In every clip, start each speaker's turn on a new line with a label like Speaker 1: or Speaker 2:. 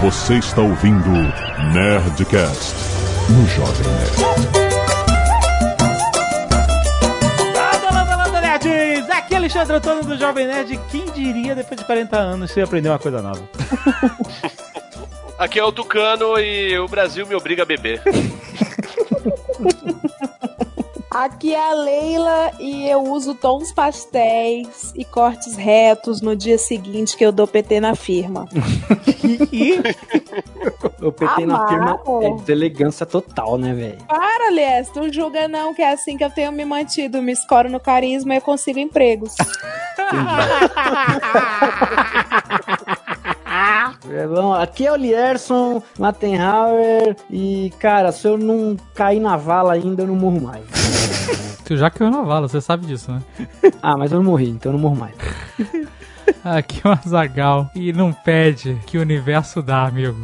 Speaker 1: Você está ouvindo Nerdcast no Jovem Nerd.
Speaker 2: Landa, landa, landa, nerds! Aqui é Alexandre Antônio do Jovem Nerd. Quem diria, depois de 40 anos, você ia aprender uma coisa nova?
Speaker 3: Aqui é o Tucano e o Brasil me obriga a beber.
Speaker 4: Aqui é a Leila e eu uso tons pastéis e cortes retos no dia seguinte que eu dou PT na firma.
Speaker 2: E, e
Speaker 5: O PT na firma
Speaker 4: Amado.
Speaker 5: é deselegância total, né, velho?
Speaker 4: Para, Lies, não julga não, que é assim que eu tenho me mantido. Me escoro no carisma e eu consigo empregos.
Speaker 5: É, bom, aqui é o Lierson, Mattenhauer, e, cara, se eu não cair na vala ainda, eu não morro mais.
Speaker 6: Tu já caiu na vala, você sabe disso, né?
Speaker 5: ah, mas eu não morri, então eu não morro mais.
Speaker 6: Aqui é o Azagal e não pede que o universo dá, amigo.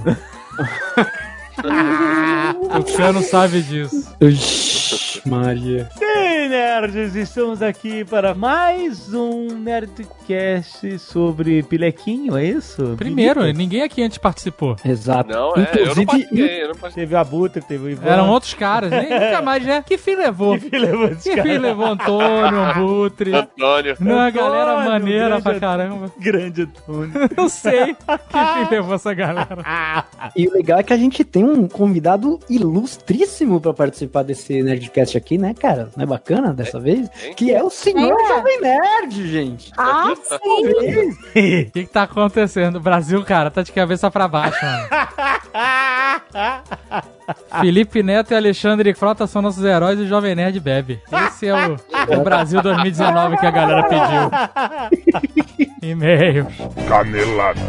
Speaker 6: o Cano sabe disso.
Speaker 5: Ixi, Maria.
Speaker 2: Sim, nerds, estamos aqui para mais um Nerdcast sobre Pilequinho, é isso?
Speaker 6: Primeiro,
Speaker 2: Bilico?
Speaker 6: ninguém aqui antes participou.
Speaker 5: Exato.
Speaker 3: Não, é, eu não participei, eu não participei.
Speaker 2: Teve a Buta, teve o Ivan.
Speaker 6: Eram outros caras, nem nunca mais, né? É. Que fim levou?
Speaker 2: que levou esse
Speaker 6: Que
Speaker 2: cara.
Speaker 6: fim levou Antônio, Abutre?
Speaker 3: Antônio.
Speaker 6: Não, a galera
Speaker 2: Antônio,
Speaker 6: maneira
Speaker 2: grande
Speaker 6: pra
Speaker 2: Antônio.
Speaker 6: caramba.
Speaker 2: Grande Antônio.
Speaker 6: Não sei que fim levou essa galera.
Speaker 5: E o legal é que a gente tem um convidado ilustríssimo pra participar desse Nerdcast aqui, né, cara? Não é bacana dessa vez?
Speaker 3: Hein?
Speaker 5: Que é o senhor
Speaker 4: Hein,
Speaker 5: Jovem Nerd, gente.
Speaker 4: ah, sim!
Speaker 6: O que, que tá acontecendo? O Brasil, cara, tá de cabeça pra baixo, mano.
Speaker 2: Ah!
Speaker 6: Felipe Neto e Alexandre Frota são nossos heróis e o Jovem Nerd bebe. Esse é o, o Brasil 2019 que a galera pediu. E-mail.
Speaker 1: Canelada.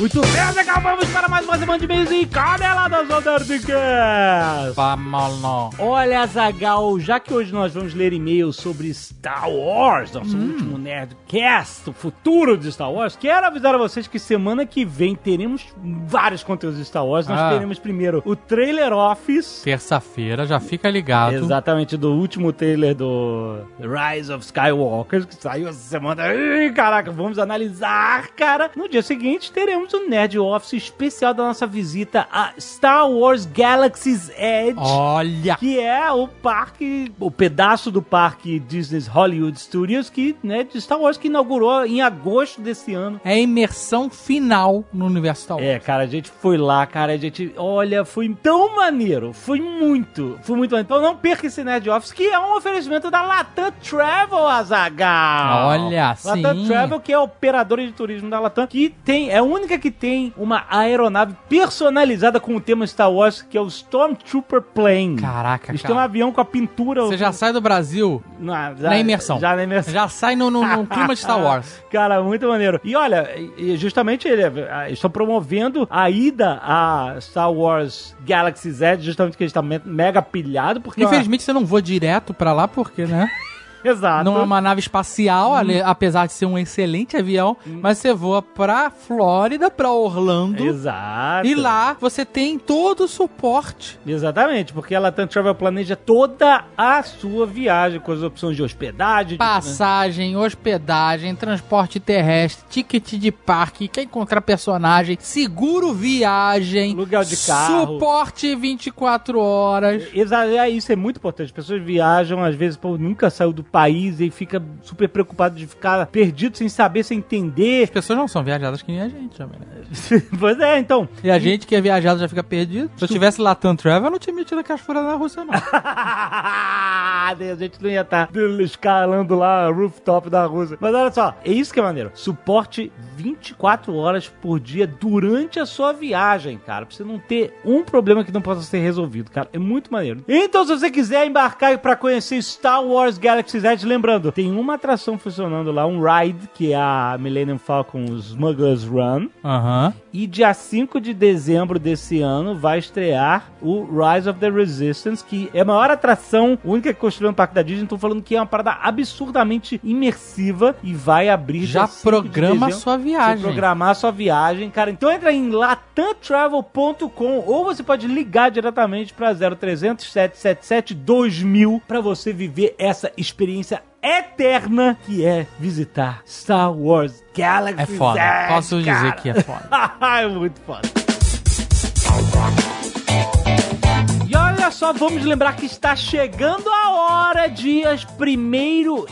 Speaker 2: Muito bem, Azaghal, vamos para mais uma semana de mês e caneladas ao Nerdcast.
Speaker 6: Vamos lá.
Speaker 2: Olha, Zagal, já que hoje nós vamos ler e-mails sobre Star Wars, nosso último Nerdcast, o futuro de Star Wars, quero avisar a vocês que semana que vem teremos vários conteúdos de Star Wars. Nós
Speaker 6: Ah.
Speaker 2: teremos primeiro o trailer office.
Speaker 6: Terça-feira, já fica ligado.
Speaker 2: Exatamente, do último trailer do Rise of Skywalker, que saiu essa semana. Ih, Caraca, vamos analisar, cara. No dia seguinte, teremos um Nerd Office especial da nossa visita a Star Wars Galaxy's Edge.
Speaker 6: Olha.
Speaker 2: Que é o parque, o pedaço do parque Disney's Hollywood Studios, que, né, de Star Wars, que inaugurou em agosto desse ano.
Speaker 6: É a imersão final no universo Star Wars.
Speaker 2: É, cara, a gente foi lá, cara, a gente, olha, foi tão maneiro, foi muito, foi muito maneiro. Então não perca esse Nerd Office, que é um oferecimento da Latam Travel, Azagal.
Speaker 6: Olha,
Speaker 2: Latam
Speaker 6: sim.
Speaker 2: Travel, que é a operadora de turismo da Latam, que tem, é a única que tem uma aeronave personalizada com o tema Star Wars, que é o Stormtrooper Plane.
Speaker 6: Caraca,
Speaker 2: Eles têm um
Speaker 6: cara.
Speaker 2: avião com a pintura...
Speaker 6: Você já sai do Brasil,
Speaker 2: na,
Speaker 6: na imersão.
Speaker 2: Já na imersão.
Speaker 6: já sai no, no, no clima de Star Wars.
Speaker 2: Cara, muito maneiro. E olha, e- e justamente ele, ah, estão promovendo a ida a Star Wars Galaxy Z, justamente que a gente tá me- mega pilhado, porque... é
Speaker 6: Infelizmente, você não voa direto pra lá, porque, né?
Speaker 2: Exato.
Speaker 6: Não é uma nave espacial, ale- apesar de ser um excelente avião, mas você voa pra Flórida, pra Orlando.
Speaker 2: Exato.
Speaker 6: E lá você tem todo o suporte.
Speaker 2: Exatamente, porque a Latam Travel planeja toda a sua viagem, com as opções de hospedagem... de-
Speaker 6: Passagem, hospedagem, transporte terrestre, ticket de parque, quer encontrar personagem, seguro viagem,
Speaker 2: Aluguel de carro.
Speaker 6: suporte 24 horas.
Speaker 2: Exa- é, Isso é muito importante. As pessoas viajam, às vezes, pô, nunca saiu do país e fica super preocupado de ficar perdido sem saber, sem entender.
Speaker 6: As pessoas não são viajadas que nem a gente também, né?
Speaker 2: pois é, então,
Speaker 6: E a gente que é viajado já fica perdido. Se eu tivesse Latam Travel, eu não tinha metido aquelas furas na Rússia, não.
Speaker 2: a gente não ia estar escalando lá o rooftop da Rússia. Mas olha só, é isso que é maneiro. Suporte 24 horas por dia durante a sua viagem, cara. Pra você não ter um problema que não possa ser resolvido, cara. É muito maneiro. Então, se você quiser embarcar pra conhecer Star Wars Galaxy Z, lembrando, tem uma atração funcionando lá, um ride, que é a Millennium Falcon Smuggler's Run.
Speaker 6: Aham.
Speaker 2: E dia 5 de dezembro desse ano vai estrear o Rise of the Resistance, que é a maior atração única que construiu no Parque da Disney. Estão falando que é uma parada absurdamente imersiva e vai abrir
Speaker 6: Já
Speaker 2: dia 5 de
Speaker 6: programa a
Speaker 2: dezembro.
Speaker 6: sua
Speaker 2: Você
Speaker 6: viagem.
Speaker 2: programar a sua viagem, cara. Então entra em latantravel.com ou você pode ligar diretamente para 0300 777 2000 para você viver essa experiência eterna que é visitar Star Wars Galaxy
Speaker 6: É foda.
Speaker 2: Z,
Speaker 6: Posso dizer
Speaker 2: cara.
Speaker 6: que é foda.
Speaker 2: é muito foda. E olha só, vamos lembrar que está chegando a hora, dias 1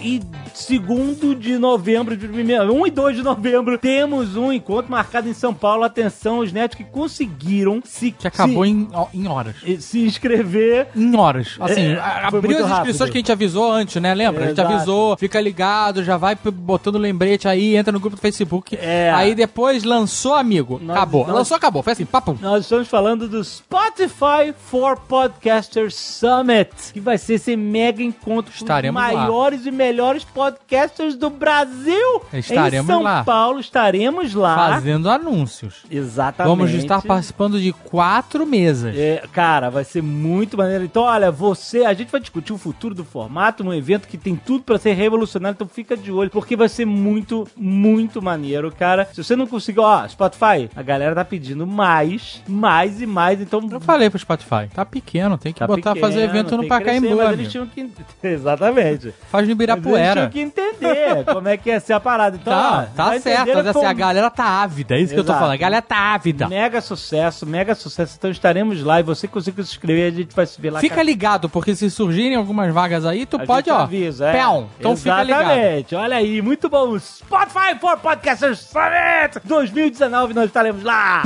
Speaker 2: e 2 de novembro, de primeiro- 1 e 2 de novembro, temos um encontro marcado em São Paulo. Atenção, os netos que conseguiram se,
Speaker 6: Que acabou em, ó, em horas.
Speaker 2: se, se inscrever.
Speaker 6: Em horas. Assim,
Speaker 2: É,
Speaker 6: a-
Speaker 2: foi
Speaker 6: abriu
Speaker 2: muito
Speaker 6: as inscrições
Speaker 2: rápido.
Speaker 6: que a gente avisou antes, né? Lembra? a gente
Speaker 2: Exato.
Speaker 6: avisou, fica ligado, já vai p- botando lembrete aí, entra no grupo do Facebook.
Speaker 2: É.
Speaker 6: Aí depois lançou amigo.
Speaker 2: Nós-
Speaker 6: acabou.
Speaker 2: nós-
Speaker 6: Lançou, acabou. Foi assim, papo.
Speaker 2: Nós estamos falando do Spotify for Podcasters Summit, que vai ser esse mega encontro com os
Speaker 6: Estaremos lá.
Speaker 2: maiores e melhores podcasters do Brasil.
Speaker 6: Estaremos
Speaker 2: em São
Speaker 6: lá.
Speaker 2: Paulo, estaremos lá.
Speaker 6: Fazendo anúncios.
Speaker 2: Ah. Exatamente.
Speaker 6: Vamos estar participando de quatro mesas.
Speaker 2: É, cara, vai ser muito maneiro. Então, olha, você, a gente vai discutir o futuro do formato num evento que tem tudo pra ser revolucionário, então fica de olho, porque vai ser muito, muito maneiro, cara. Se você não conseguir, ó, Spotify, a galera tá pedindo mais, mais e mais, então
Speaker 6: Eu falei pro Spotify, tá pequeno, tem que
Speaker 2: Tá
Speaker 6: botar,
Speaker 2: pequeno,
Speaker 6: fazer evento
Speaker 2: tem
Speaker 6: no
Speaker 2: que
Speaker 6: Pacaembu,
Speaker 2: crescer, mas
Speaker 6: amigo.
Speaker 2: eles tinham que... Exatamente.
Speaker 6: Faz
Speaker 2: Mas
Speaker 6: no Ibirapuera.
Speaker 2: Eles tinham que entender como é que ia ser a parada. Então,
Speaker 6: Tá,
Speaker 2: ó,
Speaker 6: tá
Speaker 2: vai
Speaker 6: certo,
Speaker 2: entender,
Speaker 6: mas assim,
Speaker 2: foi um
Speaker 6: a galera tá ávida, é isso que eu tô
Speaker 2: Exato.
Speaker 6: falando, a galera tá ávida.
Speaker 2: Mega sucesso, mega sucesso. Então estaremos lá e você que conseguiu se inscrever, a gente vai se ver lá.
Speaker 6: Fica ligado, porque se surgirem algumas vagas aí, tu
Speaker 2: A
Speaker 6: pode,
Speaker 2: gente
Speaker 6: ó.
Speaker 2: avisa, é.
Speaker 6: Pão. Então fica ligado.
Speaker 2: Exatamente. Olha aí, muito bom. Spotify for Podcasters Summit 2019, nós estaremos lá.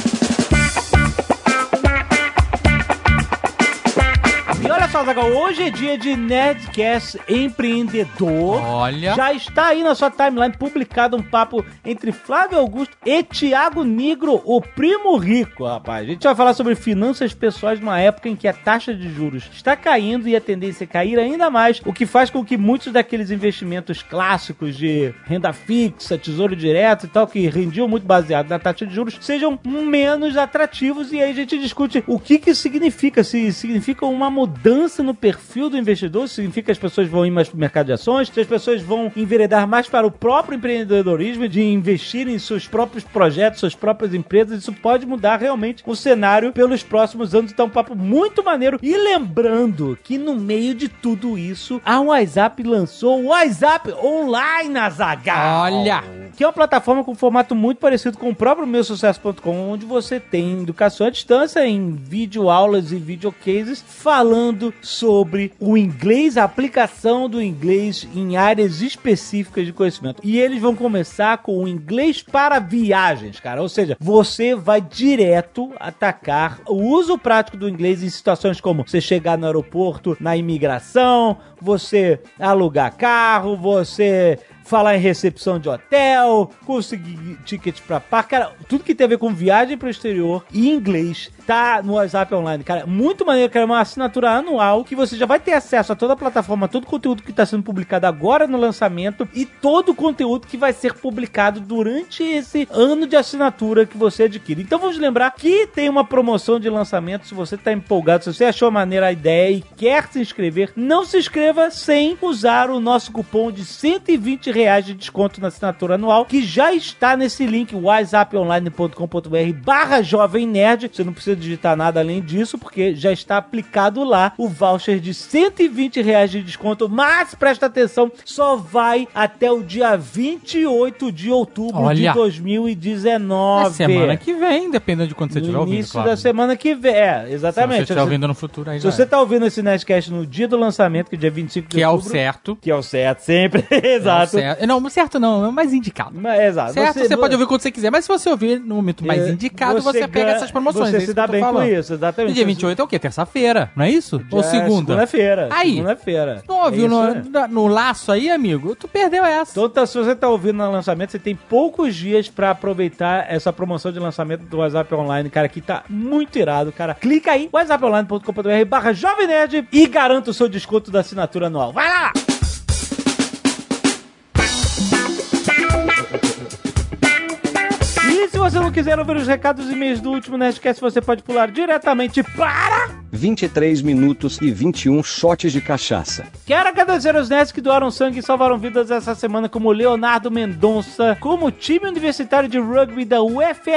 Speaker 2: E olha só, Zagal, hoje é dia de Nerdcast Empreendedor.
Speaker 6: Olha.
Speaker 2: Já está aí na sua timeline publicado um papo entre Flávio Augusto e Tiago Nigro, o primo rico, rapaz. A gente vai falar sobre finanças pessoais numa época em que a taxa de juros está caindo e a tendência é cair ainda mais, o que faz com que muitos daqueles investimentos clássicos de renda fixa, tesouro direto e tal, que rendiam muito baseado na taxa de juros, sejam menos atrativos e aí a gente discute o que que isso significa, se significa uma mudança no perfil do investidor, se significa que as pessoas vão ir mais para o mercado de ações, se as pessoas vão enveredar mais para o próprio empreendedorismo, de investir em seus próprios projetos, suas próprias empresas, isso pode mudar realmente o cenário pelos próximos anos, então um papo muito maneiro. E lembrando que no meio de tudo isso, a WhatsApp lançou o WhatsApp Online, Azaghal!
Speaker 6: Olha.
Speaker 2: Que é uma plataforma com um formato muito parecido com o próprio meusucesso.com, onde você tem educação à distância em vídeo aulas e videocases falando sobre o inglês, a aplicação do inglês em áreas específicas de conhecimento. E eles vão começar com o inglês para viagens, cara. Ou seja, você vai direto atacar o uso prático do inglês em situações como você chegar no aeroporto, na imigração, você alugar carro, você falar em recepção de hotel, conseguir ticket pra par, cara, tudo que tem a ver com viagem pro exterior e inglês tá no WhatsApp online, cara, muito maneiro, cara, é uma assinatura anual que você já vai ter acesso a toda a plataforma, todo o conteúdo que tá sendo publicado agora no lançamento e todo o conteúdo que vai ser publicado durante esse ano de assinatura que você adquire. Então vamos lembrar que tem uma promoção de lançamento, se você tá empolgado, se você achou maneira a ideia e quer se inscrever, não se inscreva sem usar o nosso cupom de 120 reais de desconto na assinatura anual, que já está nesse link whatsapponline.com.br barra jovem nerd. Você não precisa digitar nada além disso, porque já está aplicado lá o voucher de 120 reais de desconto, mas presta atenção, só vai até o dia 28 de outubro
Speaker 6: Olha.
Speaker 2: de 2019.
Speaker 6: Na semana que vem, dependendo de quando você estiver
Speaker 2: no
Speaker 6: ouvindo,
Speaker 2: início
Speaker 6: claro.
Speaker 2: da semana que vem. É,
Speaker 6: Se você
Speaker 2: exatamente.
Speaker 6: estiver ouvindo no futuro, aí
Speaker 2: Se
Speaker 6: já
Speaker 2: você
Speaker 6: é.
Speaker 2: tá ouvindo esse Nerdcast no dia do lançamento, que é dia 25 de
Speaker 6: Que é o
Speaker 2: outubro,
Speaker 6: certo.
Speaker 2: que é o certo sempre,
Speaker 6: É
Speaker 2: exato.
Speaker 6: o certo. Não, certo não, é o mais indicado.
Speaker 2: Mas, exato.
Speaker 6: Certo, você, pode ouvir quando você quiser, mas se você ouvir no momento mais
Speaker 2: É,
Speaker 6: indicado, você, pega
Speaker 2: ganha-
Speaker 6: essas promoções. é
Speaker 2: Você se
Speaker 6: isso que eu
Speaker 2: dá
Speaker 6: tô
Speaker 2: bem com
Speaker 6: falando.
Speaker 2: isso, exatamente.
Speaker 6: E dia 28 é o quê? Terça-feira, não é isso? Ou
Speaker 2: É,
Speaker 6: segunda?
Speaker 2: Segunda-feira.
Speaker 6: Aí.
Speaker 2: Segunda-feira.
Speaker 6: Não né? ouviu
Speaker 2: É isso
Speaker 6: no,
Speaker 2: aí.
Speaker 6: na- no laço aí, amigo? Tu perdeu essa.
Speaker 2: Então, tá- se você tá ouvindo no lançamento, você tem poucos dias pra aproveitar essa promoção de lançamento do WhatsApp Online, cara, que tá muito irado, cara. Clica aí, whatsapponline.com.br barra Jovem Nerd e garanta o seu desconto da assinatura anual. Vai lá! E se você não não quiser ouvir os recados e e-mails do último Nerdcast, você pode pular diretamente para...
Speaker 7: 23 minutos e 21 shots de cachaça.
Speaker 2: Quero agradecer aos nerds que doaram sangue e salvaram vidas essa semana, como Leonardo Mendonça, como time universitário de rugby da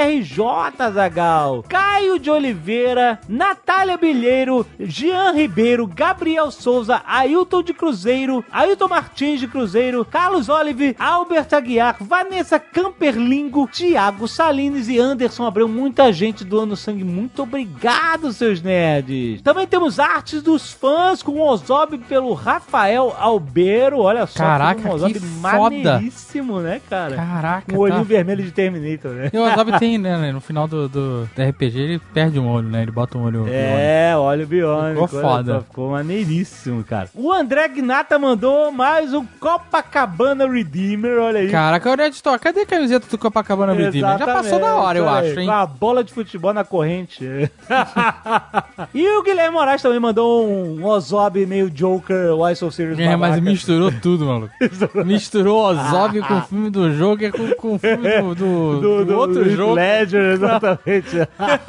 Speaker 2: UFRJ, Zagal, Caio de Oliveira, Natália Bilheiro, Jean Ribeiro, Gabriel Souza, Ailton de Cruzeiro, Ailton Martins de Cruzeiro, Carlos Olive, Albert Aguiar, Vanessa Camperlingo, Tiago Salines e Anderson Abreu. Muita gente doando sangue. Muito obrigado, seus nerds. Também temos artes dos fãs com o Ozob pelo Rafael Albeiro. Olha só,
Speaker 6: Caraca,
Speaker 2: um Ozob
Speaker 6: que foda.
Speaker 2: maneiríssimo, né, cara?
Speaker 6: Caraca,
Speaker 2: um olhinho
Speaker 6: tá.
Speaker 2: vermelho de Terminator, né?
Speaker 6: E o Azabi tem, né, né, no final do, do RPG ele perde um olho, né? Ele bota um olho.
Speaker 2: É, olha o biônico.
Speaker 6: Ficou
Speaker 2: olha
Speaker 6: foda.
Speaker 2: só, Ficou maneiríssimo, cara. O André Gnata mandou mais um Copacabana Redeemer, olha aí.
Speaker 6: um olho. Caraca, olha de toca. Cadê a camiseta do Copacabana Redeemer? Já passou da hora, eu
Speaker 2: Exatamente,
Speaker 6: acho, hein?
Speaker 2: Com a bola de futebol na corrente. e o Guilherme Moraes também mandou um Ozob meio Joker, Why So Serious
Speaker 6: É, mas
Speaker 2: babaca.
Speaker 6: misturou tudo, maluco. misturou Ozob com o filme do jogo e com, com o filme do, do- do outro
Speaker 2: Heath
Speaker 6: jogo.
Speaker 2: Ledger, exatamente.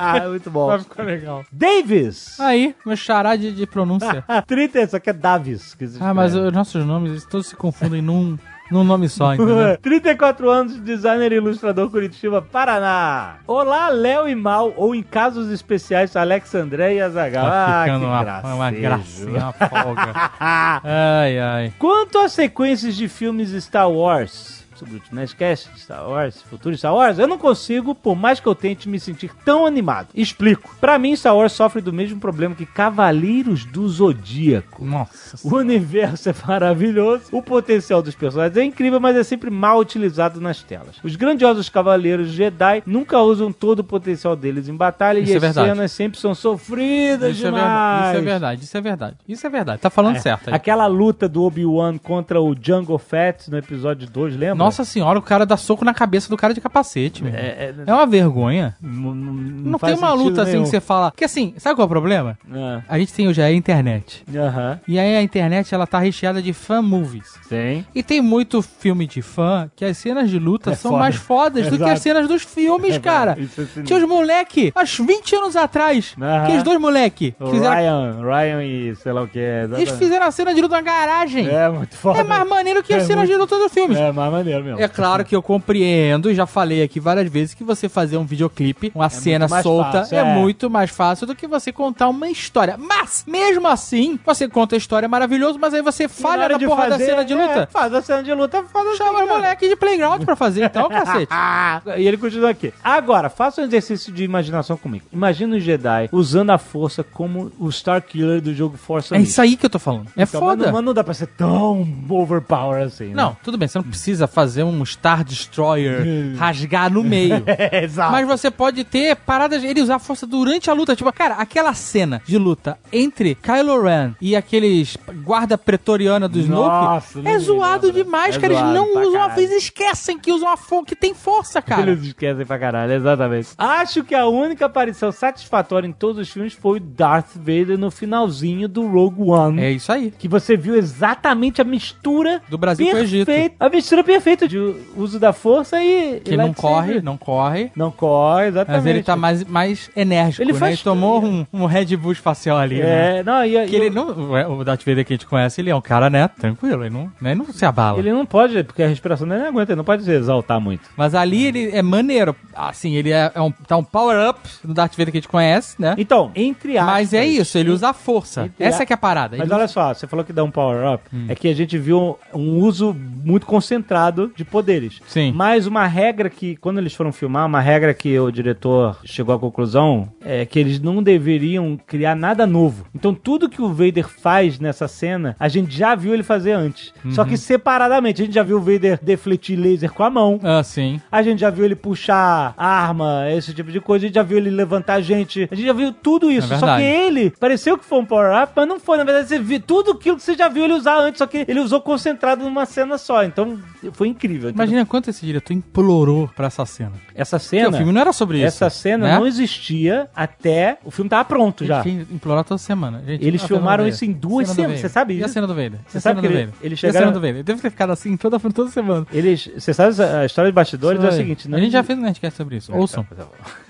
Speaker 2: Muito bom.
Speaker 6: Vai ficar legal.
Speaker 2: Davis!
Speaker 6: Aí, meu xará de, de pronúncia.
Speaker 2: 30, isso aqui é Davis. que né? se
Speaker 6: Ah, mas
Speaker 2: escreve.
Speaker 6: os nossos nomes, eles todos se confundem num, num nome só, entendeu?
Speaker 2: 34 anos, designer e ilustrador Curitiba, Paraná. Olá, Léo e Mal, ou em casos especiais, Alex André e Azagal.
Speaker 6: Tá
Speaker 2: Ah, que
Speaker 6: ficando
Speaker 2: gracejo.
Speaker 6: uma, uma gracinha, uma folga.
Speaker 2: Ah,
Speaker 6: ai, ai.
Speaker 2: Quanto às sequências de filmes Star Wars, sobre o último Nerdcast, Star Wars, futuro Star Wars, eu não consigo, por mais que eu tente, me sentir tão animado. Explico. Pra mim, Star Wars sofre do mesmo problema que Cavaleiros do Zodíaco.
Speaker 6: Nossa.
Speaker 2: O universo é maravilhoso, o potencial dos personagens é incrível, mas é sempre mal utilizado nas telas. Os grandiosos cavaleiros Jedi nunca usam todo o potencial deles em batalha
Speaker 6: Isso
Speaker 2: e
Speaker 6: é
Speaker 2: as
Speaker 6: verdade.
Speaker 2: cenas sempre são sofridas
Speaker 6: Isso é,
Speaker 2: demais.
Speaker 6: verdade, isso é verdade, isso é verdade. Isso é verdade. Tá falando certo aí.
Speaker 2: Aquela luta do Obi-Wan contra o Jungle Fett no episódio 2, lembra?
Speaker 6: Nossa senhora, o cara dá soco na cabeça do cara de capacete, meu. É,
Speaker 2: É, é,
Speaker 6: uma vergonha.
Speaker 2: não, não- não
Speaker 6: Não
Speaker 2: faz
Speaker 6: tem uma
Speaker 2: sentido
Speaker 6: luta assim
Speaker 2: nenhum.
Speaker 6: que você fala. Porque assim, sabe qual é o problema?
Speaker 2: Ah,
Speaker 6: A gente tem hoje aí a internet.
Speaker 2: É. Aham.
Speaker 6: E aí a internet ela tá recheada de fan movies.
Speaker 2: Sim.
Speaker 6: E tem muito filme de fã que as cenas de luta
Speaker 2: É
Speaker 6: são
Speaker 2: foda.
Speaker 6: mais fodas do que
Speaker 2: Exato.
Speaker 6: as cenas dos filmes, cara.
Speaker 2: Isso é sinistro.
Speaker 6: Tinha os moleque, há uns 20 anos atrás,
Speaker 2: Aham.
Speaker 6: aqueles dois moleque,
Speaker 2: O
Speaker 6: fizeram,
Speaker 2: Ryan, Ryan e sei lá o que.
Speaker 6: eles fizeram a cena de luta na garagem. É,
Speaker 2: É muito foda.
Speaker 6: mais maneiro que as
Speaker 2: É
Speaker 6: cenas de luta dos filmes.
Speaker 2: É mais maneiro mesmo.
Speaker 6: É claro que eu compreendo, e já falei aqui várias vezes, que você fazer um videoclipe, uma cena
Speaker 2: É muito mais
Speaker 6: solta,
Speaker 2: fácil,
Speaker 6: é,
Speaker 2: é.
Speaker 6: muito mais fácil do que você contar uma história. Mas, mesmo assim, você conta a história é maravilhoso, mas aí você
Speaker 2: E na
Speaker 6: falha
Speaker 2: hora
Speaker 6: na
Speaker 2: de
Speaker 6: porra da
Speaker 2: fazer,
Speaker 6: cena de
Speaker 2: é,
Speaker 6: luta.
Speaker 2: faz a cena de luta, faz a
Speaker 6: Chama
Speaker 2: cena.
Speaker 6: os moleque de playground pra fazer, então, cacete.
Speaker 2: Ah, e ele continua aqui. Agora, faça um exercício de imaginação comigo. Imagina os Jedi usando a força como o Star Killer do jogo Force
Speaker 6: É isso aí que eu tô falando. É foda.
Speaker 2: Mas, não dá pra ser tão overpower assim. né?
Speaker 6: Não, tudo bem, você não precisa fazer um Star Destroyer rasgar no meio.
Speaker 2: É, exato.
Speaker 6: Mas você pode ter paradas, ele usar a força durante a luta. Tipo, cara, aquela cena de luta entre Kylo Ren e aqueles guarda pretoriana do
Speaker 2: Nossa,
Speaker 6: Snoke
Speaker 2: não
Speaker 6: é
Speaker 2: me
Speaker 6: zoado
Speaker 2: lembra.
Speaker 6: demais,
Speaker 2: É
Speaker 6: cara. Eles
Speaker 2: zoado
Speaker 6: não
Speaker 2: pra
Speaker 6: usam a
Speaker 2: caralho.
Speaker 6: força, eles esquecem que usam a força, que tem força, cara.
Speaker 2: Eles esquecem pra caralho, exatamente. Acho que a única aparição satisfatória em todos os filmes foi o Darth Vader no finalzinho do Rogue One.
Speaker 6: É isso aí.
Speaker 2: que você viu exatamente a mistura
Speaker 6: Do Brasil com o Egito.
Speaker 2: perfeita- A mistura perfeita de uso da força e.
Speaker 6: Que
Speaker 2: e
Speaker 6: não
Speaker 2: lightsaber.
Speaker 6: corre, não corre.
Speaker 2: Não corre, exatamente.
Speaker 6: Mas ele tá mais, mais enérgico,
Speaker 2: Ele
Speaker 6: né?
Speaker 2: faz-
Speaker 6: Ele tomou um, um Red Bull espacial ali, né?
Speaker 2: É, não, e,
Speaker 6: Que ele não. ué, O Darth Vader que a gente conhece, ele é um cara, né? Tranquilo, ele não, né, ele não se abala.
Speaker 2: ele não pode, porque a respiração dele não aguenta, ele não pode se exaltar muito.
Speaker 6: Mas ali ele é maneiro. Assim, ele é, é um, tá um power-up do Darth Vader que a gente conhece, né?
Speaker 2: Então, entre aspas.
Speaker 6: Mas é isso, ele usa a força.
Speaker 2: Entre
Speaker 6: Essa
Speaker 2: a-
Speaker 6: que é a parada.
Speaker 2: Mas
Speaker 6: Ele-
Speaker 2: olha só, você falou que dá um power-up. É que a gente viu um, um uso muito concentrado de poderes.
Speaker 6: Sim.
Speaker 2: Mas uma regra que, quando eles foram filmar, uma regra que o diretor chegou à conclusão é que eles não deveriam criar nada novo. Então tudo que o Vader faz nessa cena, a gente já viu ele fazer antes. Só que separadamente. A gente já viu o Vader defletir laser com a mão.
Speaker 6: Ah, sim.
Speaker 2: A gente já viu ele puxar arma, esse tipo de coisa. A gente já viu ele levantar gente. A gente já viu tudo isso.
Speaker 6: É
Speaker 2: só que
Speaker 6: verdade.
Speaker 2: ele pareceu que foi um power-up, mas não foi. Na verdade, você viu tudo aquilo que você já viu ele usar antes. Só que ele usou concentrado numa cena só. Então, foi incrível. entendeu?
Speaker 6: Imagina quanto esse diretor implorou pra essa cena.
Speaker 2: essa
Speaker 6: Porque
Speaker 2: cena.
Speaker 6: o filme não era sobre isso.
Speaker 2: Essa cena
Speaker 6: né?
Speaker 2: não existia até. O filme tava pronto já.
Speaker 6: Eles imploraram toda semana. Gente,
Speaker 2: Eles
Speaker 6: a cena do
Speaker 2: filmaram
Speaker 6: Vader.
Speaker 2: isso em duas
Speaker 6: Cena do
Speaker 2: cenas,
Speaker 6: Vader.
Speaker 2: você sabe
Speaker 6: E a
Speaker 2: isso?
Speaker 6: cena do Vader?
Speaker 2: Você
Speaker 6: E
Speaker 2: sabe
Speaker 6: a cena
Speaker 2: que
Speaker 6: do
Speaker 2: ele-
Speaker 6: Vader?
Speaker 2: eles
Speaker 6: E a
Speaker 2: chegaram-
Speaker 6: cena do Vader. Deve ter ficado assim toda, toda semana.
Speaker 2: Eles. Você sabe a a história de bastidores é o
Speaker 6: Isso aí.
Speaker 2: seguinte, né? tá.
Speaker 6: A gente já fez um Nerdcast sobre isso. Ouçam.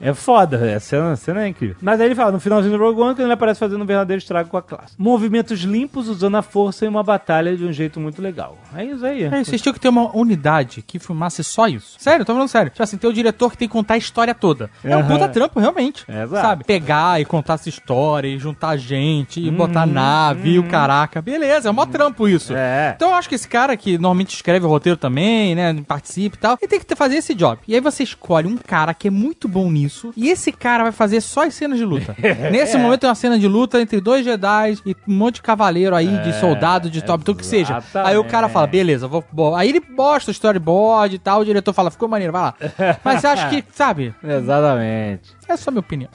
Speaker 2: É foda, a cena, a cena é incrível. Mas aí ele fala, no finalzinho do Rogue One, que ele aparece fazendo um verdadeiro estrago com a classe. Movimentos limpos usando a força em uma batalha de um jeito muito legal. É isso aí.
Speaker 6: É, vocês tinham que ter uma unidade que filmasse só isso. Sério, eu tô falando sério. Tipo assim, tem o diretor que tem que contar a história toda. É um
Speaker 2: Aham.
Speaker 6: puta trampo, realmente.
Speaker 2: É, exato.
Speaker 6: Sabe? Pegar e contar essa história, e juntar gente,
Speaker 2: Uhum,
Speaker 6: e botar nave, e o caraca. Beleza, é mó trampo isso.
Speaker 2: É.
Speaker 6: Então eu acho que esse cara que normalmente escreve o roteiro também, né, participa e tal, ele tem que ter- fazer esse job. E aí você escolhe um cara que é muito bom nisso, e esse cara vai fazer só as cenas de luta.
Speaker 2: É.
Speaker 6: Nesse momento tem uma cena de luta entre dois Jedi e um monte de cavaleiro aí, de
Speaker 2: É,
Speaker 6: soldado, de top, tudo que seja. Aí o cara fala, beleza, vou... bo- Aí ele mostra o storyboard e tal, o diretor fala, ficou maneiro, vai lá. Mas eu acho que, sabe,
Speaker 2: Exatamente.
Speaker 6: é só minha opinião.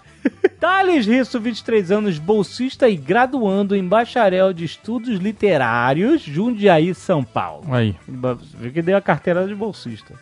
Speaker 2: Thales Risso, 23 anos, bolsista e graduando em bacharel de estudos literários, Jundiaí, São Paulo.
Speaker 6: Aí,
Speaker 2: Viu que deu a carteirada de bolsista.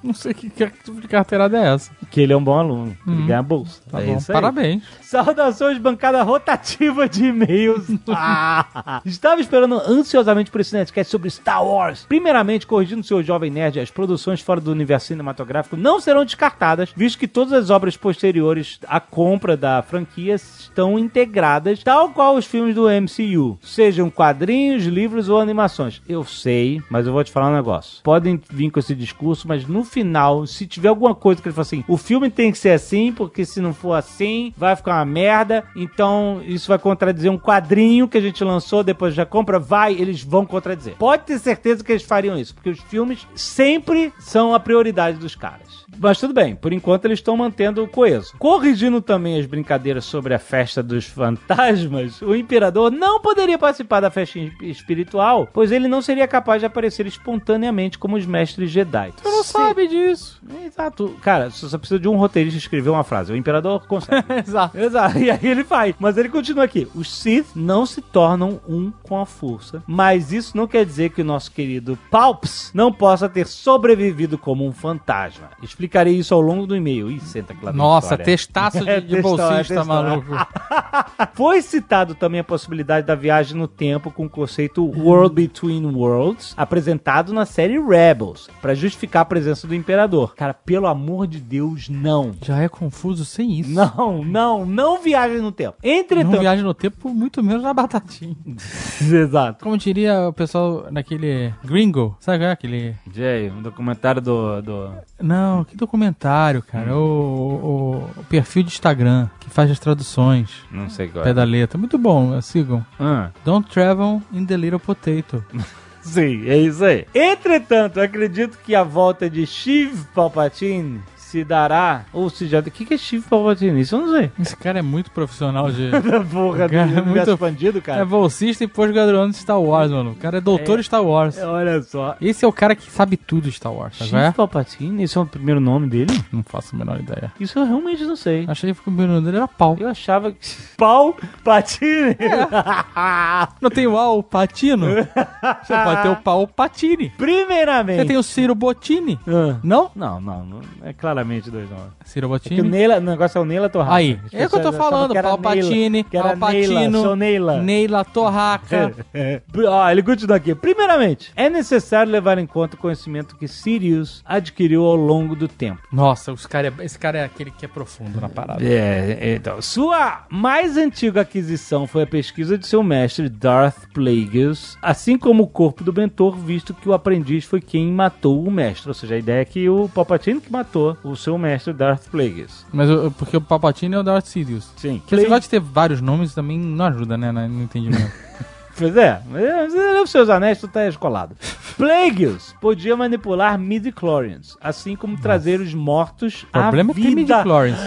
Speaker 6: não sei que, que tipo de carteirada é essa.
Speaker 2: Que ele é um bom aluno. Ele ganha bolsa.
Speaker 6: Tá
Speaker 2: é
Speaker 6: bom,
Speaker 2: isso aí.
Speaker 6: parabéns.
Speaker 2: Saudações, bancada rotativa de e-mails. Ah! Estava esperando ansiosamente por esse Nerdcast sobre Star Wars. Primeiramente, corrigindo o seu jovem nerd, as produções fora do universo cinematográfico não serão descartadas, visto que todas as obras posteriores à compra da franquia estão integradas, tal qual os filmes do MCU, sejam quadrinhos, livros ou animações. Eu sei, mas eu vou te falar um negócio. Podem vir com esse discurso, mas no final, se tiver alguma coisa que ele fala assim, o filme tem que ser assim, porque se não for assim, vai ficar uma merda. Então, isso vai contradizer um quadrinho que a gente lançou, depois já compra, vai, eles vão contradizer. Pode ter certeza que eles fariam isso, porque os filmes sempre são a prioridade dos caras. Mas tudo bem, por enquanto eles estão mantendo coeso. Corrigindo também as brincadeiras sobre a festa dos fantasmas, o imperador não poderia participar da festa es- espiritual, pois ele não seria capaz de aparecer espontaneamente como os mestres Jedi. Tu não sabe disso. Exato. Cara, você só precisa de um roteirista escrever uma frase. O imperador consegue.
Speaker 6: Exato.
Speaker 2: Exato. E aí ele vai. Mas ele continua aqui. Os Sith não se tornam um com a força. Mas isso não quer dizer que o nosso querido Palps não possa ter sobrevivido como um fantasma. Explicarei isso ao longo do e-mail. Ih, senta que lá vem
Speaker 6: Nossa,
Speaker 2: história.
Speaker 6: testaço de,
Speaker 2: É,
Speaker 6: de
Speaker 2: textão, é
Speaker 6: bolsista,
Speaker 2: textão, é.
Speaker 6: maluco.
Speaker 2: Ah, Foi citado também a possibilidade da viagem no tempo com o conceito World Between Worlds, apresentado na série Rebels, pra justificar a presença do imperador. Cara, pelo amor de Deus, não.
Speaker 6: Já é confuso sem isso.
Speaker 2: Não, não, não viagem no tempo.
Speaker 6: Não
Speaker 2: Entretanto,
Speaker 6: viaja no tempo, muito menos na batatinha.
Speaker 2: exato.
Speaker 6: Como diria o pessoal naquele gringo, sabe qual é aquele...
Speaker 2: Jay, um documentário do. do... Hum.
Speaker 6: Não, que documentário, cara. O, o- o perfil de Instagram, que faz as traduções,
Speaker 2: Não sei qual. é.
Speaker 6: pé da letra. Muito bom, sigam.
Speaker 2: Ah.
Speaker 6: Don't travel in the little potato.
Speaker 2: Sim, é isso aí. Entretanto, acredito que a volta de Shiv Palpatine se dará. Ou se já. O que que é Shiv Palpatine? Isso eu não sei.
Speaker 6: Esse cara é muito profissional de...
Speaker 2: Porra,
Speaker 6: Cara,
Speaker 2: do universo
Speaker 6: muito-
Speaker 2: expandido,
Speaker 6: É
Speaker 2: cara.
Speaker 6: bolsista e pós-graduando de Star Wars, mano. O cara é doutor Star Wars.
Speaker 2: Olha só.
Speaker 6: Esse é o cara que sabe tudo de Star Wars, sabe? qual
Speaker 2: Shiv
Speaker 6: é?
Speaker 2: Palpatine? Esse é o primeiro nome dele?
Speaker 6: Não faço a menor ideia.
Speaker 2: Isso eu realmente não sei.
Speaker 6: Achei que o primeiro dele era pau.
Speaker 2: Eu achava que. É, Palpatine?
Speaker 6: Não tem o Al Patino? Você pode ter o Paul Patini.
Speaker 2: Primeiramente.
Speaker 6: Você tem o Ciro Bottini.
Speaker 2: Ah.
Speaker 6: Não?
Speaker 2: Não, não, não. É claramente dois nomes. Que
Speaker 6: Ciro
Speaker 2: o,
Speaker 6: Bottini.
Speaker 2: Neila, o negócio é o Neila Torraca.
Speaker 6: Aí,
Speaker 2: As
Speaker 6: é o que eu tô
Speaker 2: pessoas achavam
Speaker 6: falando.
Speaker 2: que era
Speaker 6: Palpatine,
Speaker 2: Neila, que era
Speaker 6: Palpatino,
Speaker 2: Neila, sou Neila.
Speaker 6: Neila Torraca.
Speaker 2: É. Ó, ele continua aqui. Primeiramente, é necessário levar em conta o conhecimento que Sirius adquiriu ao longo do tempo.
Speaker 6: Nossa, os cara é- esse cara é aquele que é profundo na parada.
Speaker 2: É, então, sua mais antiga aquisição foi a pesquisa de seu mestre Darth Plagueis, assim como o corpo do mentor, visto que o aprendiz foi quem matou o mestre. Ou seja, a ideia é que o Palpatine que matou o seu mestre Darth Plagueis.
Speaker 6: Mas eu- eu- porque o Palpatine é o Darth Sidious.
Speaker 2: Sim.
Speaker 6: Porque esse negócio de ter vários nomes também não ajuda, né, na- no entendimento.
Speaker 2: Pois é, mas você leu os seus anéis, tu tá escolado. Plagueis podia manipular midi-chlorians, assim como trazer os mortos
Speaker 6: O
Speaker 2: à
Speaker 6: problema é que tem
Speaker 2: vida.
Speaker 6: midi-chlorians.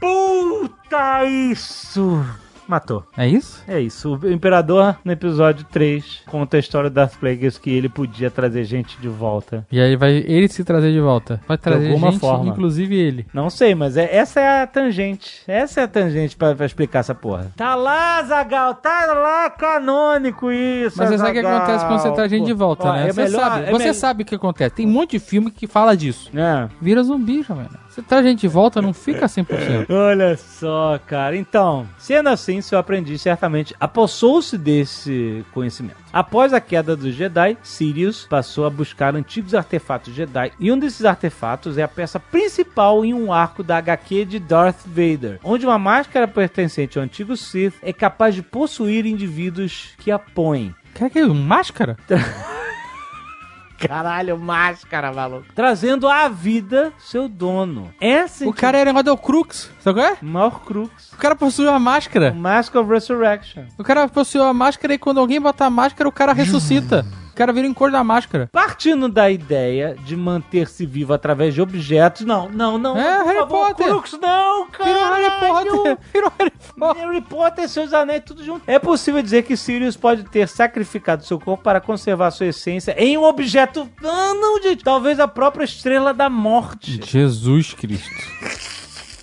Speaker 2: Puta isso! Matou.
Speaker 6: É isso?
Speaker 2: É isso. O Imperador, no episódio 3, conta a história do Darth Plagueis que ele podia trazer gente de volta.
Speaker 6: E aí vai ele se trazer de volta. Vai trazer
Speaker 2: alguma
Speaker 6: gente,
Speaker 2: forma.
Speaker 6: inclusive ele.
Speaker 2: Não sei, mas é- essa é a tangente. Essa é a tangente pra, pra explicar essa porra. Tá lá, Zagal, tá lá canônico isso.
Speaker 6: Mas você sabe o que
Speaker 2: Zagal.
Speaker 6: acontece quando você traz gente de volta,
Speaker 2: Ó,
Speaker 6: né?
Speaker 2: é
Speaker 6: você
Speaker 2: melhor-
Speaker 6: sabe,
Speaker 2: é
Speaker 6: você
Speaker 2: mel-
Speaker 6: sabe o que acontece. Tem um monte de filme que fala disso.
Speaker 2: É.
Speaker 6: Vira zumbi, jovem. Você traz gente de volta, não fica 100%.
Speaker 2: Olha só, cara. Então, sendo assim, seu aprendiz certamente apossou-se desse conhecimento. Após a queda dos Jedi, Sirius passou a buscar antigos artefatos Jedi, e um desses artefatos é a peça principal em um arco da HQ de Darth Vader, onde uma máscara pertencente ao antigo Sith é capaz de possuir indivíduos que a põem.
Speaker 6: Quer que é máscara?
Speaker 2: Caralho, máscara, maluco. Trazendo à vida seu dono. Essa
Speaker 6: O cara era o Crux, sabe qual é?
Speaker 2: maior crux.
Speaker 6: O cara possui uma máscara.
Speaker 2: Mask of Resurrection.
Speaker 6: O cara possui uma máscara e quando alguém botar a máscara, o cara ressuscita. O cara vira em cor da máscara.
Speaker 2: Partindo da ideia de manter-se vivo através de objetos. Não, não, não.
Speaker 6: É,
Speaker 2: por
Speaker 6: Harry
Speaker 2: favor,
Speaker 6: Potter.
Speaker 2: Crux, não, cara.
Speaker 6: Virou Harry Potter. Virou um Harry Potter.
Speaker 2: Harry Potter, seus anéis, tudo junto. É possível dizer que Sirius pode ter sacrificado seu corpo para conservar sua essência em um objeto. Ah, não, gente. Talvez a própria estrela da morte.
Speaker 6: Jesus Cristo.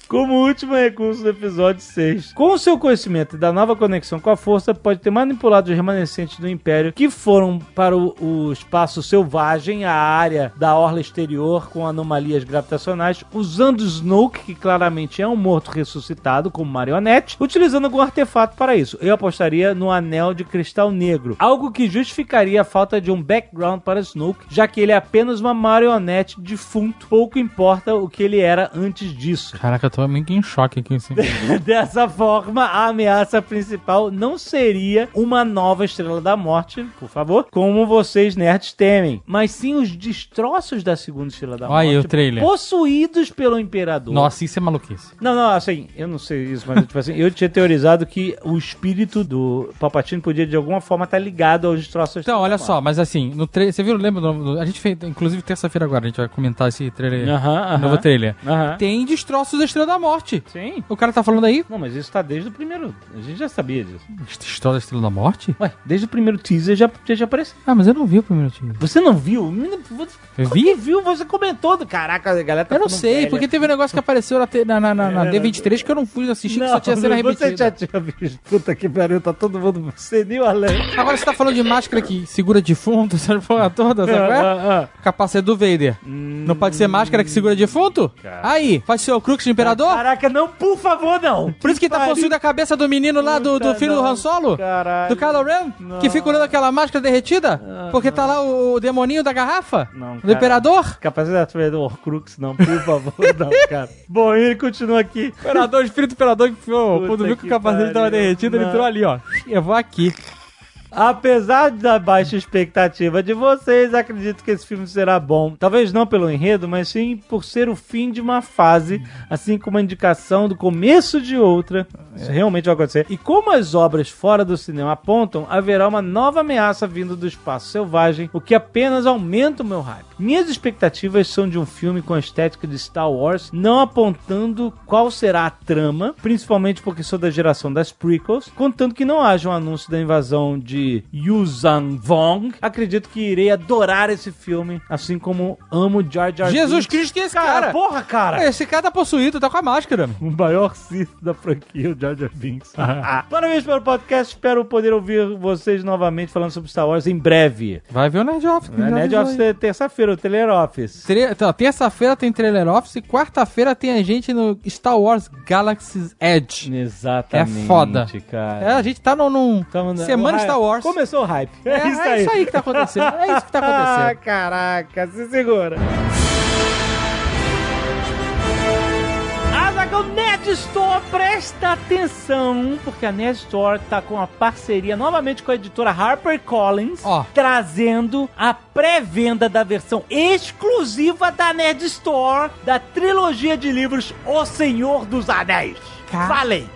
Speaker 2: Como último recurso do episódio 6. Com o seu conhecimento e da nova conexão com a força, pode ter manipulado os remanescentes do Império que foram para o, o espaço selvagem, a área da orla exterior com anomalias gravitacionais, usando Snoke, que claramente é um morto ressuscitado, como marionete, utilizando algum artefato para isso. Eu apostaria no anel de cristal negro, algo que justificaria a falta de um background para Snoke, já que ele é apenas uma marionete defunto, pouco importa o que ele era antes disso.
Speaker 6: Caraca, eu tô meio que em choque aqui, assim.
Speaker 2: Dessa forma, a ameaça principal não seria uma nova Estrela da Morte, por favor, como vocês nerds temem, mas sim os destroços da segunda Estrela da
Speaker 6: Olha aí
Speaker 2: Morte,
Speaker 6: o trailer.
Speaker 2: possuídos pelo Imperador.
Speaker 6: Nossa, isso é maluquice.
Speaker 2: Não, não, assim, eu não sei isso, mas tipo assim, eu tinha teorizado que o espírito do Palpatine podia de alguma forma estar ligado aos destroços. da
Speaker 6: Então,
Speaker 2: Estrela da
Speaker 6: olha só, mas assim, no trailer. Você viu, lembra? do nome do- a gente fez, inclusive, terça-feira agora, a gente vai comentar esse trailer.
Speaker 2: Morte. Aham, aham.
Speaker 6: Novo trailer.
Speaker 2: Aham.
Speaker 6: Tem destroços da Estrela da Morte.
Speaker 2: Sim.
Speaker 6: O cara tá falando aí.
Speaker 2: Não, mas isso tá desde o primeiro. A gente já sabia disso.
Speaker 6: Estrela da Estrela da Morte?
Speaker 2: Ué, desde o primeiro teaser já, já apareceu.
Speaker 6: Ah, mas eu não vi o primeiro time.
Speaker 2: Você não viu? Menina, você-
Speaker 6: Eu
Speaker 2: Como
Speaker 6: vi?
Speaker 2: que viu, você comentou. do- Caraca, a galera tá
Speaker 6: Eu não
Speaker 2: ficando
Speaker 6: sei,
Speaker 2: velha.
Speaker 6: porque teve um negócio que apareceu na, te- na, na, na- na D23 que eu não fui assistir, que só tinha cena
Speaker 2: você
Speaker 6: repetida.
Speaker 2: já tinha visto. Puta que pariu, tá todo mundo senil além.
Speaker 6: Agora você tá falando de máscara que segura defunto, essa porra toda, sabe qual é?
Speaker 2: Ah, ah, ah.
Speaker 6: Capacete do Vader.
Speaker 2: Hum.
Speaker 6: Não pode ser máscara que segura defunto? Aí, pode ser o Crux de Imperador?
Speaker 2: Caraca, não, por favor, não.
Speaker 6: Por isso que tá
Speaker 2: Pariu.
Speaker 6: possuindo a cabeça do menino lá, do, do
Speaker 2: Puta,
Speaker 6: filho do
Speaker 2: não.
Speaker 6: Han Solo?
Speaker 2: Caralho.
Speaker 6: Do Kylo Ren?
Speaker 2: Não.
Speaker 6: Que fica olhando aquela máscara derretida? porque tá lá o demoninho da garrafa?
Speaker 2: Não,
Speaker 6: Do
Speaker 2: cara.
Speaker 6: Imperador?
Speaker 2: Capacidade da do Horcrux, não, por favor, não, cara. Bom, ele continua aqui.
Speaker 6: Imperador, espírito imperador que
Speaker 2: Puta quando viu que que o capacete pariu. tava derretido, ele Não. entrou
Speaker 6: ali, ó. Eu vou aqui.
Speaker 2: Apesar da baixa expectativa de vocês, acredito que esse filme será bom. Talvez não pelo enredo, mas sim por ser o fim de uma fase, assim como a indicação do começo de outra. Isso realmente vai acontecer. E como as obras fora do cinema apontam, haverá uma nova ameaça vindo do espaço selvagem, o que apenas aumenta o meu hype. Minhas expectativas são de um filme com a estética de Star Wars, não apontando qual será a trama, principalmente porque sou da geração das prequels, contanto que não haja um anúncio da invasão de Yuuzhan Vong. Acredito que irei adorar esse filme, assim como amo Jar Jar
Speaker 6: Jesus
Speaker 2: Binks.
Speaker 6: Cristo, que é esse
Speaker 2: Cara,
Speaker 6: cara?
Speaker 2: porra, cara!
Speaker 6: Esse cara tá possuído, tá com a máscara.
Speaker 2: O maior cito da franquia, o Jar Jar Binks. Parabéns pelo podcast, espero poder ouvir vocês novamente falando sobre Star Wars em breve.
Speaker 6: Vai ver o Nerd Office.
Speaker 2: Na Nerd Office é terça-feira, o Teler Office.
Speaker 6: Tre- então, Terça-feira tem Trailer Office e quarta-feira tem a gente no Star Wars Galaxy's Edge.
Speaker 2: Exatamente,
Speaker 6: É foda. É,
Speaker 2: cara.
Speaker 6: a gente tá num... num- Semana Star Wars.
Speaker 2: Começou o hype.
Speaker 6: É, é isso aí. que tá acontecendo. É isso que tá
Speaker 2: Ah,
Speaker 6: acontecendo.
Speaker 2: caraca, se segura. Azaghal Nerd Store, presta atenção, porque a Nerd Store tá com uma parceria novamente com a editora HarperCollins,
Speaker 6: Ó.
Speaker 2: trazendo a pré-venda da versão exclusiva da Nerd Store da trilogia de livros O Senhor dos Anéis.
Speaker 6: Ca-
Speaker 2: Falei!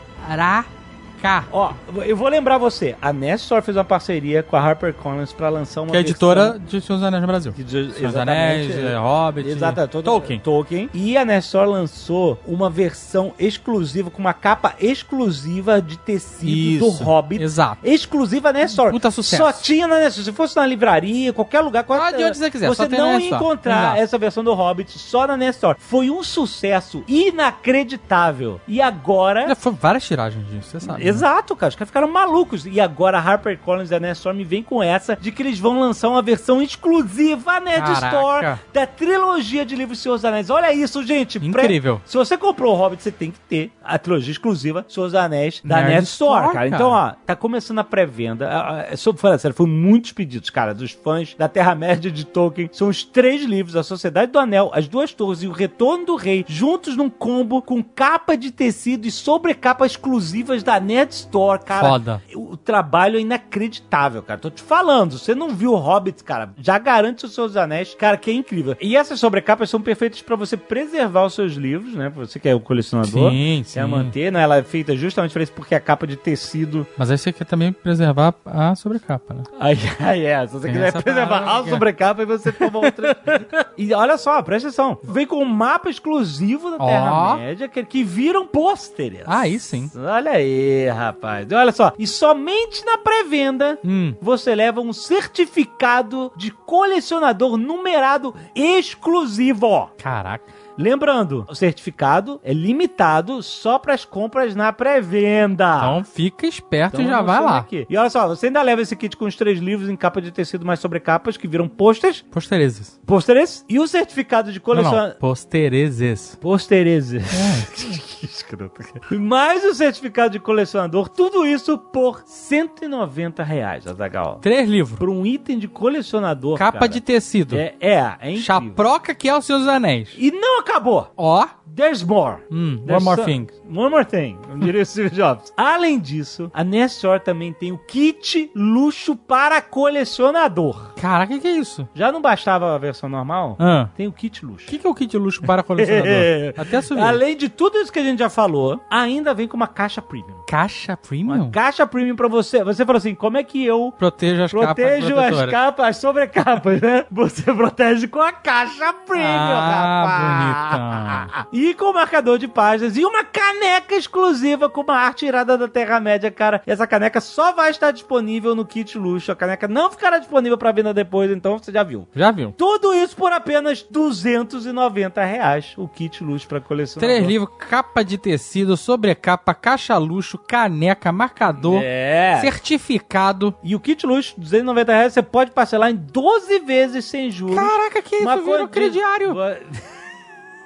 Speaker 6: sacar.
Speaker 2: Ó, eu vou lembrar você. A Nestor fez uma parceria com a HarperCollins pra lançar uma
Speaker 6: Que é a
Speaker 2: versão
Speaker 6: editora de Senhor dos Anéis no Brasil.
Speaker 2: de- de-
Speaker 6: Senhor dos
Speaker 2: exatamente,
Speaker 6: Anéis,
Speaker 2: é.
Speaker 6: é, Hobbit,
Speaker 2: Exato, todo-
Speaker 6: Tolkien.
Speaker 2: Tolkien. E a Nestor lançou uma versão exclusiva, com uma capa exclusiva de tecido do Hobbit.
Speaker 6: Exato.
Speaker 2: Exclusiva Nestor.
Speaker 6: Puta sucesso.
Speaker 2: Só tinha na Nestor. Se fosse na livraria, qualquer lugar,
Speaker 6: Ah,
Speaker 2: qualquer...
Speaker 6: de onde você quiser,
Speaker 2: Você
Speaker 6: só tem na
Speaker 2: não ia
Speaker 6: Nestor.
Speaker 2: encontrar
Speaker 6: Exato.
Speaker 2: essa versão do Hobbit só na Nestor. Foi um sucesso inacreditável. E agora...
Speaker 6: Já foram várias tiragens disso, você sabe. né?
Speaker 2: Exato, cara. Os caras ficaram malucos. E agora a HarperCollins e a Netstorm vem com essa de que eles vão lançar uma versão exclusiva Ned
Speaker 6: Caraca.
Speaker 2: Store da trilogia de livros Senhor dos Anéis. Olha isso, gente.
Speaker 6: Incrível.
Speaker 2: Se você comprou o Hobbit, você tem que ter a trilogia exclusiva Senhor dos Anéis da
Speaker 6: Nerd
Speaker 2: Ned Store,
Speaker 6: Store,
Speaker 2: cara.
Speaker 6: cara.
Speaker 2: Então, ó, tá começando a pré-venda. Ah, ah, Sou falando sério, foi muitos pedidos, cara, dos fãs da Terra-média de Tolkien. São os três livros, A Sociedade do Anel, As Duas Torres e O Retorno do Rei, juntos num combo com capa de tecido e sobrecapa exclusivas da Ned Store, cara.
Speaker 6: Foda.
Speaker 2: O trabalho é inacreditável, cara. Tô te falando. Você não viu o Hobbit, cara. Já garante os seus anéis. Cara, que é incrível. E essas sobrecapas são perfeitas pra você preservar os seus livros, né? Pra Você que é o colecionador.
Speaker 6: Sim,
Speaker 2: Quer
Speaker 6: sim.
Speaker 2: manter, né? Ela é feita justamente pra isso, porque a capa de tecido.
Speaker 6: Mas aí você quer também preservar a sobrecapa, né?
Speaker 2: Aí, aí é, se você
Speaker 6: Tem
Speaker 2: quiser
Speaker 6: essa
Speaker 2: preservar
Speaker 6: parada
Speaker 2: a
Speaker 6: que é.
Speaker 2: sobrecapa, aí você toma outra. e olha só, presta atenção. Vem com um mapa exclusivo da
Speaker 6: Ó.
Speaker 2: Terra-média que, que viram pôsteres.
Speaker 6: Aí sim.
Speaker 2: Olha aí, rapaz. Olha só. E somente na pré-venda
Speaker 6: Hum.
Speaker 2: você leva um certificado de colecionador numerado exclusivo.
Speaker 6: Caraca.
Speaker 2: Lembrando, o certificado é limitado só para as compras na pré-venda.
Speaker 6: Então fica esperto
Speaker 2: Então,
Speaker 6: e já
Speaker 2: não
Speaker 6: vai
Speaker 2: sei
Speaker 6: lá.
Speaker 2: daqui. E olha só, você ainda leva esse kit com os três livros em capa de tecido mais sobrecapas que viram posters,
Speaker 6: Postereses.
Speaker 2: pôsteres e o certificado de
Speaker 6: Não, não.
Speaker 2: colecionador.
Speaker 6: Postereses.
Speaker 2: Posteres. que escroto. Mais o certificado de colecionador, tudo isso por R$ 190 reais, Azagal.
Speaker 6: Três livros.
Speaker 2: Por um item de colecionador.
Speaker 6: Capa
Speaker 2: cara.
Speaker 6: de tecido.
Speaker 2: É, é, é incrível.
Speaker 6: Chaproca que é os seus anéis.
Speaker 2: E não acabou.
Speaker 6: Ó.
Speaker 2: There's more.
Speaker 6: Hum,
Speaker 2: There's
Speaker 6: one more
Speaker 2: some-
Speaker 6: thing.
Speaker 2: One more thing. Como diria o Steve Jobs. Além disso, a Nestor também tem o kit luxo para colecionador.
Speaker 6: Caraca, o que é isso?
Speaker 2: Já não bastava a versão normal?
Speaker 6: Ah.
Speaker 2: Tem o kit luxo.
Speaker 6: O que, que é o kit de luxo para colecionador? Até assumir.
Speaker 2: Além de tudo isso que a gente já falou, ainda vem com uma caixa premium.
Speaker 6: Caixa premium?
Speaker 2: Uma caixa premium pra você. Você falou assim, como é que eu
Speaker 6: Proteja as capas
Speaker 2: protejo as
Speaker 6: protetoras.
Speaker 2: capas, as sobrecapas, né? Você protege com a caixa premium,
Speaker 6: Ah,
Speaker 2: rapaz. E com marcador de páginas e uma caneca exclusiva com uma arte irada da Terra-média, cara. Essa caneca só vai estar disponível no kit luxo. A caneca não ficará disponível pra venda depois, então você já viu.
Speaker 6: Já viu?
Speaker 2: Tudo isso por apenas 290 reais, o kit luxo pra colecionador.
Speaker 6: Três livros, capa de tecido, sobrecapa, caixa luxo, caneca, marcador,
Speaker 2: É.
Speaker 6: certificado.
Speaker 2: E o kit luxo, 290 reais, você pode parcelar em 12 vezes sem juros.
Speaker 6: Caraca, que
Speaker 2: Uma
Speaker 6: isso virou
Speaker 2: quantia-
Speaker 6: crediário.
Speaker 2: Boa-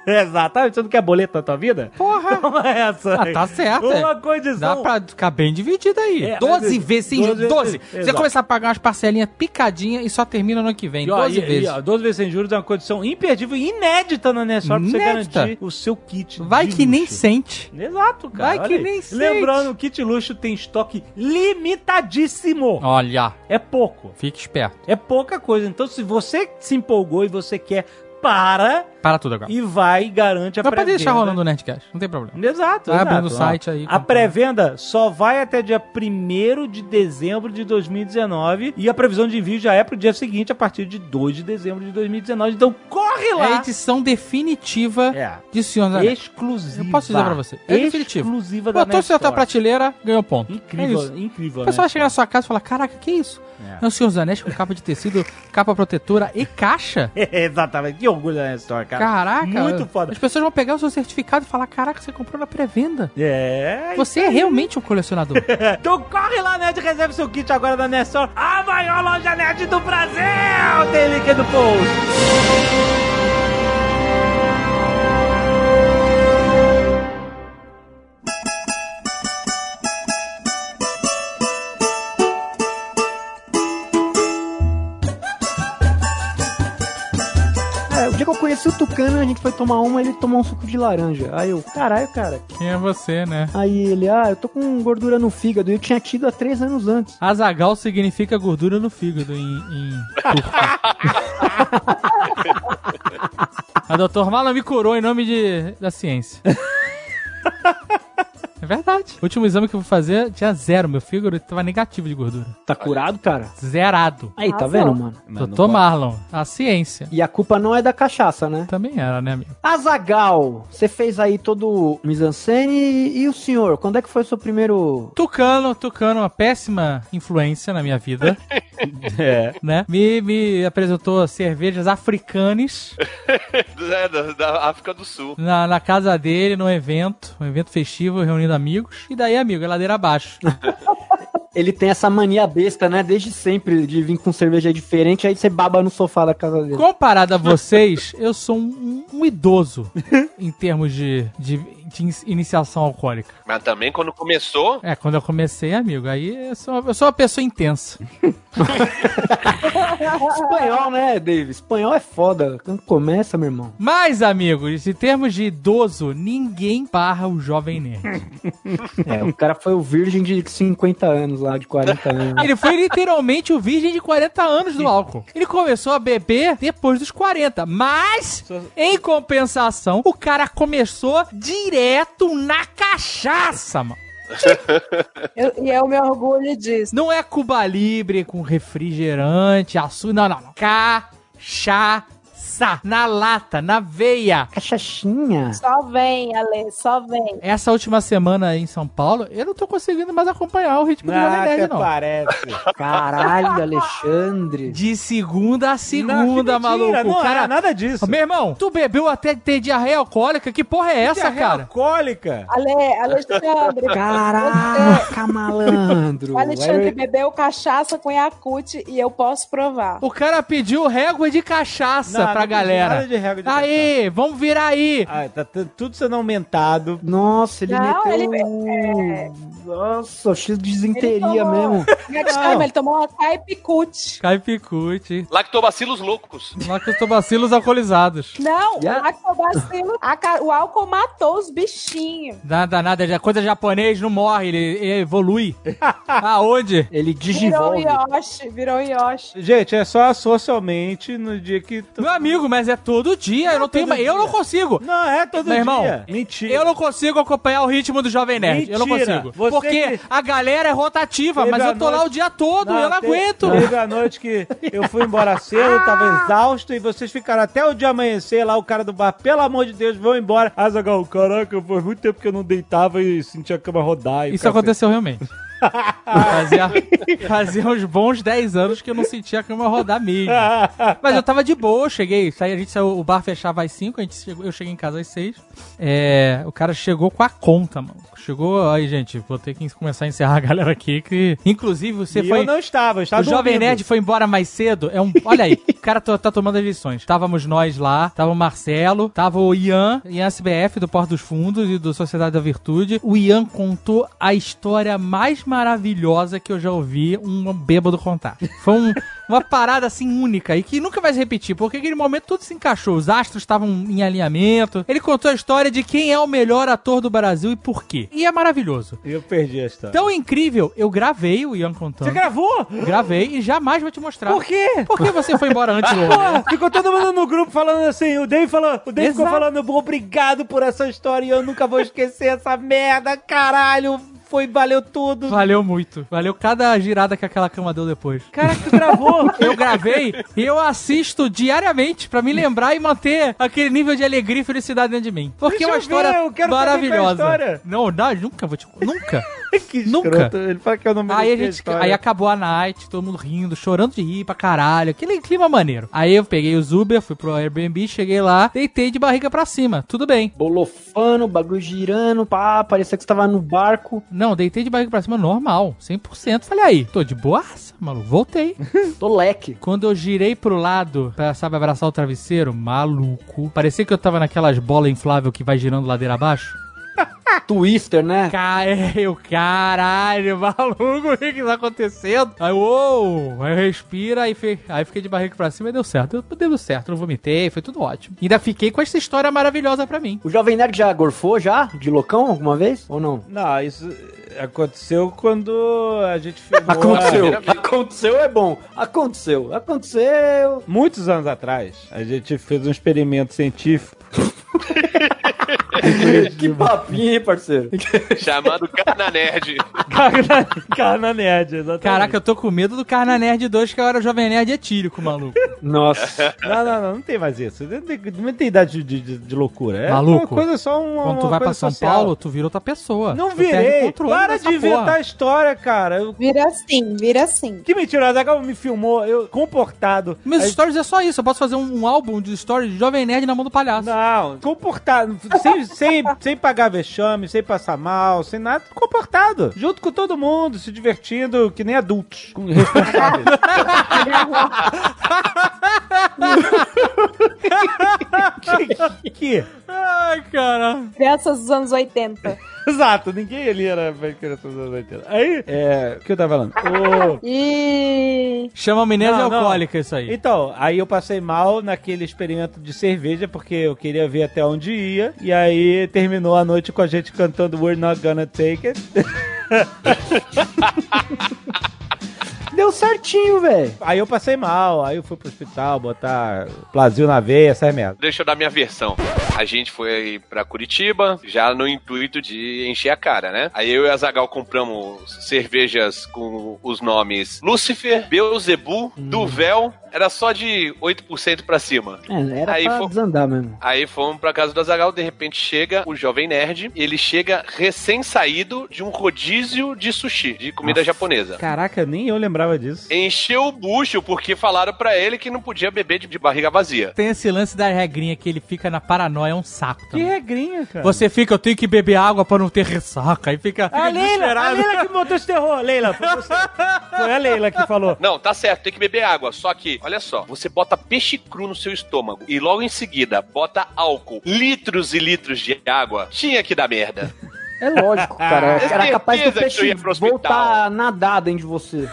Speaker 2: Exatamente, você não quer boleto na tua vida?
Speaker 6: Porra.
Speaker 2: Toma essa.
Speaker 6: Ah, tá certo, é.
Speaker 2: Uma
Speaker 6: Dá
Speaker 2: condição.
Speaker 6: pra ficar bem dividido aí.
Speaker 2: É,
Speaker 6: 12
Speaker 2: mas-
Speaker 6: vezes sem
Speaker 2: 12
Speaker 6: juros. 12.
Speaker 2: vezes-
Speaker 6: Você
Speaker 2: exato.
Speaker 6: começar a pagar umas parcelinhas picadinha e só termina no ano que vem.
Speaker 2: E, ó,
Speaker 6: 12
Speaker 2: e- e,
Speaker 6: vezes.
Speaker 2: ó, 12 vezes sem juros é uma condição imperdível e inédita na Nessor pra você
Speaker 6: Inédita.
Speaker 2: garantir o seu kit.
Speaker 6: Vai
Speaker 2: de
Speaker 6: que nem
Speaker 2: luxo.
Speaker 6: sente.
Speaker 2: Exato, cara.
Speaker 6: Vai
Speaker 2: olha
Speaker 6: que
Speaker 2: aí.
Speaker 6: nem sente.
Speaker 2: Lembrando, o kit luxo tem estoque limitadíssimo.
Speaker 6: Olha,
Speaker 2: É pouco.
Speaker 6: fique esperto.
Speaker 2: É pouca coisa. Então, se você se empolgou e você quer, para
Speaker 6: Para tudo agora.
Speaker 2: e vai e garante a
Speaker 6: Tá. Não pode
Speaker 2: pré-venda.
Speaker 6: deixar rolando o Nerdcast, não tem problema.
Speaker 2: Exato.
Speaker 6: Vai
Speaker 2: exato.
Speaker 6: abrindo o
Speaker 2: Ó,
Speaker 6: site
Speaker 2: A
Speaker 6: aí, comprando.
Speaker 2: pré-venda só vai até dia 1 de dezembro de 2019 e a previsão de envio já é pro dia seguinte, a partir de 2 de dezembro de 2019. Então corre
Speaker 6: É a
Speaker 2: lá!
Speaker 6: edição definitiva
Speaker 2: É.
Speaker 6: de Senhor dos Anéis.
Speaker 2: Exclusiva.
Speaker 6: Eu posso dizer pra você, é definitivo.
Speaker 2: Exclusiva da
Speaker 6: Botou
Speaker 2: Nerd
Speaker 6: se na tua
Speaker 2: Store.
Speaker 6: prateleira, ganhou ponto. É isso.
Speaker 2: Incrível, incrível.
Speaker 6: O pessoal
Speaker 2: né?
Speaker 6: vai chegar na sua casa e falar: Caraca, que isso? É o Senhor dos Anéis com capa de tecido, capa protetora e caixa?
Speaker 2: Exatamente. Que orgulho da Nerd Store, cara.
Speaker 6: Caraca!
Speaker 2: Muito foda.
Speaker 6: As pessoas vão pegar o seu certificado e falar: Caraca, você comprou na pré-venda.
Speaker 2: É.
Speaker 6: Você é realmente um colecionador.
Speaker 2: Então corre lá, Nerd, reserve seu kit agora da Nerd Store, a maior loja nerd do Brasil! Tem link aí no post.
Speaker 5: Cara, É, o dia que eu conheci o Tucano, a gente foi tomar uma, ele tomou um suco de laranja. Aí eu, caralho, cara.
Speaker 6: Quem é você, né?
Speaker 5: Aí ele, ah, eu tô com gordura no fígado. E eu tinha tido há três anos antes.
Speaker 6: Azagal significa gordura no fígado em. em... A doutor Mala me curou em nome de, da ciência. É verdade. O último exame que eu fui fazer tinha zero. Meu fígado tava negativo de gordura.
Speaker 5: Tá curado, cara?
Speaker 6: Zerado.
Speaker 5: Aí, tá
Speaker 4: Arrasou.
Speaker 5: vendo, mano?
Speaker 8: Mas não
Speaker 6: Doutor
Speaker 8: pode-
Speaker 6: Marlon, a ciência.
Speaker 5: E a culpa não é da cachaça, né?
Speaker 6: Também era, né, amigo?
Speaker 5: Azagal, você fez aí todo o mise-en-scène e, e o senhor, quando é que foi o seu primeiro
Speaker 6: Tucano, Tucano, uma péssima influência na minha vida,
Speaker 8: É.
Speaker 6: né? Me, me apresentou cervejas africanas
Speaker 3: É, da, da África do Sul.
Speaker 6: na, na casa dele, num evento, um evento festivo, reunindo amigos. E daí, amigo, é ladeira abaixo.
Speaker 5: Ele tem essa mania besta, né? Desde sempre, de vir com cerveja diferente, aí você baba no sofá da casa dele.
Speaker 6: Comparado a vocês, eu sou um, um idoso em termos de, de, de in- iniciação alcoólica.
Speaker 3: Mas também quando começou,
Speaker 6: É, quando eu comecei, amigo, aí eu sou uma, eu sou uma pessoa intensa.
Speaker 5: Espanhol, né, Davis? Espanhol é foda. Quando começa, meu irmão.
Speaker 6: Mas, amigos, em termos de idoso, ninguém barra o jovem nerd.
Speaker 5: É, o cara foi o virgem de 50 anos lá, de 40 anos.
Speaker 6: Ele foi literalmente o virgem de 40 anos do álcool. Ele começou a beber depois dos 40, mas, em compensação, o cara começou direto na cachaça, mano.
Speaker 4: Eu- e eu me orgulho disso.
Speaker 6: Não é Cuba Libre com refrigerante, açúcar. Não, não, não. Cachaça. Na lata, na veia.
Speaker 5: Cachaxinha.
Speaker 4: Só vem, Ale, só vem.
Speaker 6: Essa última semana aí em São Paulo, eu não tô conseguindo mais acompanhar o ritmo do Jovem Nerd, não.
Speaker 8: parece.
Speaker 5: Caralho, Alexandre.
Speaker 6: De segunda a segunda,
Speaker 2: Não, que
Speaker 6: maluco.
Speaker 2: mentira, Não
Speaker 6: cara,
Speaker 2: é nada disso.
Speaker 6: Meu irmão, tu bebeu até ter diarreia alcoólica? Que porra é essa,
Speaker 2: Diarreia
Speaker 6: cara?
Speaker 2: alcoólica.
Speaker 4: Ale, Alexandre.
Speaker 5: Caraca, malandro.
Speaker 4: O É. Alexandre
Speaker 5: Eric-
Speaker 4: bebeu cachaça com Yakut e eu posso provar.
Speaker 6: O cara pediu régua de cachaça
Speaker 2: Não,
Speaker 6: pra
Speaker 2: não
Speaker 6: galera.
Speaker 2: tem nada de regra de
Speaker 6: aí, vamos virar aí.
Speaker 2: Ah, tá t- tudo sendo aumentado.
Speaker 5: Nossa, ele
Speaker 4: Não,
Speaker 5: meteu... um-
Speaker 4: ele- é.
Speaker 5: Nossa, o X de desenteria
Speaker 4: Ele tomou-
Speaker 5: mesmo.
Speaker 4: Como é que chama? Ele tomou uma caipicute.
Speaker 6: Caipicute.
Speaker 3: lactobacilos loucos.
Speaker 6: Lactobacilos alcoolizados.
Speaker 4: Não,
Speaker 5: Yeah.
Speaker 4: o lactobacilo, a ca- o álcool matou os bichinhos.
Speaker 6: Nada, nada. já- Coisa japonês não morre, ele, ele evolui. Aonde?
Speaker 5: Ele
Speaker 4: Virou um
Speaker 5: digivolve.
Speaker 4: Yoshi, virou um Yoshi.
Speaker 2: Gente, é só socialmente no dia que. tu-
Speaker 6: Meu amigo, mas é todo dia. eu não tenho.
Speaker 2: todo
Speaker 6: Eu não consigo.
Speaker 2: Não, é todo
Speaker 6: Meu
Speaker 2: dia.
Speaker 6: irmão,
Speaker 2: mentira.
Speaker 6: Eu não consigo acompanhar o ritmo do Jovem Nerd. Eu não
Speaker 2: Mentira.
Speaker 6: consigo.
Speaker 2: Você
Speaker 6: Porque
Speaker 2: que-
Speaker 6: a galera é rotativa,
Speaker 2: Teve
Speaker 6: mas
Speaker 2: a
Speaker 6: eu tô lá
Speaker 2: noite-
Speaker 6: o dia todo. eu não
Speaker 2: te-
Speaker 6: aguento.
Speaker 2: Teve a noite que eu fui embora cedo, tava exausto, e vocês ficaram até o dia amanhecer lá, o cara do bar, pelo amor de Deus, vão embora. Azagal, caraca, foi muito tempo que eu não deitava e sentia a cama rodar. e
Speaker 6: Isso aconteceu realmente. Fazia, fazia uns bons 10 anos que eu não sentia a cama rodar mesmo. Mas eu tava de boa, eu cheguei, saí, a gente saiu, o bar fechava às 5, a gente chegou, eu cheguei em casa às 6. É, o cara chegou com a conta, mano. Chegou, aí, gente, vou ter que começar a encerrar a galera aqui, que. Inclusive, você
Speaker 2: E
Speaker 6: foi.
Speaker 2: eu não estava, eu
Speaker 6: O
Speaker 2: estava
Speaker 6: Jovem
Speaker 2: Tá dormindo.
Speaker 6: Nerd foi embora mais cedo. É um, olha aí, o cara tá, tá tomando as lições. Távamos nós lá, tava o Marcelo, tava o Ian, Ian SBF do Porto dos Fundos e do Sociedade da Virtude. O Ian contou a história mais maravilhosa que eu já ouvi um bêbado contar. Foi um- uma parada assim única e que nunca vai se repetir, porque naquele momento tudo se encaixou. Os astros estavam em alinhamento. Ele contou a história de quem é o melhor ator do Brasil e por quê. E é maravilhoso.
Speaker 2: Eu perdi a história.
Speaker 6: Tão incrível, eu gravei o Ian contando.
Speaker 2: Você gravou?
Speaker 6: Gravei e jamais vou te mostrar.
Speaker 2: Por quê?
Speaker 6: Por que você foi embora antes, Lola?
Speaker 2: Porra, Ah, ficou todo mundo no grupo falando assim, o Dave falou, o Dave ficou
Speaker 6: Exato.
Speaker 2: falando, obrigado por essa história e eu nunca vou esquecer essa merda, caralho, foi, valeu tudo.
Speaker 6: Valeu muito. Valeu cada girada que aquela cama deu depois.
Speaker 2: Caraca, tu gravou?
Speaker 6: Eu gravei e eu assisto diariamente pra me lembrar e manter aquele nível de alegria e felicidade dentro de mim. Porque
Speaker 2: Deixa
Speaker 6: é uma
Speaker 2: eu
Speaker 6: história
Speaker 2: ver, eu quero saber qual é a
Speaker 6: maravilhosa.
Speaker 2: história.
Speaker 6: Não, não, nunca vou te. Nunca.
Speaker 2: que
Speaker 6: Nunca.
Speaker 2: escroto, Ele fala que eu não me
Speaker 6: Aí a gente, aí acabou a night, todo mundo rindo, chorando de rir pra caralho, aquele clima maneiro. Aí eu peguei os Uber, fui pro Airbnb, cheguei lá, deitei de barriga pra cima, tudo bem.
Speaker 5: Bolofano, bagulho girando, pá, parecia que você tava no barco.
Speaker 6: Não, deitei de barriga pra cima normal, 100%. Falei aí, tô de boaça, maluco, voltei.
Speaker 5: Tô leque.
Speaker 6: Quando eu girei pro lado pra, sabe, abraçar o travesseiro, maluco. Parecia que eu tava naquelas bolas inflável que vai girando ladeira abaixo.
Speaker 5: Twister, né?
Speaker 6: Caiu, caralho, maluco, o que que tá acontecendo? Aí, uou, aí respira, aí, fe- aí fiquei de barriga pra cima e deu certo. Deu, deu certo, não vomitei, foi tudo ótimo. Ainda fiquei com essa história maravilhosa pra mim.
Speaker 5: O Jovem Nerd já gorfou já? De loucão alguma vez? Ou não?
Speaker 2: Não, isso aconteceu quando a gente um filmou...
Speaker 5: Aconteceu.
Speaker 3: Boa.
Speaker 5: Aconteceu é bom. Aconteceu. Aconteceu.
Speaker 2: Muitos anos atrás, a gente fez um experimento científico
Speaker 5: que papinho, hein, parceiro?
Speaker 3: Chamado Carna Nerd.
Speaker 2: Carna, carna nerd, exatamente.
Speaker 6: Caraca, eu tô com medo do Carna Nerd 2, que agora o Jovem Nerd é tírico, maluco.
Speaker 5: Nossa.
Speaker 2: Não, não, não, não tem mais isso. Não tem, não tem idade de, de, de loucura. É
Speaker 6: Maluco,
Speaker 2: uma coisa só um.
Speaker 6: Quando tu vai pra São Paulo, tu vira outra pessoa.
Speaker 2: Não
Speaker 6: Tu perde o
Speaker 2: virei.
Speaker 6: controle
Speaker 2: Para
Speaker 6: dessa
Speaker 2: de inventar
Speaker 6: porra.
Speaker 2: história, cara. Eu-
Speaker 4: Vira assim, vira assim.
Speaker 2: que mentira, o Azaghal me filmou, eu comportado.
Speaker 6: Meus
Speaker 2: Aí-
Speaker 6: stories é só isso. Eu posso fazer um, um álbum de stories de Jovem Nerd na mão do palhaço.
Speaker 5: Ah,
Speaker 2: Não, comportado. Sem, sem, sem pagar vexame, sem passar mal, sem nada. Comportado. Junto com todo mundo, se divertindo, que nem adultos. Com responsáveis. que, que?
Speaker 6: Ai, cara.
Speaker 4: Crianças dos anos 80.
Speaker 2: Exato, ninguém ali era mais criança dos anos 80. Aí, é, o que eu tava falando? O-
Speaker 4: E
Speaker 6: Chama amnésia
Speaker 2: Não, não.
Speaker 6: alcoólica isso aí.
Speaker 2: Então, aí eu passei mal naquele experimento de cerveja, porque eu queria ver até onde ia. E aí terminou a noite com a gente cantando We're Not Gonna Take It.
Speaker 5: Deu certinho, velho.
Speaker 2: Aí eu passei mal, aí eu fui pro hospital botar Plasil na veia, essas merda.
Speaker 3: Deixa eu dar minha versão. A gente foi pra Curitiba, já no intuito de encher a cara, né? Aí eu e a Zagal compramos cervejas com os nomes Lúcifer, Beuzebu, Duvel. Era só de 8% pra cima.
Speaker 5: É, era
Speaker 3: Aí
Speaker 5: pra
Speaker 3: foi-
Speaker 5: desandar mesmo.
Speaker 3: Aí fomos pra casa do Azagal, de repente chega o jovem nerd, ele chega recém-saído de um rodízio de sushi, de comida japonesa.
Speaker 2: Caraca, nem eu lembrava disso.
Speaker 3: Encheu o bucho porque falaram pra ele que não podia beber de, de barriga vazia.
Speaker 6: Tem esse lance da regrinha que ele fica na paranoia, é um saco
Speaker 2: Que é?
Speaker 6: também.
Speaker 2: regrinha, cara.
Speaker 6: Você fica, eu tenho que beber água pra não ter ressaca. Aí fica, fica
Speaker 2: A Ah, Leila, a
Speaker 6: desesperado.
Speaker 2: Leila que botou esse terror. Leila, foi você. Foi a Leila que falou.
Speaker 3: Não, tá certo, tem que beber água. Só que, olha só, você bota peixe cru no seu estômago e logo em seguida bota álcool, litros e litros de água. Tinha que dar merda.
Speaker 5: É lógico, cara.
Speaker 2: Ah,
Speaker 5: era capaz do
Speaker 3: certeza que eu
Speaker 5: peixe
Speaker 3: ia pro hospital.
Speaker 5: voltar nadado dentro de você.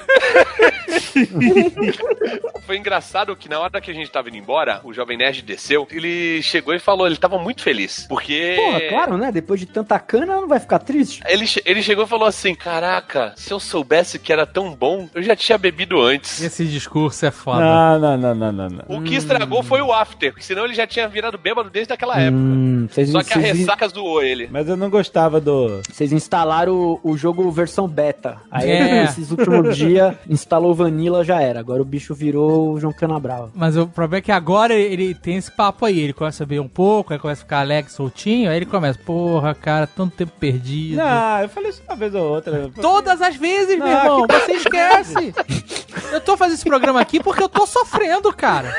Speaker 3: Foi engraçado que na hora que a gente tava indo embora, o jovem nerd desceu, ele chegou e falou, ele tava muito feliz. Porque.
Speaker 5: Porra, claro, né? Depois de tanta cana, não vai ficar triste.
Speaker 3: Ele, che- ele chegou e falou assim: Caraca, se eu soubesse que era tão bom, eu já tinha bebido antes.
Speaker 6: Esse discurso é foda.
Speaker 2: Não, não, não, não, não,
Speaker 5: Hum.
Speaker 2: não.
Speaker 3: O que estragou foi o after, porque senão ele já tinha virado bêbado desde aquela época.
Speaker 5: Hum, vocês,
Speaker 3: É, Só que a
Speaker 5: vocês-
Speaker 3: ressaca zoou ele.
Speaker 2: Mas eu não gostava do.
Speaker 5: Vocês instalaram o, o jogo versão beta. Aí
Speaker 6: É.
Speaker 5: esses últimos dias instalou Vanilla, já era. Agora o bicho virou o João Canabrava.
Speaker 6: Mas o problema é que agora ele tem esse papo aí. Ele começa a beber um pouco, aí começa a ficar Alex soltinho, aí ele começa, porra, cara, tanto tempo perdido.
Speaker 2: Não, eu falei isso uma vez ou outra.
Speaker 6: Todas as vezes,
Speaker 2: Não,
Speaker 6: meu irmão,
Speaker 2: né? Ah, que-
Speaker 6: você esquece. Eu tô fazendo esse programa aqui porque eu tô sofrendo, cara.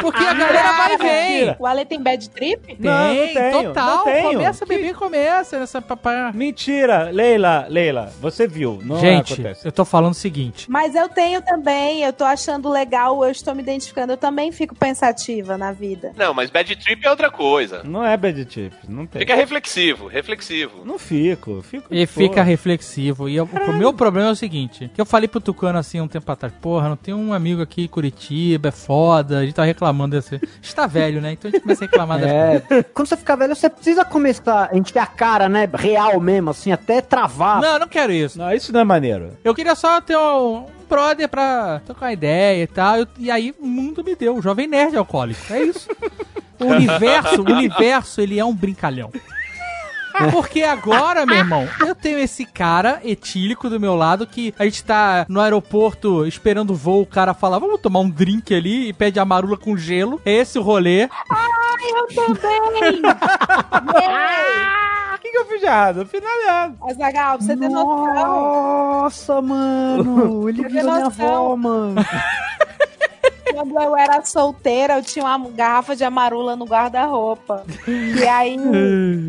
Speaker 6: Porque a galera vai e vem.
Speaker 4: o Ale tem bad trip?
Speaker 6: Tem,
Speaker 2: Não, não tenho,
Speaker 6: total.
Speaker 2: não tenho.
Speaker 6: Começa a beber, começa nessa papá.
Speaker 2: Mentira, Leila, Leila, você viu, não
Speaker 6: Gente,
Speaker 2: acontece.
Speaker 6: eu tô falando o seguinte.
Speaker 4: Mas eu tenho também, eu tô achando legal, eu estou me identificando, eu também fico pensativa na vida.
Speaker 3: Não, mas bad trip é outra coisa.
Speaker 2: Não é bad tip, não tem.
Speaker 5: É.
Speaker 3: Fica reflexivo, reflexivo.
Speaker 2: Não fico, fico.
Speaker 6: E
Speaker 2: Pô.
Speaker 6: fica reflexivo. E eu- o meu problema é o seguinte: que eu falei pro Tucano assim um tempo atrás, porra, não tem um amigo aqui em Curitiba, é foda, a gente tá reclamando desse. A gente tá velho, né? Então a gente começa a reclamar das coisas.
Speaker 5: É, quando você ficar velho, você precisa começar a encher a cara, né? Real mesmo, assim, até
Speaker 2: tá.
Speaker 5: travar.
Speaker 6: Não, eu não quero isso.
Speaker 2: Não, isso não é maneiro.
Speaker 6: Eu queria só ter um, um brother pra tocar uma ideia e tal. Eu- e aí o mundo me deu, o jovem nerd alcoólico. É isso. O universo, o universo, ele é um brincalhão. Porque agora, meu irmão, eu tenho esse cara etílico do meu lado que a gente tá no aeroporto esperando o voo, o cara fala, vamos tomar um drink ali e pede a marula com gelo. É esse o rolê.
Speaker 4: Ai, eu também! Ei,
Speaker 2: Ah, o que, que eu fiz de errado? Eu fiz nada errado.
Speaker 4: Azaghal, pra você ter noção,
Speaker 5: Nossa, mano, ele
Speaker 4: Você tem
Speaker 5: virou minha
Speaker 4: noção.
Speaker 5: avó, mano.
Speaker 4: quando eu era solteira, eu tinha uma garrafa de amarula no guarda-roupa. E aí,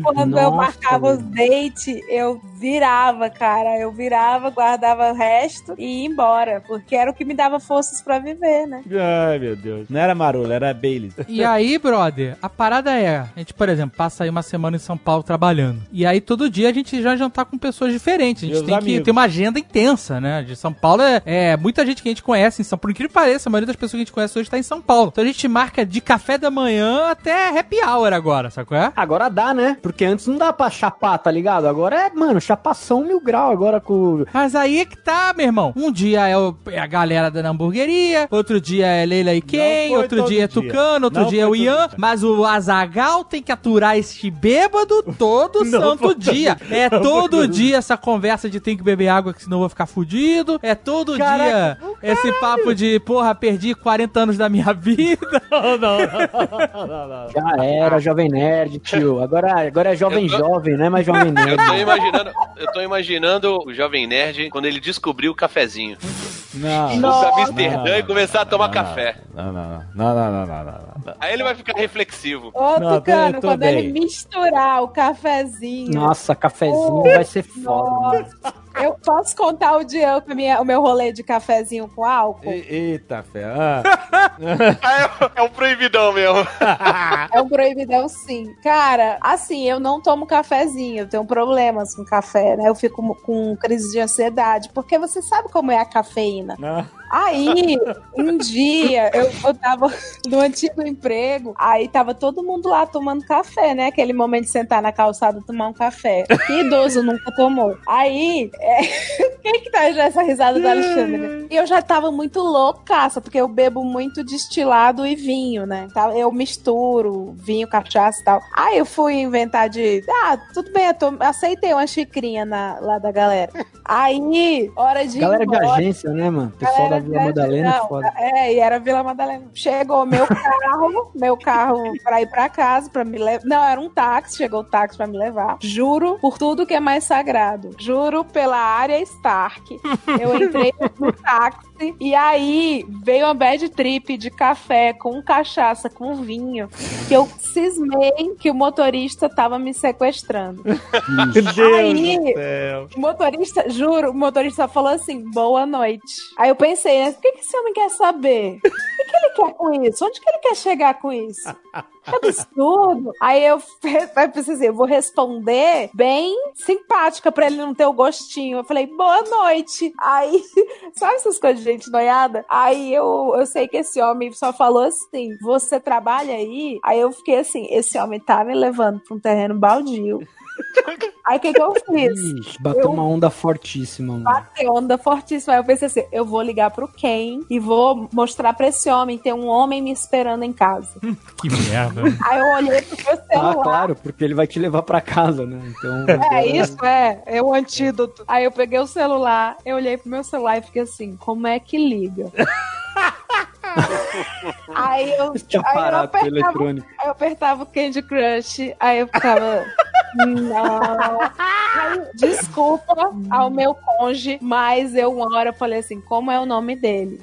Speaker 4: quando eu
Speaker 5: Nossa,
Speaker 4: marcava os dates, eu virava, cara. Eu virava, guardava o resto e ia embora. Porque era o que me dava forças pra viver, né?
Speaker 2: Ai, meu Deus. Não era marula, era Bailey.
Speaker 6: E aí, brother, a parada é, a gente, por exemplo, passa aí uma semana em São Paulo trabalhando. E aí todo dia a gente já jantar com pessoas diferentes. A gente
Speaker 2: E os
Speaker 6: tem que
Speaker 2: amigos.
Speaker 6: ter uma agenda intensa, né? De São Paulo é, é muita gente que a gente conhece em São Por incrível que pareça, a maioria das pessoas que a gente conhece hoje tá em São Paulo. Então a gente marca de café da manhã até happy hour agora, sabe qual é?
Speaker 5: Agora dá, né? Porque antes não dá pra chapar, tá ligado? Agora é, mano, chapação mil grau agora com.
Speaker 6: Mas aí é que tá, meu irmão. Um dia é, o- é a galera da hamburgueria, outro dia é Leila e quem,
Speaker 2: foi
Speaker 6: outro
Speaker 2: todo
Speaker 6: dia é
Speaker 2: dia.
Speaker 6: Tucano, outro
Speaker 2: Não
Speaker 6: dia é
Speaker 2: foi
Speaker 6: o
Speaker 2: todo
Speaker 6: Ian.
Speaker 2: dia.
Speaker 6: Mas o Azagal tem que aturar este bêbado todo
Speaker 2: Não
Speaker 6: santo
Speaker 2: foi todo
Speaker 6: dia. É
Speaker 2: Não foi
Speaker 6: todo
Speaker 2: todo
Speaker 6: dia essa conversa de tem que beber água, que senão eu vou ficar fudido. É todo
Speaker 2: Caraca,
Speaker 6: dia esse papo de, porra, perdi 40 anos da minha vida.
Speaker 2: Não, não, não, não, não.
Speaker 5: Já era, Jovem Nerd, tio. Agora, agora é Jovem
Speaker 3: Eu tô-
Speaker 5: Jovem, né? Mas Jovem
Speaker 3: Eu
Speaker 5: Nerd.
Speaker 3: tô imaginando, eu tô imaginando o jovem nerd quando ele descobriu o cafezinho.
Speaker 5: Ah.
Speaker 8: Não.
Speaker 3: Os Amsterdã
Speaker 8: Não,
Speaker 3: e
Speaker 8: não,
Speaker 3: começar a
Speaker 8: não,
Speaker 3: tomar
Speaker 8: não,
Speaker 3: café.
Speaker 8: Não, não, não, não, não, não, não, não, não.
Speaker 3: Aí ele vai ficar reflexivo.
Speaker 4: Ô,
Speaker 5: Não,
Speaker 4: Tucano,
Speaker 5: eu tô
Speaker 4: quando
Speaker 5: bem.
Speaker 4: ele misturar o cafezinho.
Speaker 5: Nossa, cafezinho
Speaker 4: Oh,
Speaker 5: vai ser foda. mano.
Speaker 4: nossa. Eu posso contar o dia, a minha- o meu rolê de cafezinho com álcool?
Speaker 8: E- Eita, fé. Ah,
Speaker 3: Ah, é, o- é o proibidão mesmo.
Speaker 4: É um proibidão, sim. Cara, assim, eu não tomo cafezinho, eu tenho problemas com café, né? Eu fico mu- com crise de ansiedade, porque você sabe como é a cafeína. Aí, um dia, eu, eu tava no antigo emprego, aí tava todo mundo lá tomando café, né? Aquele momento de sentar na calçada e tomar um café. Que idoso nunca tomou. Aí, é, quem que tá já essa risada do Alexandre? Eu já tava muito loucaça, porque eu bebo muito destilado e vinho, né? Tá? Eu misturo vinho, cachaça e tal. Aí eu fui inventar de. Ah, tudo bem, eu tô- aceitei uma xicrinha na- lá da galera. Aí, hora de. ir
Speaker 5: Galera de
Speaker 4: embora.
Speaker 5: agência, né, mano? Pessoal
Speaker 4: Galera
Speaker 5: da Vila
Speaker 4: de-
Speaker 5: Madalena é
Speaker 4: não,
Speaker 5: foda.
Speaker 4: É, e era Vila Madalena. Chegou meu carro, meu carro pra ir pra casa, pra me levar. Não, era um táxi, chegou o táxi pra me levar. Juro por tudo que é mais sagrado. Juro pela área Stark. Eu entrei no táxi e aí veio uma bad trip de café com cachaça, com vinho, que eu cismei que o motorista tava me sequestrando.
Speaker 2: Meu Deus
Speaker 4: Aí-
Speaker 2: do céu.
Speaker 4: O motorista, juro, o motorista falou assim, boa noite. Aí eu pensei, né, o que, que esse homem quer saber? O que, que ele quer com isso? Onde que ele quer chegar com isso? Que absurdo. Aí eu, aí eu pensei assim, eu vou responder bem simpática pra ele não ter o gostinho. Eu falei, boa noite. Aí, sabe essas coisas de gente noiada? Aí eu, eu sei que esse homem só falou assim, você trabalha aí? Aí eu fiquei assim, esse homem tá me levando pra um terreno baldio. Aí o que que eu fiz?
Speaker 5: Ixi, bateu
Speaker 4: Eu-
Speaker 5: uma onda fortíssima, mano.
Speaker 4: Bateu onda fortíssima. Aí eu pensei assim: eu vou ligar pro Ken e vou mostrar pra esse homem. Tem um homem me esperando em casa.
Speaker 6: Que merda.
Speaker 4: Aí eu olhei pro meu celular.
Speaker 5: Ah, claro, porque ele vai te levar pra casa, né? Então.
Speaker 4: É isso, é. É o antídoto. Aí eu peguei o celular, eu olhei pro meu celular e fiquei assim: como é que liga? aí eu,
Speaker 5: Tinha
Speaker 4: aí eu
Speaker 5: aparato
Speaker 4: apertava
Speaker 5: eletrônico.
Speaker 4: Aí eu apertava o Candy Crush, aí eu ficava. Não. Aí, desculpa ao meu conge, mas eu uma hora falei assim: como é o nome dele?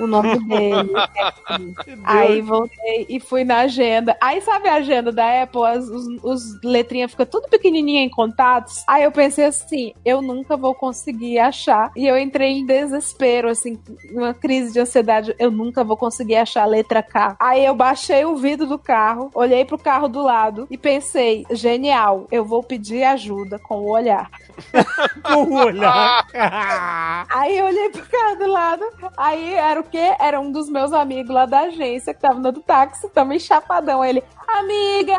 Speaker 4: O nome dele. é assim. aí voltei e fui na agenda. Aí sabe a agenda da Apple? As, os, os letrinhas ficam tudo pequenininha em contatos. Aí eu pensei assim: eu nunca vou conseguir achar. E eu entrei em desespero, assim, uma crise de ansiedade. Eu nunca vou conseguir achar a letra K. Aí eu baixei o vidro do carro, olhei pro carro do lado e pensei: genial, eu vou pedir ajuda com o olhar.
Speaker 2: Com o olhar.
Speaker 4: Aí eu olhei pro cara do lado, aí era o quê? Era um dos meus amigos lá da agência que tava no outro táxi, também chapadão. Aí Ele, amiga!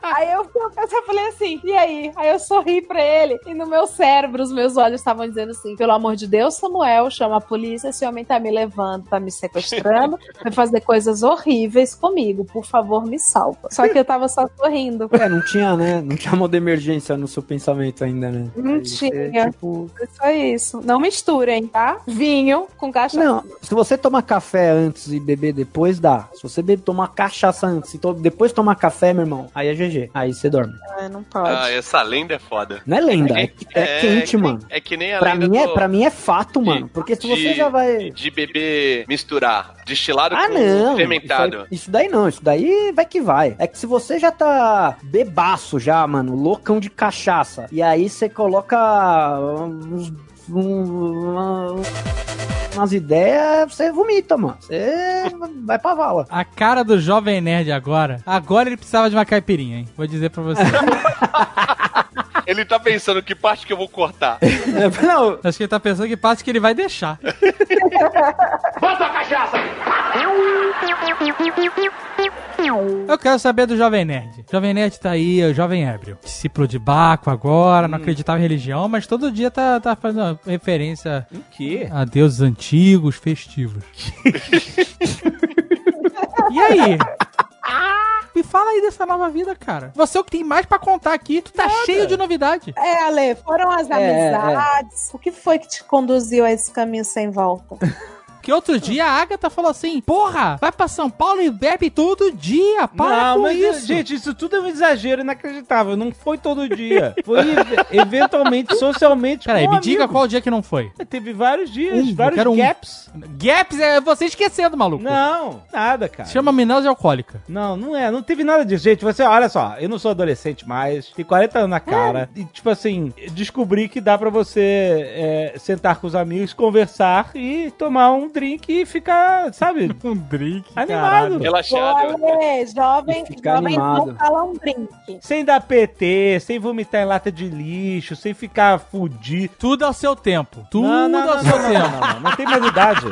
Speaker 4: aí eu, eu só falei assim, e aí? Aí eu sorri pra ele, e no meu cérebro, os meus olhos estavam dizendo assim: pelo amor de Deus, Samuel, chama a polícia, esse homem tá me levando, tá me sequestrando, vai fazer coisas horríveis comigo, por favor, me salva. Só que eu tava só sorrindo.
Speaker 5: É, não tinha, né? Não tinha modo de emergência no seu pensamento ainda, né?
Speaker 4: Não
Speaker 5: Aí você,
Speaker 4: tinha.
Speaker 5: tipo,
Speaker 4: É Só isso. Não misturem, tá? Vinho com cachaça.
Speaker 5: Não, se você tomar café antes e beber depois, dá. Se você be- tomar cachaça antes e to- depois tomar café, meu irmão, aí é GG. Aí você dorme.
Speaker 4: Ah, não pode.
Speaker 3: Ah, essa lenda é foda.
Speaker 5: Não é lenda, é, é quente,
Speaker 3: que nem-
Speaker 5: mano.
Speaker 3: É que nem a
Speaker 5: Pra
Speaker 3: lenda
Speaker 5: mim, é,
Speaker 3: do-
Speaker 5: pra mim é fato, mano. Porque se
Speaker 3: de-
Speaker 5: você já vai.
Speaker 3: de beber misturar destilado
Speaker 5: Ah,
Speaker 3: com
Speaker 5: não.
Speaker 3: fermentado.
Speaker 5: Isso, aí- isso daí não, isso daí vai que vai. É que se você já tá bebaço já, mano, loucão de cachaça, e aí você coloca ah, uns. um- uma- umas ideias, você vomita, mano. Você vai pra vala.
Speaker 6: A cara do jovem nerd agora. Agora ele precisava de uma caipirinha, hein? Vou dizer pra você.
Speaker 3: Ele tá pensando que parte que eu vou cortar.
Speaker 5: Não,
Speaker 6: Acho que ele tá pensando que parte que ele vai deixar. Eu quero saber do Jovem Nerd. Jovem Nerd tá aí, o Jovem Ébrio. Discípulo de Baco agora, não acreditava em religião, mas todo dia tá, tá fazendo uma referência
Speaker 8: O quê?
Speaker 6: a deuses antigos, festivos. e aí? Me fala aí dessa nova vida, cara. Você é o que tem mais pra contar aqui. Tu tá cheio de novidade.
Speaker 4: É, Ale, foram as
Speaker 5: é.
Speaker 4: amizades. O que foi que te conduziu a esse caminho sem volta?
Speaker 6: Que outro dia a Agatha falou assim: Porra, vai pra São Paulo e bebe todo dia. Para
Speaker 2: não,
Speaker 6: com
Speaker 2: mas
Speaker 6: isso.
Speaker 2: gente, isso tudo é um exagero inacreditável. Não foi todo dia. Foi eventualmente, socialmente.
Speaker 6: Peraí,
Speaker 2: com um
Speaker 6: me diga
Speaker 2: amigo.
Speaker 6: qual dia que não foi.
Speaker 2: Teve vários dias,
Speaker 6: Um, eu
Speaker 2: vários
Speaker 6: quero um.
Speaker 2: gaps.
Speaker 6: Gaps é você esquecendo, maluco.
Speaker 2: Não, nada, cara.
Speaker 6: Se chama Minose Alcoólica.
Speaker 2: Não, não é, não teve nada disso. Gente, você, olha só, eu não sou adolescente mais, tem 40
Speaker 6: É.
Speaker 2: anos na cara. E, tipo assim, descobri que dá pra você é, sentar com os amigos, conversar e tomar um drink e ficar, sabe?
Speaker 6: Um drink.
Speaker 2: Animado.
Speaker 4: Pô,
Speaker 3: Relaxado.
Speaker 4: Ale, jovem,
Speaker 5: E ficar
Speaker 4: jovem
Speaker 5: animado.
Speaker 4: não fala um drink.
Speaker 2: Sem dar PT, sem vomitar em lata de lixo, sem ficar fudido.
Speaker 6: Tudo ao seu tempo. Tudo
Speaker 2: não, não,
Speaker 6: ao
Speaker 2: não,
Speaker 6: seu
Speaker 2: não, não,
Speaker 6: tempo.
Speaker 2: não, não, não tem mais idade.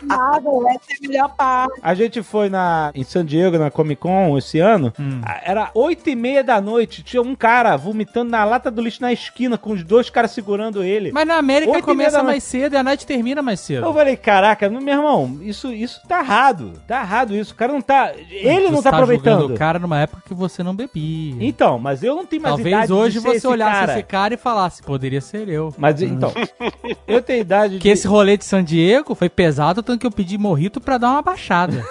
Speaker 4: Nada, essa é a melhor parte.
Speaker 2: A gente foi na, em San Diego, na Comic Con, esse ano.
Speaker 6: Hum.
Speaker 2: Ah, Era oito e meia da noite. Tinha um cara vomitando na lata do lixo na esquina, com os dois caras segurando ele.
Speaker 6: Mas na América
Speaker 2: Oito e meia
Speaker 6: começa
Speaker 2: da
Speaker 6: mais cedo e a noite termina mais cedo.
Speaker 2: Eu falei, caraca, meu irmão, isso, isso tá errado. Tá errado isso. O cara não tá. Ele não
Speaker 6: Você
Speaker 2: tá,
Speaker 6: julgando
Speaker 2: aproveitando.
Speaker 6: o cara numa época que você não bebia.
Speaker 2: Então, mas eu não tenho mais idade
Speaker 6: Talvez
Speaker 2: de
Speaker 6: hoje
Speaker 2: ser
Speaker 6: você
Speaker 2: esse
Speaker 6: olhasse
Speaker 2: cara.
Speaker 6: esse cara e falasse, poderia ser eu.
Speaker 2: Mas então, eu tenho idade de.
Speaker 6: Porque esse rolê de San Diego foi pesado, tanto que eu pedi morrito pra dar uma baixada.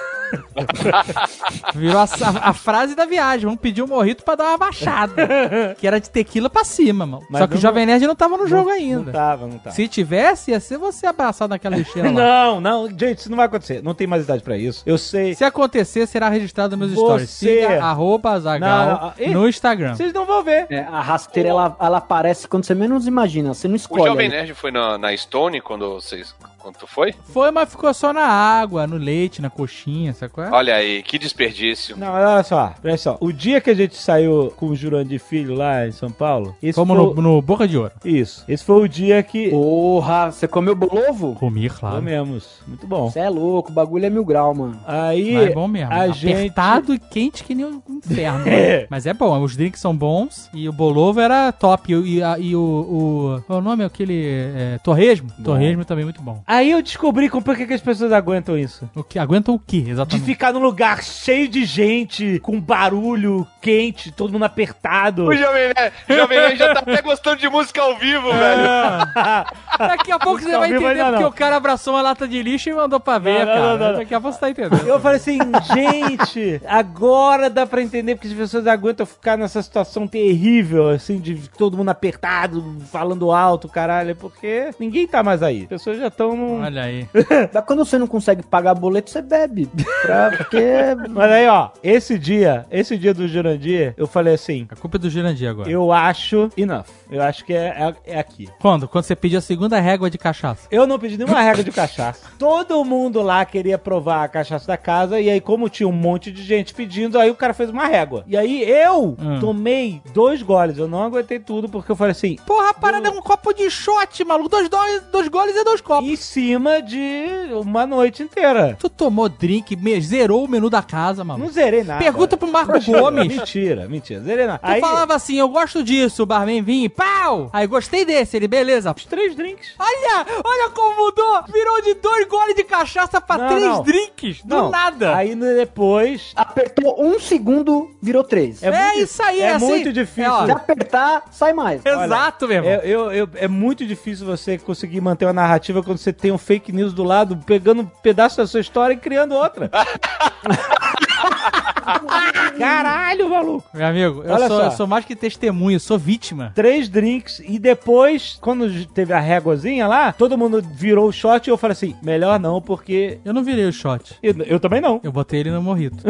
Speaker 6: Virou a, a- a frase da viagem, vamos pedir um morrito pra dar uma baixada. que era de tequila pra cima, mano.
Speaker 2: Mas
Speaker 6: Só que
Speaker 2: não-
Speaker 6: o Jovem Nerd não tava
Speaker 2: não-
Speaker 6: no
Speaker 2: tá.
Speaker 6: jogo
Speaker 2: Não
Speaker 6: ainda.
Speaker 2: tava, não tava.
Speaker 6: Se tivesse, ia ser você abraçado naquela lixeira lá.
Speaker 2: Não, não, gente, isso não vai acontecer. Não tem mais idade pra isso. Eu sei.
Speaker 6: Se acontecer, será registrado nos meus stories.
Speaker 2: Você-
Speaker 6: Siga arroba
Speaker 2: Não, não,
Speaker 6: Azaghal
Speaker 2: ah, ih.
Speaker 6: no Instagram.
Speaker 2: Vocês não vão ver.
Speaker 5: é, a rasteira ela, ela aparece quando você menos imagina, você não
Speaker 3: O
Speaker 5: escolhe.
Speaker 3: Jovem
Speaker 5: né?
Speaker 3: Nerd foi na, na Stone quando vocês. Quando tu foi?
Speaker 6: Foi, mas ficou só na água, no leite, na coxinha, sabe qual é?
Speaker 3: Olha aí, que desperdício.
Speaker 2: Não, mas olha só, presta só. O dia que a gente saiu com o Jurandir Filho lá em São Paulo, esse
Speaker 6: Como
Speaker 2: foi...
Speaker 6: no, no Boca de Ouro.
Speaker 2: Isso. Esse foi o dia
Speaker 3: né?
Speaker 2: que
Speaker 5: Porra, você comeu bolo ovo?
Speaker 6: Comi, claro.
Speaker 2: comemos. Muito bom.
Speaker 5: Você é louco, o bagulho é mil grau, mano.
Speaker 2: Aí
Speaker 6: Mas é bom mesmo.
Speaker 2: a gente...
Speaker 6: Apertado e quente que nem o inferno.
Speaker 2: É.
Speaker 6: Mas é bom, os drinks são bons e o bolovo era top. E, e, a- e o, o. Qual é o nome? Aquele. é, torresmo? Torresmo também é muito bom.
Speaker 2: Aí eu descobri como- por que, que as pessoas aguentam isso.
Speaker 6: O que, aguentam o que,
Speaker 2: De
Speaker 6: exatamente?
Speaker 2: ficar num lugar cheio de gente, com barulho quente, todo mundo apertado.
Speaker 3: O Jovem Nerd, o Jovem Nerd já tá até gostando de música ao vivo,
Speaker 5: É.
Speaker 3: velho.
Speaker 6: Daqui a pouco você
Speaker 2: Não,
Speaker 6: vai
Speaker 2: viu, mas
Speaker 6: entender
Speaker 2: não,
Speaker 6: porque
Speaker 2: não.
Speaker 6: o cara abraçou uma lata de lixo e mandou pra
Speaker 2: não,
Speaker 6: ver, cara.
Speaker 2: não, não, não.
Speaker 6: Daqui a pouco você tá entendendo.
Speaker 2: Eu falei assim, gente, agora dá pra entender porque as pessoas aguentam ficar nessa situação terrível, assim, de todo mundo apertado, falando alto, caralho, é porque ninguém tá mais aí. As pessoas já estão num...
Speaker 6: Olha aí.
Speaker 5: Mas quando você não consegue pagar boleto, você bebe. Pra, porque
Speaker 2: Mas aí, ó, esse dia, esse dia do Jurandir, eu falei assim,
Speaker 6: A culpa é do Jurandir agora.
Speaker 2: eu acho enough. Eu acho que é, é, é aqui.
Speaker 6: Quando? Quando você pediu a segunda régua de cachaça.
Speaker 2: Eu não pedi nenhuma regra de cachaça. Todo mundo lá queria provar a cachaça da casa, e aí, como tinha um monte de gente pedindo, aí o cara fez uma régua. E aí eu
Speaker 6: Hum.
Speaker 2: tomei dois goles, eu não aguentei tudo, porque eu falei assim.
Speaker 6: Porra, a parada é um copo de shot, maluco. Dois, dois, dois goles e dois copos.
Speaker 2: Em cima de uma noite inteira.
Speaker 6: Tu tomou drink, me- zerou o menu da casa,
Speaker 2: Não
Speaker 6: maluco.
Speaker 2: zerei nada.
Speaker 6: Pergunta pro Marco
Speaker 2: Mentira,
Speaker 6: Gomes.
Speaker 2: Mentira, mentira. Zerei nada.
Speaker 6: Tu falava assim, eu gosto disso, o barman vinha e pau! Aí gostei desse, ele, beleza.
Speaker 2: os três drinks.
Speaker 6: Olha, olha como mudou! Virou de dois goles de cachaça pra
Speaker 2: Não,
Speaker 6: três
Speaker 2: não.
Speaker 6: drinks, do
Speaker 2: Não,
Speaker 6: nada.
Speaker 2: Aí né, depois.
Speaker 5: apertou um segundo, virou três.
Speaker 6: é isso aí,
Speaker 2: é,
Speaker 6: é assim.
Speaker 2: muito difícil.
Speaker 6: É, ó,
Speaker 5: Se apertar, sai mais.
Speaker 6: Exato, meu irmão.
Speaker 2: É, eu- eu- é muito difícil você conseguir manter uma narrativa quando você tem um fake news do lado, pegando um pedaço da sua história e criando outra. Caralho, maluco!
Speaker 6: Meu amigo, eu
Speaker 2: Olha
Speaker 6: sou,
Speaker 2: só.
Speaker 6: eu sou mais que testemunho, eu sou vítima.
Speaker 2: Três drinks e depois, quando teve a réguazinha lá, todo mundo virou o shot e eu falei assim: melhor não, porque.
Speaker 6: Eu não virei o shot.
Speaker 2: Eu, eu também não.
Speaker 6: Eu botei ele no morrito.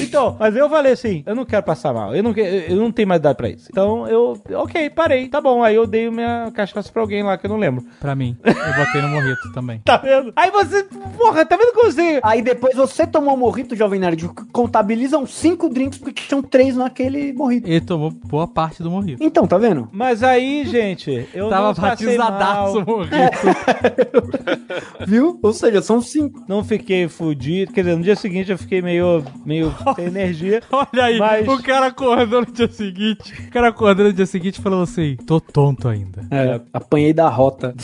Speaker 2: Então, mas eu falei assim, eu não quero passar mal, eu não, que- eu eu não tenho mais idade pra isso. Então eu, ok, parei, tá bom. Aí eu dei minha cachaça pra alguém lá que eu não lembro.
Speaker 6: Pra mim. Eu botei no morrito também.
Speaker 2: Tá vendo? Aí você, porra, tá vendo que você...
Speaker 5: Aí depois você tomou um morrito, Jovem Nerd, contabilizam cinco drinks porque tinham três naquele morrito.
Speaker 6: Ele tomou boa parte do morrito.
Speaker 5: Então, tá vendo?
Speaker 2: Mas aí, gente, eu
Speaker 6: Tava
Speaker 2: não passei
Speaker 6: batizadaço
Speaker 2: mal,
Speaker 6: o morrito.
Speaker 5: Viu? Ou seja, são cinco.
Speaker 2: não fiquei fudido. Quer dizer, no dia seguinte eu fiquei meio, meio sem energia.
Speaker 6: Olha aí,
Speaker 2: Mas-
Speaker 6: o cara acordou no dia seguinte. O cara acordou no dia seguinte e falou assim: tô tonto ainda.
Speaker 5: É, apanhei da rota.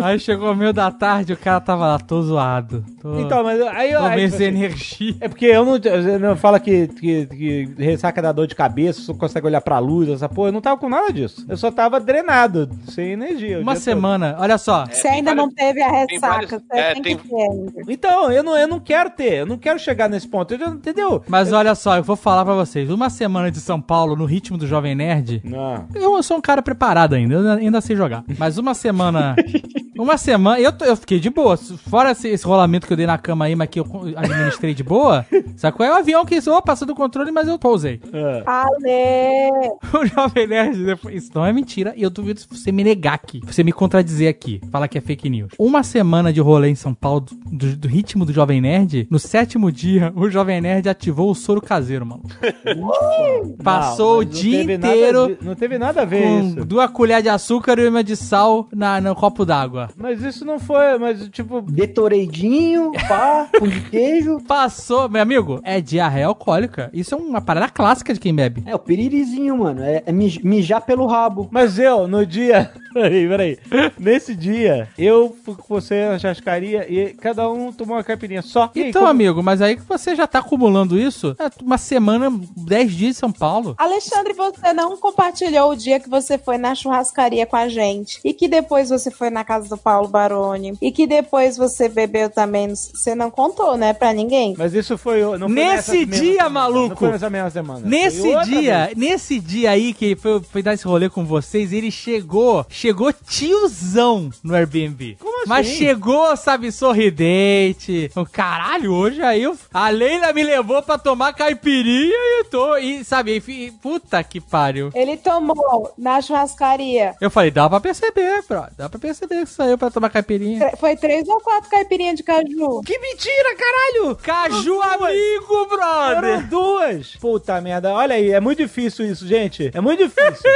Speaker 6: Aí chegou o meio da tarde, o cara tava lá, tô zoado. Tô,
Speaker 2: Então, mas aí... eu.
Speaker 6: tomei
Speaker 2: aí,
Speaker 6: essa energia.
Speaker 2: É porque eu não, eu não fala que, que, que ressaca da dor de cabeça, só consegue olhar pra luz, essa porra. Eu não tava com nada disso. Eu só tava drenado, sem energia. o
Speaker 6: Uma
Speaker 2: dia todo.
Speaker 6: semana, olha só.
Speaker 4: Você ainda não teve a
Speaker 3: É, tem
Speaker 4: ressaca,
Speaker 3: vários-
Speaker 4: você
Speaker 3: é,
Speaker 4: tem,
Speaker 3: tem-
Speaker 4: que ter ainda.
Speaker 2: Então, eu não, eu não quero ter, eu não quero chegar nesse ponto, eu já- entendeu?
Speaker 6: Mas olha só, eu vou falar pra vocês. Uma semana de São Paulo no ritmo do Jovem Nerd.
Speaker 8: Não.
Speaker 6: Eu sou um cara preparado ainda, eu ainda sei jogar. Mas uma semana. Uma semana. Eu, tô- eu fiquei de boa. Fora esse, esse rolamento que eu dei na cama aí, mas que eu administrei de boa. Sacou? É um avião que oh, passou do controle, mas eu pousei.
Speaker 5: É.
Speaker 4: Ale!
Speaker 6: O Jovem Nerd depois. Isso não é mentira. E eu duvido se você me negar aqui. Você me contradizer aqui. Falar que é fake news. Uma semana de rolê em São Paulo, do, do- do ritmo do Jovem Nerd, no sétimo dia, o Jovem Nerd ativou o soro caseiro, mano.
Speaker 2: Não,
Speaker 6: Passou o
Speaker 2: mas não
Speaker 6: dia
Speaker 2: teve nada
Speaker 6: inteiro.
Speaker 2: de- não teve nada a ver
Speaker 6: Com
Speaker 2: isso.
Speaker 6: duas colheres de açúcar e uma de sal na, no copo d'água.
Speaker 2: Mas isso não foi, mas tipo.
Speaker 5: Detoreidinho, pá, pão de queijo.
Speaker 6: Passou, meu amigo, é diarreia alcoólica. Isso é uma parada clássica de quem bebe.
Speaker 5: É, o piririzinho, mano. É, é mij- mijar pelo rabo.
Speaker 2: Mas eu, no dia. Peraí, peraí. Nesse dia, eu fui com você na chascaria e cada um tomou uma caipirinha só. E aí,
Speaker 6: Então,
Speaker 2: como-
Speaker 6: amigo, mas aí que você já tá acumulando isso, é uma semana, dez dias em São Paulo.
Speaker 4: Alexandre, você não compartilhou o dia que você foi na churrascaria com a gente. E que depois você foi na casa do Paulo Baroni. E que depois você bebeu também. Você não contou, né? Pra ninguém.
Speaker 2: Mas isso foi. o- Não foi
Speaker 6: Nesse
Speaker 2: nessa mesma
Speaker 6: dia,
Speaker 2: semana,
Speaker 6: maluco.
Speaker 2: Não foi nessa mesma semana. Foi
Speaker 6: Nesse
Speaker 2: outra
Speaker 6: dia,
Speaker 2: vez.
Speaker 6: nesse dia aí que foi, foi dar esse rolê com vocês, ele chegou, chegou tiozão no Airbnb.
Speaker 2: Como assim?
Speaker 6: Mas chegou, sabe, sorridente. O Caralho, hoje aí eu, a Leila me levou pra tomar caipirinha e eu tô, e sabe, e fi- puta que pariu.
Speaker 4: Ele tomou na churrascaria.
Speaker 6: Eu falei, dá pra perceber, bro, dá pra perceber que saiu pra tomar caipirinha.
Speaker 4: Tre- Foi três ou quatro caipirinhas de caju.
Speaker 2: Que mentira, caralho!
Speaker 6: Caju amigo, brother!
Speaker 2: Eram duas! Puta merda, olha aí, é muito difícil isso, gente. É muito difícil.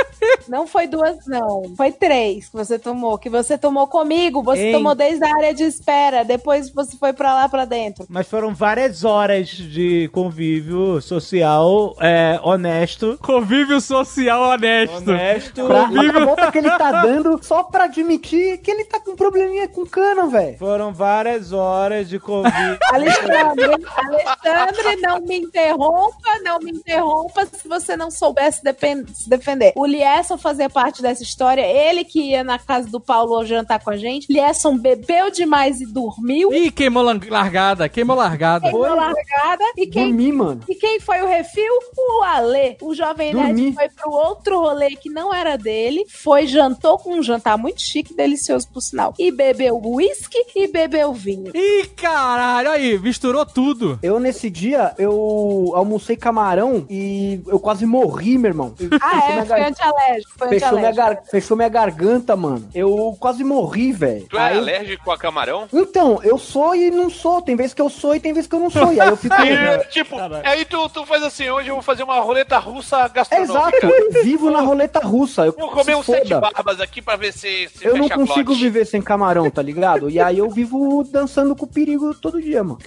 Speaker 4: Não foi duas, não. Foi três que você tomou. Que você tomou comigo. Você
Speaker 2: Ei.
Speaker 4: tomou desde a área de espera. Depois você foi pra lá, pra dentro.
Speaker 2: Mas foram várias horas de convívio social é, honesto.
Speaker 6: Convívio social honesto.
Speaker 2: Honesto.
Speaker 5: Pra, a volta que ele tá dando só pra admitir que ele tá com um probleminha com cana, velho.
Speaker 2: Foram várias horas de convívio.
Speaker 4: Alexandre, Alexandre, não me interrompa, não me interrompa se você não soubesse depen- se defender. O Lierson fazia parte dessa história, ele que ia na casa do Paulo jantar com a gente. Lierson bebeu demais e dormiu,
Speaker 6: Ih, queimou lan- largada, queimou largada.
Speaker 4: queimou a largada. E quem,
Speaker 5: Dormi, mano.
Speaker 4: e quem foi o refil? O Alê. O Jovem Nerd
Speaker 5: Dormi.
Speaker 4: foi pro outro rolê que não era dele, foi, jantou com um jantar muito chique, delicioso por sinal. E bebeu uísque e bebeu vinho.
Speaker 6: Ih, caralho, aí, misturou tudo.
Speaker 5: Eu, nesse dia, eu almocei camarão e eu quase morri, meu irmão.
Speaker 4: Ah, é,
Speaker 5: minha
Speaker 4: foi
Speaker 5: gar-
Speaker 4: antialérgico, foi
Speaker 5: Fechou minha,
Speaker 4: antialérgico.
Speaker 5: gar- fechou minha garganta, mano. Eu quase morri, velho.
Speaker 3: Tu é
Speaker 5: Aí-
Speaker 3: alérgico a camarão?
Speaker 5: Então, eu sou e não sou. Tem vezes que eu sou e tem vezes que eu não sou. E aí eu fico.
Speaker 3: Aí, tipo, aí tu, tu faz assim, hoje eu vou fazer uma roleta russa
Speaker 5: É
Speaker 3: gastronômica.
Speaker 5: exato, eu vivo na roleta russa. Eu
Speaker 3: Vou comer
Speaker 5: se
Speaker 3: uns sete
Speaker 5: foda.
Speaker 3: barbas aqui pra ver se, se
Speaker 5: Eu não
Speaker 3: fecha a glote.
Speaker 5: consigo viver sem camarão, tá ligado? E aí eu vivo dançando com o perigo todo dia, mano.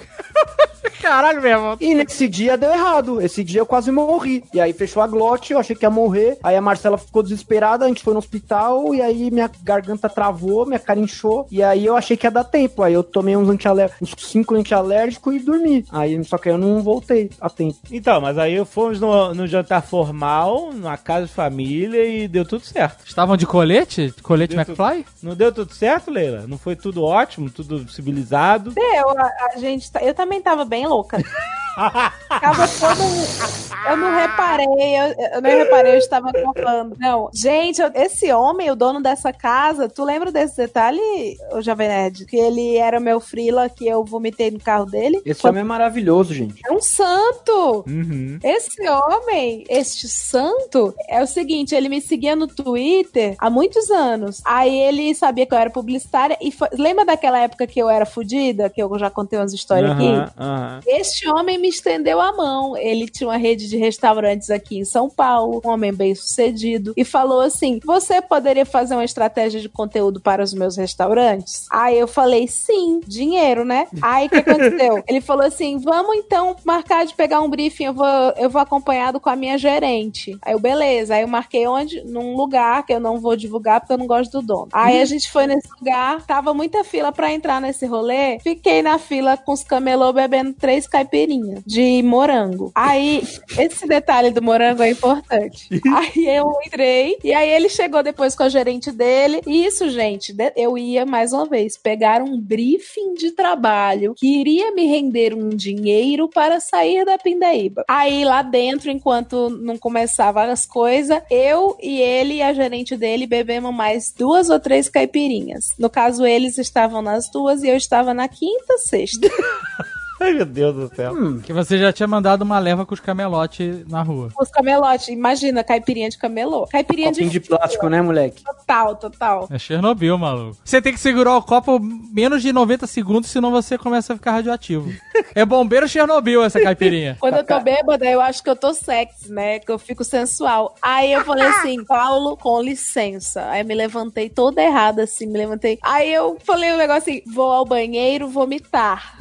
Speaker 6: Caralho, meu irmão.
Speaker 5: E nesse dia deu errado. Esse dia eu quase morri. E aí fechou a glote, eu achei que ia morrer. Aí a Marcela ficou desesperada, a gente foi no hospital. E aí minha garganta travou, minha cara inchou. E aí eu achei que ia dar tempo. Aí eu tomei uns, antialer... uns cinco antialérgicos e dormi. Aí só que eu não voltei a tempo.
Speaker 2: Então, mas aí fomos no, no jantar formal, numa casa de família e deu tudo certo.
Speaker 6: Estavam de colete? Colete
Speaker 2: Deu
Speaker 6: McFly?
Speaker 2: Não deu tudo certo, Leila? Não foi tudo ótimo, tudo civilizado?
Speaker 4: É, eu, a, a gente tá- eu também tava bem louca. Ficava todo. Eu não reparei, eu, eu não reparei, eu estava cortando. Não, gente, eu- esse homem, o dono dessa casa, tu lembra desse detalhe, o Jovem Nerd? Que ele era meu frila, que eu vomitei no carro dele?
Speaker 5: Esse homem é maravilhoso, gente.
Speaker 4: É um santo!
Speaker 2: Uhum.
Speaker 4: Esse homem, este santo, é o seguinte, ele me seguia no Twitter há muitos anos. Aí ele sabia que eu era publicitária e foi- lembra daquela época que eu era fodida, que eu já contei umas histórias aqui?
Speaker 6: Ah,
Speaker 4: Este homem me estendeu a mão. Ele tinha uma rede de restaurantes aqui em São Paulo, um homem bem sucedido, e falou assim: Você poderia fazer uma estratégia de conteúdo para os meus restaurantes? Aí eu falei: Sim, dinheiro, né? Aí o que aconteceu? Ele falou assim: Vamos então marcar de pegar um briefing, eu vou, eu vou acompanhado com a minha gerente. Aí eu, beleza. Aí eu marquei onde? Num lugar que eu não vou divulgar porque eu não gosto do dono. Aí a gente foi nesse lugar, tava muita fila pra entrar nesse rolê. Fiquei na fila com os camelô bebendo três caipirinhas de morango. Aí, esse detalhe do morango é importante. Aí eu entrei, e aí ele chegou depois com a gerente dele. E isso, gente, de- eu ia mais uma vez pegar um briefing de trabalho que iria me render um dinheiro para sair da Pindaíba. Aí lá dentro, enquanto não começava as coisas, eu e ele e a gerente dele bebemos mais duas ou três caipirinhas. No caso, eles estavam nas duas e eu estava na quinta, sexta.
Speaker 2: Ai, meu Deus do céu.
Speaker 6: Que você já tinha mandado uma leva com os camelote na rua.
Speaker 4: Os camelote, imagina, caipirinha de camelô. Caipirinha
Speaker 5: Copinho de plástico, né, moleque?
Speaker 4: Total, total.
Speaker 6: É Chernobyl, maluco. Você tem que segurar o copo menos de 90 segundos, senão você começa a ficar radioativo. é bombeiro Chernobyl essa caipirinha.
Speaker 4: Quando eu tô bêbada, eu acho que eu tô sexy, né? Que eu fico sensual. Aí eu falei assim, Paulo, com licença. Aí eu me levantei toda errada, assim, me levantei. Aí eu falei um negócio assim, vou ao banheiro vomitar.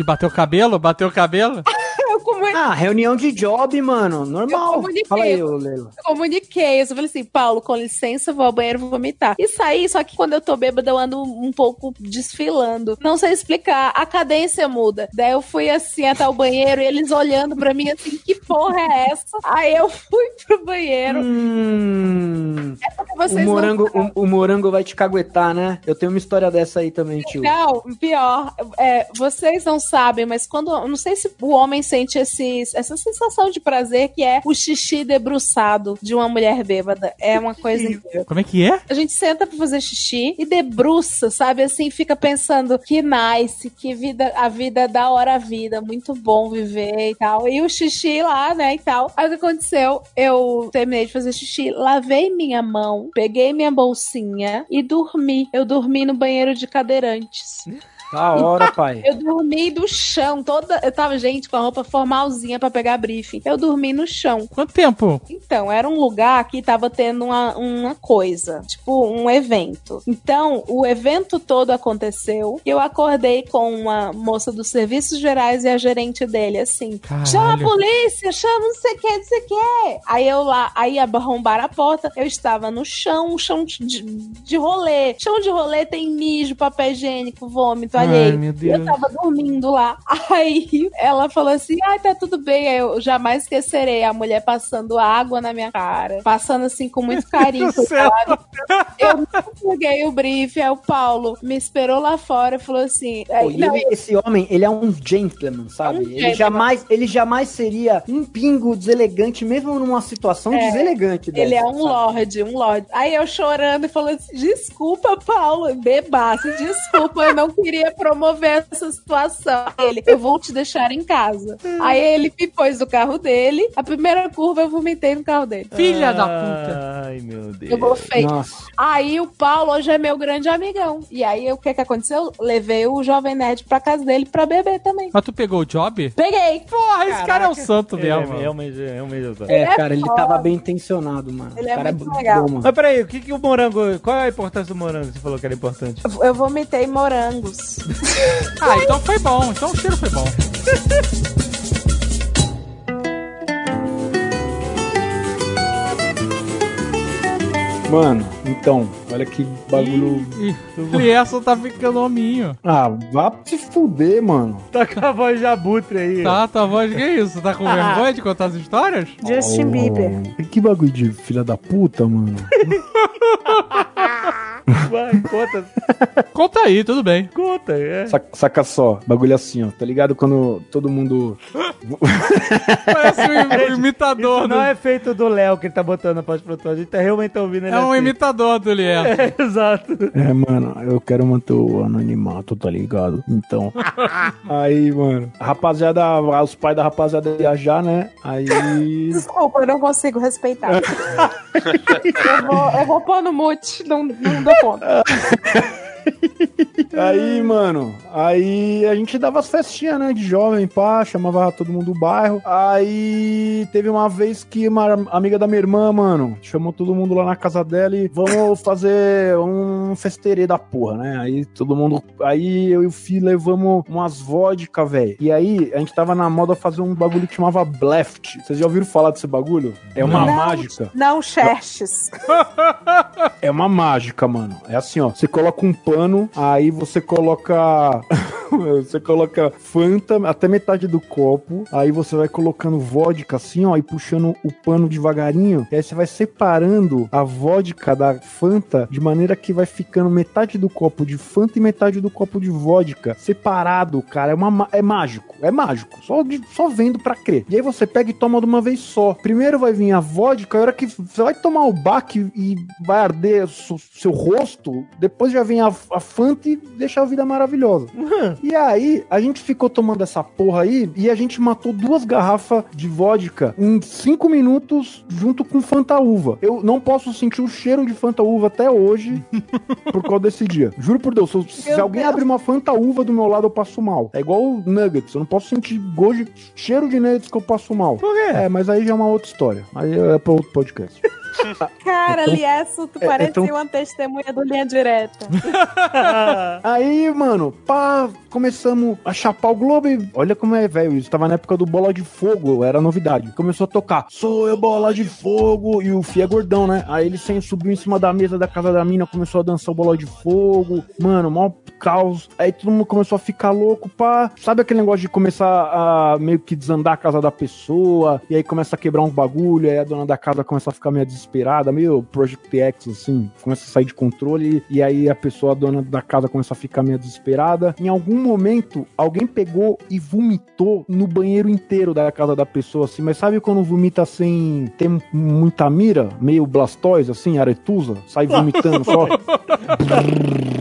Speaker 6: E bateu o cabelo? Bateu o cabelo?
Speaker 4: Eu comu-
Speaker 5: Ah, reunião de job, mano. Normal.
Speaker 4: comuniquei.
Speaker 5: Fala aí, ô Leila.
Speaker 4: eu comuniquei, eu só falei assim, Paulo, com licença, vou ao banheiro vomitar. E saí, só que quando eu tô bêbada, eu ando um pouco desfilando. Não sei explicar, a cadência muda. Daí eu fui assim até o banheiro e eles olhando pra mim assim, que porra é essa? Aí eu fui pro banheiro.
Speaker 5: Hum,
Speaker 4: É porque
Speaker 5: o,
Speaker 4: vocês não
Speaker 5: morango, o, o morango vai te caguetar, né? Eu tenho uma história dessa aí também, tio.
Speaker 4: Não, pior, é, vocês não sabem, mas quando. eu Não sei se o homem sente esse, essa sensação de prazer que é o xixi debruçado de uma mulher bêbada. É uma coisa incrível.
Speaker 6: Como é que é?
Speaker 4: A gente senta pra fazer xixi e debruça, sabe? Assim, fica pensando que nice, que vida, a vida é da hora a vida, muito bom viver e tal. E o xixi lá, né, e tal. Aí o que aconteceu? Eu terminei de fazer xixi, lavei minha mão, peguei minha bolsinha e dormi. Eu dormi no banheiro de cadeirantes.
Speaker 5: Da hora, pai.
Speaker 4: Eu dormi do chão, toda. Eu tava, gente, com a roupa formalzinha pra pegar briefing. Eu dormi no chão.
Speaker 6: Quanto tempo?
Speaker 4: Então, era um lugar que tava tendo uma, uma coisa, tipo um evento. Então, o evento todo aconteceu. e Eu acordei com uma moça dos serviços gerais e a gerente dele, assim. Chama a
Speaker 6: Caralho.
Speaker 4: polícia, chama não sei o que, não sei o que. Aí eu lá, aí arrombaram a porta, eu estava no chão, chão de, de rolê. Chão de rolê tem mijo, papel higiênico, vômito,
Speaker 6: Ai,
Speaker 4: alheio.
Speaker 6: meu Deus.
Speaker 4: Eu tava dormindo lá. Aí ela falou assim: ai, tá tudo bem. Aí Eu jamais esquecerei a mulher passando água na minha cara, passando assim com muito carinho.
Speaker 6: céu.
Speaker 4: sabe? eu não peguei o brief, aí o Paulo me esperou lá fora e falou assim: "Ai,
Speaker 5: Pô, e
Speaker 4: não,
Speaker 5: ele- esse homem, ele é um gentleman, sabe?
Speaker 4: É um
Speaker 5: Ele,
Speaker 4: gentleman.
Speaker 5: jamais, ele jamais seria um pingo deselegante, mesmo numa situação deselegante dessa,
Speaker 4: Ele é um
Speaker 5: sabe?
Speaker 4: lorde, um lorde. Aí eu chorando e falando assim, desculpa, Paulo, bebaço, desculpa, eu não queria promover essa situação. Aí Ele, eu vou te deixar em casa. Aí ele me pôs no carro dele, a primeira curva eu vomitei no carro dele.
Speaker 6: Filha da puta.
Speaker 8: Ai, meu Deus.
Speaker 4: Eu gofei.
Speaker 5: Nossa.
Speaker 4: Aí o Paulo hoje é meu grande amigão. E aí o que que aconteceu? Levei o Jovem Nerd pra casa dele pra beber também.
Speaker 6: Mas tu pegou o job?
Speaker 4: Peguei.
Speaker 6: Porra, esse cara é um santo
Speaker 2: Ele é,
Speaker 6: mesmo.
Speaker 2: é, um mês- é um mês atrás.
Speaker 5: É,
Speaker 4: Ele é
Speaker 5: cara, ele
Speaker 4: foda.
Speaker 5: tava bem intencionado, mano.
Speaker 4: Ele
Speaker 5: O
Speaker 4: é
Speaker 5: cara
Speaker 4: muito
Speaker 5: bom,
Speaker 4: legal.
Speaker 5: mano.
Speaker 2: Mas peraí, o que, que o morango. Qual é a importância do morango que você falou que era importante?
Speaker 4: Eu vomitei morangos.
Speaker 6: Ah, então foi bom. Então o cheiro foi bom.
Speaker 5: Mano, então, olha que bagulho.
Speaker 6: Ih, ih, Clearson tá ficando hominho.
Speaker 5: Ah, vá se fuder, mano.
Speaker 2: Tá com a voz de abutre aí.
Speaker 6: Tá, tua voz, que isso? Tá com vergonha de contar as histórias?
Speaker 4: Justin Bieber.
Speaker 5: Que bagulho de filha da puta, mano.
Speaker 2: Vai, conta,
Speaker 6: Conta aí, tudo bem.
Speaker 2: conta. É.
Speaker 5: Saca, saca só, bagulho assim, ó. Tá ligado quando todo mundo.
Speaker 6: Parece um imitador.
Speaker 2: Isso não é feito do Léo que ele tá botando na pós-produção. A gente tá realmente ouvindo ele
Speaker 6: É um
Speaker 2: assim.
Speaker 6: imitador do Lier.
Speaker 2: É, exato.
Speaker 5: É, mano, eu quero manter o anonimato, tá ligado? Então. Aí, mano. A rapaziada, os pais da rapaziada viajar, né? Aí.
Speaker 4: Desculpa, eu não consigo respeitar. eu, vou, eu vou pôr no mute, não, não dou conta.
Speaker 5: Aí, mano, aí a gente dava as festinhas, né, de jovem, pá, chamava todo mundo do bairro. Aí teve uma vez que uma amiga da minha irmã, mano, chamou todo mundo lá na casa dela e vamos fazer um festerê da porra, né? Aí todo mundo, aí eu e o Fih levamos umas vodka, velho. E aí a gente tava na moda fazer um bagulho que chamava bleft. Vocês já ouviram falar desse bagulho? É uma
Speaker 4: Não.
Speaker 5: mágica.
Speaker 4: Não, Xerxes.
Speaker 5: É uma mágica, mano. É assim, ó. Você coloca um pano, aí você coloca. você coloca Fanta até metade do copo. Aí você vai colocando vodka assim, ó, e puxando o pano devagarinho. E aí você vai separando a vodka da Fanta de maneira que vai ficando metade do copo de Fanta e metade do copo de vodka. Separado, cara. É, uma, ma- é mágico. É mágico. Só, de- só vendo pra crer. E aí você pega e toma de uma vez só. Primeiro vai vir a vodka, a hora que você vai tomar o baque e vai arder su- seu rosto, depois já vem a, a Fanta e deixa a vida maravilhosa. E aí, a gente ficou tomando essa porra aí e a gente matou duas garrafas de vodka em cinco minutos junto com Fanta Uva. Eu não posso sentir o cheiro de Fanta Uva até hoje por causa desse dia. Juro por Deus, se, eu- se
Speaker 4: Meu
Speaker 5: alguém
Speaker 4: Deus.
Speaker 5: abrir uma Fanta Uva do meu lado, eu passo mal. É igual Nuggets, eu não posso sentir gosto de, cheiro de Nuggets que eu passo mal. Por quê? É, mas aí já é uma outra história. Aí é pra outro podcast.
Speaker 4: Cara, Liesso, tu
Speaker 5: é- é
Speaker 4: parecia
Speaker 5: tão-
Speaker 4: uma testemunha do Linha Direta.
Speaker 5: Aí, mano, pá, começamos a chapar o Globo e olha como é velho isso. Tava na época do Bola de Fogo, era novidade. Começou a tocar, sou eu Bola de Fogo, e o Fih é gordão, né? Aí ele sem subiu em cima da mesa da casa da mina, começou a dançar o Bola de Fogo, mano, mó caos. Aí todo mundo começou a ficar louco, pá. Sabe aquele negócio de começar a meio que desandar a casa da pessoa, e aí começa a quebrar uns bagulho, aí a dona da casa começa a ficar meio desesperada, meio Project X, assim, começa a sair de controle, e aí a pessoa, a dona da casa, começa a ficar meio desesperada. Em algum momento, alguém pegou e vomitou no banheiro inteiro da casa da pessoa, assim, mas sabe quando vomita sem ter m- muita mira, meio Blastoise, assim, aretusa, sai vomitando só.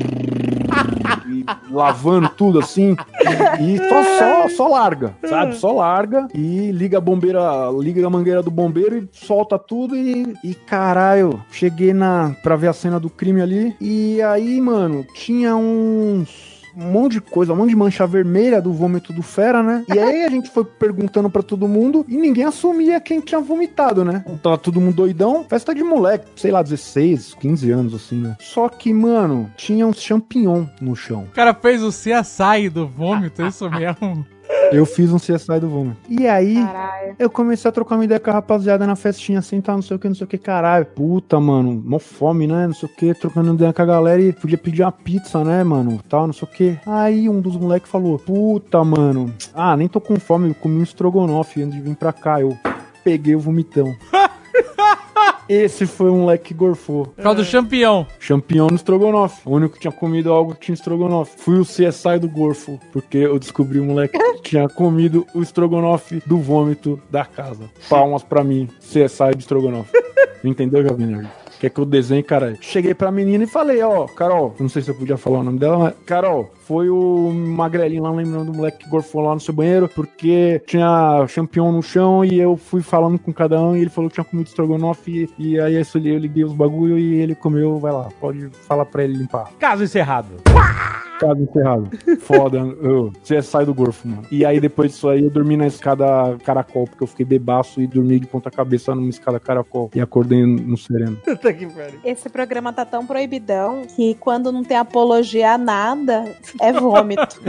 Speaker 5: E lavando tudo assim e só, só, só larga, sabe? Só larga e liga a bombeira, liga a mangueira do bombeiro e solta tudo e, e caralho, cheguei na pra ver a cena do crime ali e aí, mano, tinha uns um monte de coisa, um monte de mancha vermelha do vômito do fera, né? E aí a gente foi perguntando pra todo mundo e ninguém assumia quem tinha vomitado, né? Tava todo mundo doidão, festa de moleque, sei lá, 16, 15 anos assim, né? Só que, mano, tinha uns champignon no chão.
Speaker 6: O cara fez o CSI do vômito, é isso mesmo?
Speaker 5: Eu fiz um CSI do vômito. E aí,
Speaker 4: Caralho.
Speaker 5: eu comecei a trocar uma ideia com a rapaziada na festinha, assim, tá, não sei o que, não sei o que, caralho. Puta, mano, mó fome, né, não sei o que, trocando ideia com a galera e podia pedir uma pizza, né, mano, tal, não sei o que. Aí um dos moleques falou, puta, mano, ah, nem tô com fome, eu comi um estrogonofe antes de vir pra cá, eu peguei o vomitão. Esse foi o moleque que gorfou.
Speaker 6: Por causa do champião.
Speaker 5: Champignon no estrogonofe. O único que tinha comido algo que tinha estrogonofe. Fui o CSI do Gorfo, porque eu descobri o moleque que tinha comido o estrogonofe do vômito da casa. Palmas pra mim, CSI do estrogonofe. Entendeu, Jovem Nerd? Quer que eu desenhe, cara? Cheguei pra menina e falei, ó, Carol, não sei se eu podia falar o nome dela, mas, Carol, foi o magrelinho lá, lembrando do moleque que gorfou lá no seu banheiro, porque tinha champignon no chão e eu fui falando com cada um e ele falou que tinha comido estrogonofe e, e aí eu li- eu liguei os bagulho e ele comeu, vai lá, pode falar pra ele limpar.
Speaker 2: Caso encerrado.
Speaker 5: Caso encerrado. Foda, eu, você sai do gorfo, mano. E aí depois disso aí eu dormi na escada caracol, porque eu fiquei bebaço e dormi de ponta cabeça numa escada caracol e acordei no sereno.
Speaker 7: É,
Speaker 2: Puta que pariu.
Speaker 4: Esse programa tá tão proibidão que quando não tem apologia a nada, É vômito.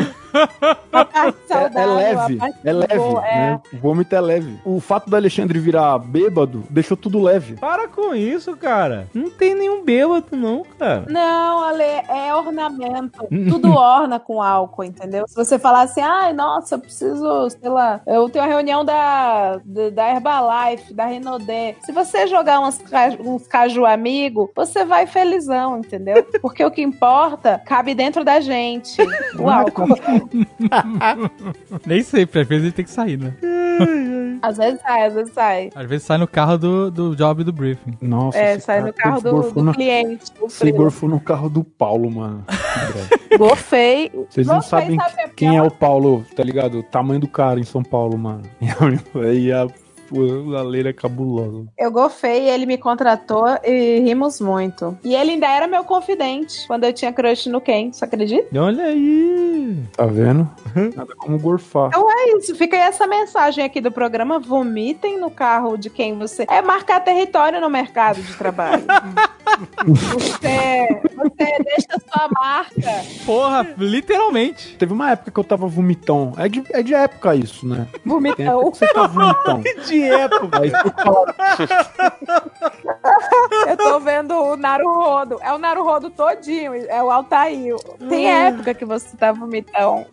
Speaker 4: A parte
Speaker 7: É, é
Speaker 4: saudável,
Speaker 7: leve,
Speaker 4: a parte
Speaker 7: é leve.
Speaker 4: boa, é.
Speaker 7: né? O vômito é leve. O fato do Alexandre virar bêbado deixou tudo leve.
Speaker 2: Para com isso, cara. Não tem nenhum bêbado, não, cara.
Speaker 4: Não, Ale, é ornamento.
Speaker 7: Hum.
Speaker 4: Tudo orna com álcool, entendeu? Se você falar assim, ai, nossa, eu preciso, sei lá, eu tenho a reunião da, da da Herbalife, da Renaudet. Se você jogar umas ca- uns caju amigo, você vai felizão, entendeu? Porque o que importa cabe dentro da gente.
Speaker 7: é
Speaker 4: O álcool.
Speaker 6: Nem sempre, às vezes ele tem que sair, né?
Speaker 4: Às vezes sai, às vezes sai.
Speaker 6: Às vezes sai no carro do, do job do briefing.
Speaker 7: Nossa,
Speaker 4: É,
Speaker 7: esse
Speaker 4: sai
Speaker 7: cara
Speaker 4: no carro do,
Speaker 7: gorfou
Speaker 4: do
Speaker 7: na-
Speaker 4: cliente. o
Speaker 7: Esse
Speaker 4: freelancer.
Speaker 7: gorfou no carro do Paulo, mano.
Speaker 4: Gorfei.
Speaker 7: Vocês não
Speaker 4: Gorfei,
Speaker 7: sabem
Speaker 4: sabe a
Speaker 7: quem é
Speaker 4: pior?
Speaker 7: o Paulo, tá ligado? O tamanho do cara em São Paulo, mano. E a, a leira cabulosa.
Speaker 4: Eu gofei, ele me contratou e rimos muito. E ele ainda era meu confidente quando eu tinha crush no Ken, você acredita?
Speaker 2: Olha aí.
Speaker 7: Tá vendo? Nada como gorfar.
Speaker 4: Então é isso, fica aí essa mensagem aqui do programa. Vomitem no carro de quem você. É marcar território no mercado de trabalho. você, você deixa sua marca.
Speaker 6: Porra, literalmente.
Speaker 7: Teve uma época que eu tava vomitão. É de, é de época isso, né? Tem época
Speaker 4: Vomitão.
Speaker 7: que você tá vomitão.
Speaker 9: De época.
Speaker 7: Aí tu fala,
Speaker 4: Eu tô vendo o Naruhodo. É o Naruhodo todinho, é o Altair. Tem época que você tá vomitão.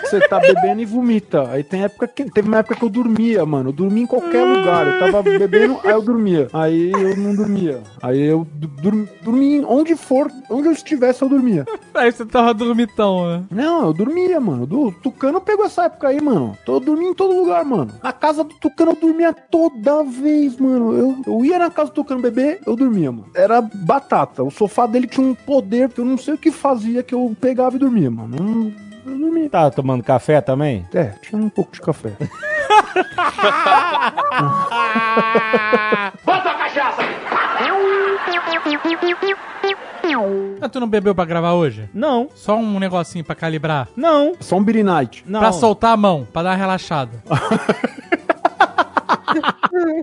Speaker 7: que você tá bebendo e vomita. Aí tem época que. Teve uma época que eu dormia, mano. Eu dormia em qualquer lugar. Eu tava bebendo, aí eu dormia. Aí eu não dormia. Aí eu du- dur- dormia onde for, onde eu estivesse, eu dormia.
Speaker 6: Aí você tava dormitão, né?
Speaker 7: Não, eu dormia, mano. Do Tucano pegou essa época aí, mano. Tô dormindo em todo lugar, mano. Na casa do Tucano eu dormia toda vez, mano. Eu, eu ia na casa do Tucano beber, eu dormia, mano. Era batata. O sofá dele tinha um poder que eu não sei o que fazia, que eu pegava e dormia, mano. Eu não- eu dormia.
Speaker 2: Tá tomando café também?
Speaker 7: É, tinha um pouco de café.
Speaker 6: Ah, tu não bebeu pra gravar hoje?
Speaker 2: Não,
Speaker 6: Só um negocinho pra calibrar.
Speaker 2: não,
Speaker 7: Só um Beer Night.
Speaker 2: não.
Speaker 6: Pra soltar a mão, pra dar uma relaxada.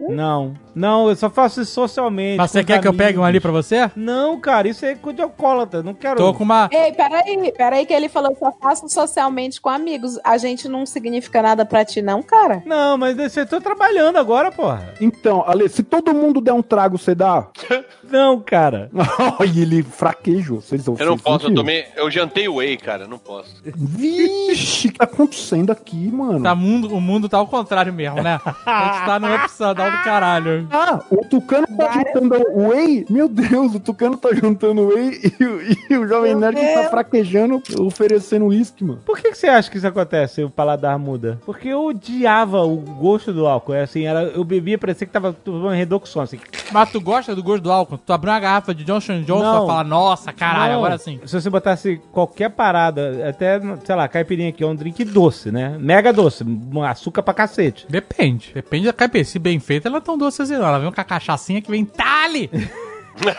Speaker 2: Não, não, eu só faço isso socialmente.
Speaker 6: Mas você
Speaker 2: com
Speaker 6: quer
Speaker 2: os
Speaker 6: que eu pegue
Speaker 2: amigos.
Speaker 6: um ali pra você?
Speaker 2: Não, cara, isso é coisa de alcoólatra. Não quero.
Speaker 6: Tô com uma.
Speaker 4: Ei, peraí, peraí que ele falou só faço socialmente com amigos. A gente não significa nada pra ti, não, cara.
Speaker 2: Não, mas você tô trabalhando agora, porra.
Speaker 7: Então, Ale, se todo mundo der um trago, você dá?
Speaker 2: Não, cara.
Speaker 7: Olha, ele fraquejou. Vocês
Speaker 3: Eu
Speaker 5: assim,
Speaker 3: não posso, eu tomei. Eu jantei whey, cara, não posso.
Speaker 7: Vixe, o que tá acontecendo aqui, mano?
Speaker 6: Tá mundo, o mundo tá ao contrário mesmo, né? A gente tá no episodal do caralho.
Speaker 7: Ah, o Tucano tá juntando o Whey? Meu Deus, o Tucano tá juntando o Whey e, o- e o Jovem
Speaker 4: Meu
Speaker 7: Nerd
Speaker 4: Deus.
Speaker 7: tá fraquejando, oferecendo uísque, mano.
Speaker 2: Por que, que você acha que isso acontece, o paladar muda? Porque eu odiava o gosto do álcool. É assim, era, eu bebia, parecia que tava tomando redoxon, assim.
Speaker 6: Mas tu gosta do gosto do álcool? Tu abriu uma garrafa de Johnson Johnson
Speaker 2: Não.
Speaker 6: e fala, nossa, caralho,
Speaker 2: Não,
Speaker 6: agora sim.
Speaker 2: Se você botasse qualquer parada, até, sei lá, caipirinha aqui, é um drink doce, né? Mega doce, um açúcar pra cacete.
Speaker 6: Depende. Depende da caipirinha. Se bem feita, ela é tão doce assim, não. Ela vem com a cachaçinha que vem "Tá tale!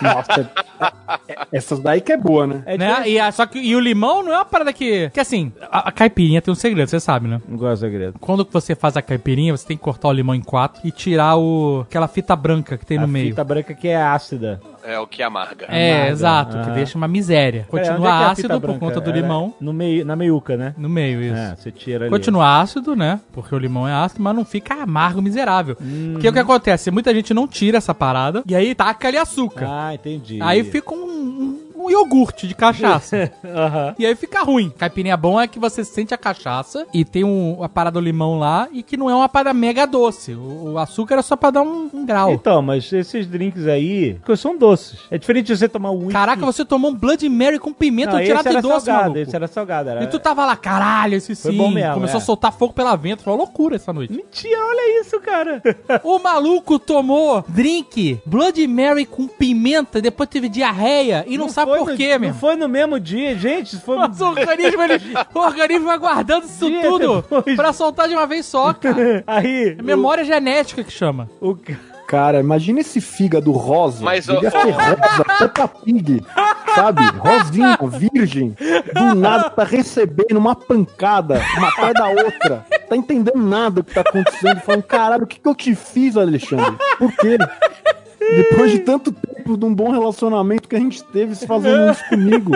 Speaker 7: Nossa, é- é- essas daí que é boa, né?
Speaker 2: É
Speaker 6: né? E, a- só que, e o limão não é uma parada que. Que assim, a, a caipirinha tem um segredo, você sabe, né?
Speaker 2: Não gosto do segredo.
Speaker 6: Quando você faz a caipirinha, você tem que cortar o limão em quatro e tirar o aquela fita branca que tem
Speaker 2: A
Speaker 6: no meio.
Speaker 2: fita branca que é ácida.
Speaker 3: É o que amarga.
Speaker 6: É,
Speaker 2: amarga.
Speaker 6: exato, que
Speaker 2: Aham.
Speaker 6: deixa uma miséria.
Speaker 2: Pera, onde
Speaker 6: Continua
Speaker 2: é que é a fita
Speaker 6: ácido por
Speaker 2: branca?
Speaker 6: conta do
Speaker 2: Ela é
Speaker 6: limão.
Speaker 2: No meio, na meiuca, né?
Speaker 6: No meio, isso.
Speaker 2: É, você tira ali.
Speaker 6: Continua ácido, né? Porque o limão é ácido, mas não fica amargo, miserável.
Speaker 2: Hum.
Speaker 6: Porque o que acontece? Muita gente não tira essa parada e aí taca ali açúcar.
Speaker 2: Ah, entendi.
Speaker 6: aí fica um, um- um iogurte de cachaça.
Speaker 2: Aham.
Speaker 6: e aí fica ruim. Caipirinha bom é que você sente a cachaça e tem um, a parada do limão lá e que não é uma parada mega doce. O, o açúcar é só pra dar um, um grau.
Speaker 2: Então, mas esses drinks aí, porque são doces. É diferente de você tomar um whisky.
Speaker 6: Caraca, você tomou um Bloody Mary com pimenta
Speaker 2: não,
Speaker 6: não,
Speaker 2: esse
Speaker 6: tirada
Speaker 2: era
Speaker 6: e doce,
Speaker 2: salgado,
Speaker 6: maluco.
Speaker 2: esse era salgado. Era...
Speaker 6: E tu tava lá, caralho, esse
Speaker 2: Foi
Speaker 6: sim.
Speaker 2: bom mesmo,
Speaker 6: Começou
Speaker 2: é.
Speaker 6: a soltar fogo pela vento. Foi uma loucura essa noite.
Speaker 2: Mentira, olha isso, cara.
Speaker 6: O maluco tomou drink Bloody Mary com pimenta, depois teve diarreia e não, sabe
Speaker 2: foi
Speaker 6: por
Speaker 2: no-
Speaker 6: quê, meu.
Speaker 2: Não foi no mesmo dia, gente. isso Foi
Speaker 6: Mas o organismo, ele, o organismo vai guardando isso
Speaker 2: Dia
Speaker 6: tudo
Speaker 2: depois.
Speaker 6: pra soltar de uma vez só, cara.
Speaker 2: Aí.
Speaker 6: É memória genética que chama.
Speaker 2: O, o ca-
Speaker 7: Cara, imagina esse fígado rosa.
Speaker 3: Mas, ó,
Speaker 7: Devia ser rosa, Peppa Pig, sabe? Rosinha, virgem. Do nada tá recebendo uma pancada, uma atrás da outra. Tá entendendo nada do que tá acontecendo. Falando, caralho, o que, que eu te fiz, Alexandre? Por quê? Depois de tanto tempo de um bom relacionamento que a gente teve, se fazendo isso comigo.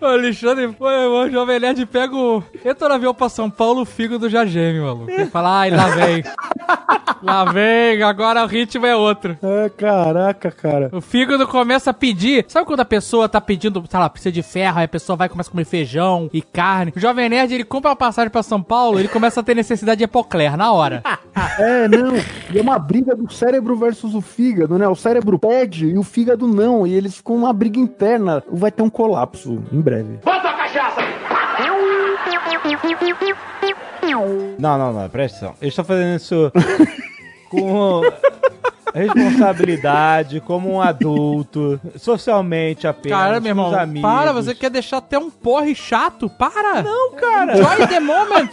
Speaker 6: O Alexandre, pô, o Jovem Nerd pega o... Entra no avião pra São Paulo, o fígado já geme, maluco. Ele fala, ai, lá vem. lá vem, agora o ritmo é outro.
Speaker 2: Ah,
Speaker 7: É, caraca, cara.
Speaker 6: O fígado começa a pedir. Sabe quando a pessoa tá pedindo, sei lá, precisa de ferro, aí a pessoa vai e começa a comer feijão e carne. O Jovem Nerd, ele compra uma passagem pra São Paulo, ele começa a ter necessidade de epocler na hora.
Speaker 7: É, não. E é uma briga do cérebro versus o fígado, né? O cérebro pede e o fígado não. E eles ficam uma briga interna. Vai ter um colapso em breve.
Speaker 2: Não, não, não, presta atenção. Eu estou fazendo isso com responsabilidade, como um adulto, socialmente apenas,
Speaker 6: Cara, meu
Speaker 2: com
Speaker 6: irmão,
Speaker 2: os amigos.
Speaker 6: para, você quer deixar até um porre chato? Para!
Speaker 2: Não, cara.
Speaker 6: Enjoy the moment!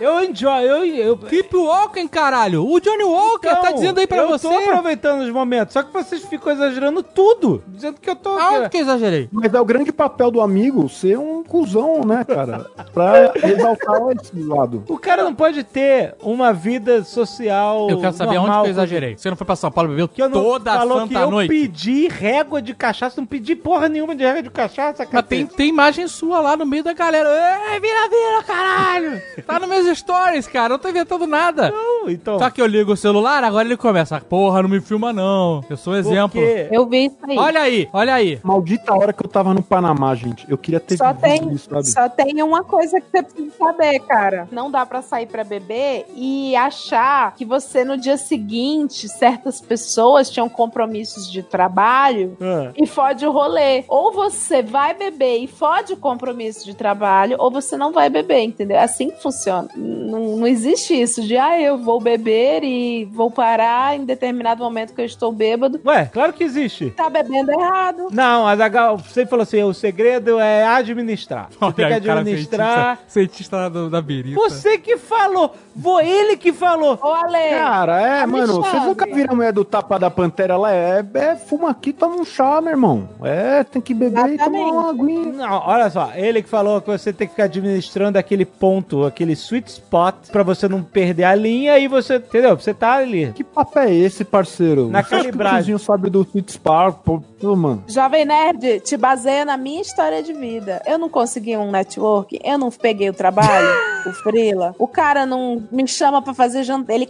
Speaker 2: Eu enjoy, eu... eu...
Speaker 6: Keep walking, caralho! O Johnny Walker
Speaker 2: Então,
Speaker 6: tá dizendo aí pra
Speaker 2: eu
Speaker 6: você...
Speaker 2: tô aproveitando os momentos, só que vocês ficam exagerando tudo, dizendo que eu tô...
Speaker 6: Ah, que eu exagerei.
Speaker 7: Mas é o grande papel do amigo ser um cuzão, né, cara? Pra exaltar esse lado.
Speaker 2: O cara não pode ter uma vida social
Speaker 6: Eu quero saber
Speaker 2: normal,
Speaker 6: onde que eu exagerei. Você não foi pra São Paulo bebeu
Speaker 2: Que eu não
Speaker 6: toda a
Speaker 2: falou que
Speaker 6: santa
Speaker 2: eu
Speaker 6: noite?
Speaker 2: pedi régua de cachaça, não pedi porra nenhuma de régua de cachaça, cara.
Speaker 6: Mas tem, tem imagem sua lá no meio da galera. Ei, vira, vira, caralho! Tá nos meus stories, cara. Eu não tô inventando nada.
Speaker 2: Então,
Speaker 6: Só que eu ligo o celular, agora ele começa. Porra, não me filma, não. Eu sou um exemplo.
Speaker 2: porque
Speaker 4: Eu vi isso aí.
Speaker 6: Olha aí, olha aí.
Speaker 7: Maldita hora que eu tava no Panamá, gente. Eu queria ter
Speaker 4: Só
Speaker 7: vivido
Speaker 4: tem,
Speaker 7: isso, sabe?
Speaker 4: só tem uma coisa que você precisa saber, cara. Não dá pra sair pra beber e achar que você no dia seguinte, certas pessoas tinham compromissos de trabalho
Speaker 2: Ah.
Speaker 4: e fode o rolê. Ou você vai beber e fode o compromisso de trabalho, ou você não vai beber, entendeu? É assim que funciona. Não, não existe isso de, ah, eu vou beber e vou parar em determinado momento que eu estou bêbado.
Speaker 2: Ué, claro que existe.
Speaker 4: Tá bebendo errado.
Speaker 2: Não, Azagal, você falou assim: o segredo é administrar. Você tem que
Speaker 6: Olha aí, o cara é
Speaker 2: administrar.
Speaker 6: Cientista, cientista lá do- da birita.
Speaker 2: Você que falou! Vou ele que falou!
Speaker 4: Ô, Ale.
Speaker 7: Cara, é, mano, vocês
Speaker 4: Alexandre.
Speaker 7: nunca viram a mulher do tapa da pantera lá? É, é fuma aqui, toma um chá, meu irmão. É, tem que beber e tomar
Speaker 4: Exatamente.
Speaker 7: uma aguinha.
Speaker 2: Não, olha só, ele que falou que você tem que ficar administrando aquele ponto, aquele sweet spot, pra você não perder a linha e você, entendeu? Você tá ali.
Speaker 7: Que papo é esse, parceiro?
Speaker 2: Na
Speaker 7: Você acha que o
Speaker 2: calibragem.
Speaker 7: tiozinho sabe do Sweet Spark, pô, pô, mano.
Speaker 4: Jovem Nerd, te baseia na minha história de vida. Eu não consegui um network, eu não peguei o trabalho, o frila. O cara não me chama pra fazer jantar, ele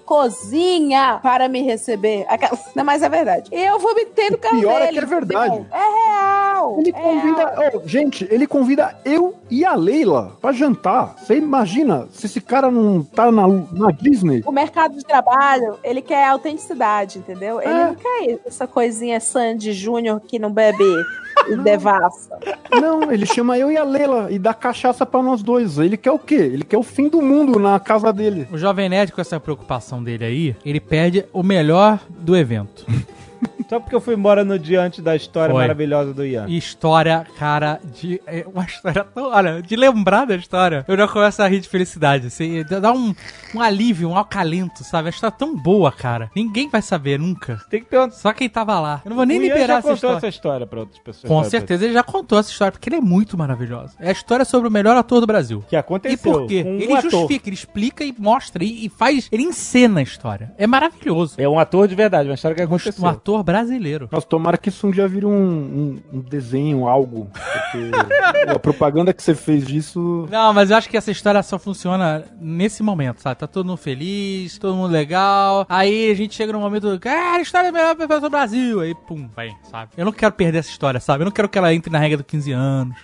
Speaker 4: cozinha para me receber. Aquela- Não, mas é verdade. Eu vou me ter no carro
Speaker 7: pior é
Speaker 4: dele,
Speaker 7: que é verdade.
Speaker 4: entendeu? É real.
Speaker 7: Ele
Speaker 4: é real.
Speaker 7: convida. Ô, gente, ele convida eu e a Leila pra jantar. Você imagina se esse cara não tá na, na Disney?
Speaker 4: O mercado de trabalho, ele quer autenticidade, entendeu? Ele
Speaker 7: É.
Speaker 4: não quer essa coisinha Sandy Júnior que não bebe e devassa.
Speaker 7: Não, ele chama eu e a Leila e dá cachaça pra nós dois. Ele quer o quê? Ele quer o fim do mundo na casa dele.
Speaker 6: O Jovem Nerd, com essa preocupação dele aí, ele perde o melhor do evento.
Speaker 2: Só porque eu fui embora no dia antes da história
Speaker 6: Foi.
Speaker 2: maravilhosa do Ian.
Speaker 6: E história, cara, de. É uma história tão. Olha, de lembrar da história, eu já começo a rir de felicidade. Assim, dá um, um alívio, um acalento, sabe? A história é tão boa, cara. Ninguém vai saber nunca.
Speaker 2: Tem que perguntar.
Speaker 6: Só quem tava lá. Eu não vou nem
Speaker 2: o Ian
Speaker 6: liberar
Speaker 2: já
Speaker 6: essa
Speaker 2: contou
Speaker 6: história.
Speaker 2: essa história pra outras pessoas. né,
Speaker 6: Com
Speaker 2: sabe?
Speaker 6: certeza ele já contou essa história, porque ele é muito maravilhoso. É a história sobre o melhor ator do Brasil.
Speaker 2: Que
Speaker 6: E
Speaker 2: aconteceu.
Speaker 6: por quê?
Speaker 2: com um
Speaker 6: ele
Speaker 2: ator.
Speaker 6: justifica, ele explica e mostra, e, e faz. Ele encena a história. É maravilhoso.
Speaker 2: É um ator de verdade, uma história que aconteceu.
Speaker 6: Um ator brasileiro.
Speaker 7: Nossa, tomara que isso um dia vire um, um- um desenho, algo. Porque a propaganda que você fez disso.
Speaker 6: Não, mas eu acho que essa história só funciona nesse momento, sabe? Tá todo mundo feliz, todo mundo legal. Aí a gente chega num momento, cara, a história é a melhor pessoa do Brasil. Aí, pum, vai, sabe? Eu não quero perder essa história, sabe? Eu não quero que ela entre na regra dos 15 anos.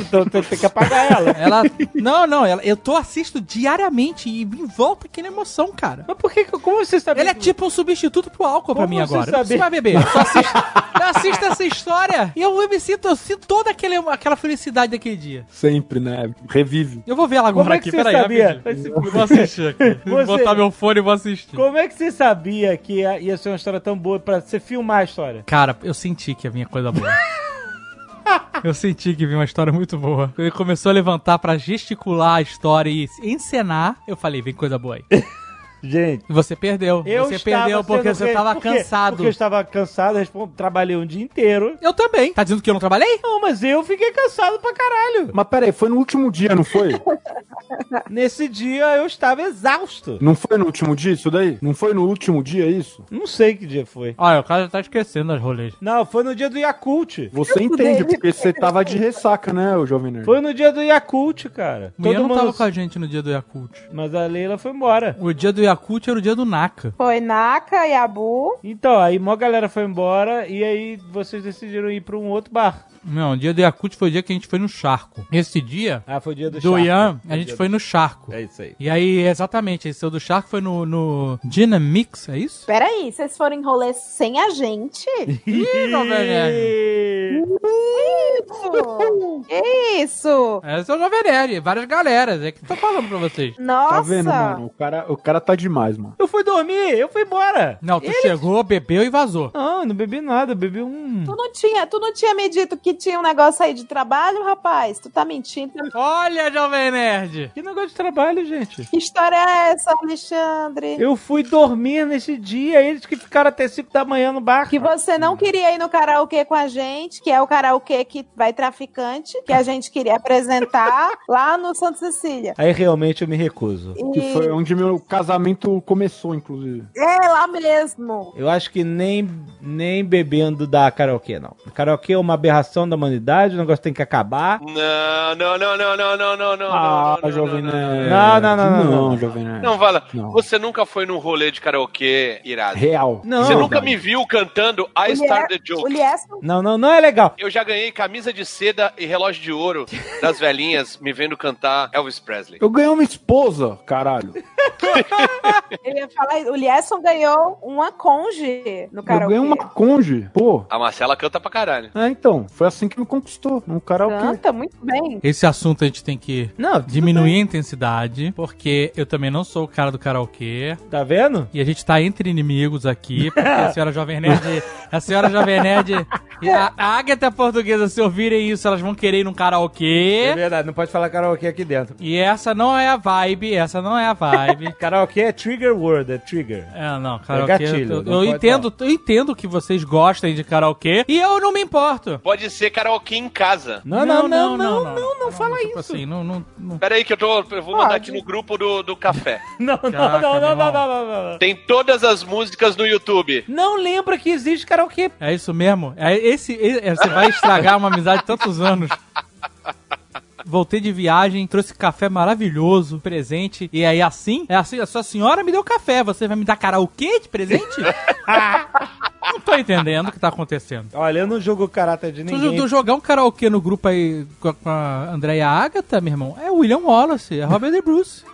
Speaker 2: Então você tem que apagar ela.
Speaker 6: Ela. não, não, ela- eu tô assisto diariamente e me volta aqui na emoção, cara.
Speaker 2: Mas por que? que- Como você sabe?
Speaker 6: Ele é tipo um substituto pro álcool pra
Speaker 2: Como
Speaker 6: mim
Speaker 2: você
Speaker 6: agora.
Speaker 2: sabe?
Speaker 6: Você vai beber. Eu só assisto, eu assisto essa história e eu me sinto, eu sinto toda aquele, aquela felicidade daquele dia.
Speaker 7: Sempre, né? Revive.
Speaker 6: Eu vou ver ela agora
Speaker 2: Como é que
Speaker 6: aqui,
Speaker 2: você
Speaker 6: peraí.
Speaker 2: sabia?
Speaker 6: rapidinho. Vou assistir aqui. Vou
Speaker 2: Você-
Speaker 6: botar meu fone e vou assistir.
Speaker 2: Como é que você sabia que ia ia ser uma história tão boa pra você filmar a história?
Speaker 6: Cara, eu senti que ia vir coisa boa. Eu senti que vinha uma história muito boa. Quando Ele começou a levantar pra gesticular a história e encenar. Eu falei, vem coisa boa aí.
Speaker 2: Gente.
Speaker 6: E você perdeu.
Speaker 2: Eu
Speaker 6: você
Speaker 2: estava
Speaker 6: perdeu porque
Speaker 2: sendo
Speaker 6: você
Speaker 2: re-
Speaker 6: tava
Speaker 2: Por quê?
Speaker 6: cansado.
Speaker 2: Porque eu estava cansado, respon- trabalhei um dia inteiro.
Speaker 6: Eu também. Tá dizendo que eu não trabalhei?
Speaker 2: Não, mas eu fiquei cansado pra caralho.
Speaker 7: Mas peraí, foi no último dia, não foi?
Speaker 2: Nesse dia eu estava exausto.
Speaker 7: Não foi no último dia isso daí? Não foi no último dia isso?
Speaker 2: Não sei que dia foi.
Speaker 6: Olha, o cara já tá esquecendo as rolês.
Speaker 2: Não, foi no dia do Yakult.
Speaker 7: Você entende, porque você tava de ressaca, né, o Jovem Nerd?
Speaker 2: Foi no dia do Yakult, cara.
Speaker 6: Mulher não tava com a gente no dia do Yakult.
Speaker 2: Mas a Leila foi embora.
Speaker 6: O dia do Yakult era o dia do Naka.
Speaker 4: Foi Naka, Yabu.
Speaker 2: Então, aí mó galera foi embora e aí vocês decidiram ir pra um outro bar.
Speaker 6: Não, o dia do Yakut foi o dia que a gente foi no charco. Esse dia,
Speaker 2: Ah, foi o dia do,
Speaker 6: do
Speaker 2: charco.
Speaker 6: Ian, a
Speaker 2: o
Speaker 6: gente
Speaker 2: dia
Speaker 6: foi no charco.
Speaker 2: do- É isso aí.
Speaker 6: E aí, exatamente, esse seu do charco foi no, no Dynamix, é isso?
Speaker 4: Peraí, vocês foram em rolê sem a gente?
Speaker 6: Ih, Jovem Nerd.
Speaker 4: Isso! que isso?
Speaker 6: Esse é o Jovem Nerd, várias galeras, é que eu tô falando pra vocês.
Speaker 4: Nossa!
Speaker 7: Tá vendo, mano? O cara, o cara tá demais, mano.
Speaker 2: Eu fui dormir, eu fui embora.
Speaker 6: Não, tu chegou, bebeu e vazou.
Speaker 2: Não, eu não bebi nada, eu bebi um.
Speaker 4: Tu não, tinha, tu não tinha me dito que tinha um negócio aí de trabalho, rapaz? Tu tá mentindo.
Speaker 6: Olha, Jovem Nerd!
Speaker 2: Que negócio de trabalho, gente.
Speaker 4: Que história é essa, Alexandre?
Speaker 2: Eu fui dormir nesse dia, eles que ficaram até 5 da manhã no bar.
Speaker 4: Que você não queria ir no karaokê com a gente, que é o karaokê que vai traficante, que a gente queria apresentar lá no Santa Cecília.
Speaker 2: Aí realmente eu me recuso.
Speaker 4: E
Speaker 7: Que foi onde meu casamento começou, inclusive.
Speaker 4: é lá mesmo.
Speaker 2: Eu acho que nem, nem bebendo da karaokê, não. Karaokê é uma aberração da humanidade, o negócio tem que acabar.
Speaker 3: Não, não, não, não, não, não, não, não.
Speaker 7: Ah,
Speaker 3: não, não,
Speaker 7: Jovem
Speaker 3: não, não.
Speaker 7: Nerd.
Speaker 2: Não, não, não, não, não.
Speaker 7: Não, Jovem Nerd.
Speaker 3: Não, Vala,
Speaker 7: Não.
Speaker 3: você nunca foi num rolê de karaokê irado.
Speaker 7: Real.
Speaker 2: Não.
Speaker 3: você nunca me viu cantando I
Speaker 4: Mulher-
Speaker 3: Start the
Speaker 4: O
Speaker 3: Joke.
Speaker 4: Liesson
Speaker 2: Não, não, não é legal.
Speaker 3: Eu já ganhei camisa de seda e relógio de ouro das velhinhas me vendo cantar Elvis Presley.
Speaker 7: Eu ganhei uma esposa, caralho.
Speaker 4: ele ia falar, o Liesson ganhou uma conge no
Speaker 7: eu
Speaker 4: karaokê.
Speaker 7: ganhei uma conge. Pô.
Speaker 3: A Marcela canta pra caralho.
Speaker 7: É, então. Foi assim que me conquistou. Num karaokê.
Speaker 4: Canta muito bem.
Speaker 6: Esse assunto a gente tem que
Speaker 2: Não,
Speaker 6: diminuir a intensidade, porque eu também não sou o cara do karaokê.
Speaker 2: tá vendo?
Speaker 6: E a gente tá entre inimigos aqui, porque a senhora Jovem Nerd. A senhora Jovem Nerd. e A, a Águia Portuguesa, se ouvirem isso, elas vão querer ir num
Speaker 2: É
Speaker 6: karaokê.
Speaker 2: verdade, não pode falar karaokê aqui dentro.
Speaker 6: E essa não é a vibe, essa não é a vibe.
Speaker 2: Karaokê é trigger word, é trigger.
Speaker 6: É, não, karaokê.
Speaker 2: gatilho,
Speaker 6: eu-
Speaker 2: não
Speaker 6: eu,
Speaker 2: pode
Speaker 6: entendo, eu entendo que vocês gostem de karaokê e eu não me importo.
Speaker 3: Pode ser karaokê em casa.
Speaker 2: Não, não, não, não, não, não, fala
Speaker 6: tipo
Speaker 2: isso.
Speaker 6: Assim, não, não, não.
Speaker 3: Pera aí que eu, tô, eu vou mandar aqui no grupo do, do café.
Speaker 2: Não, não,
Speaker 6: Caraca,
Speaker 2: não,
Speaker 6: meu
Speaker 2: não, não,
Speaker 6: irmão.
Speaker 2: não, não, não, não.
Speaker 3: Tem todas as músicas no YouTube.
Speaker 2: Não lembra que existe karaokê.
Speaker 6: É isso mesmo? É esse, é- é- você vai estragar uma amizade de tantos anos. Voltei de viagem, trouxe café maravilhoso, presente. E aí, assim, é assim, a sua senhora me deu café. Você vai me dar karaokê de presente? não tô entendendo o que tá acontecendo.
Speaker 2: Olha, eu não julgo o caráter de
Speaker 6: Tu,
Speaker 2: ninguém.
Speaker 6: tu jogar um karaokê no grupo aí com a, com a Andréia e a Agatha, meu irmão, é William Wallace, é Robert De Bruce.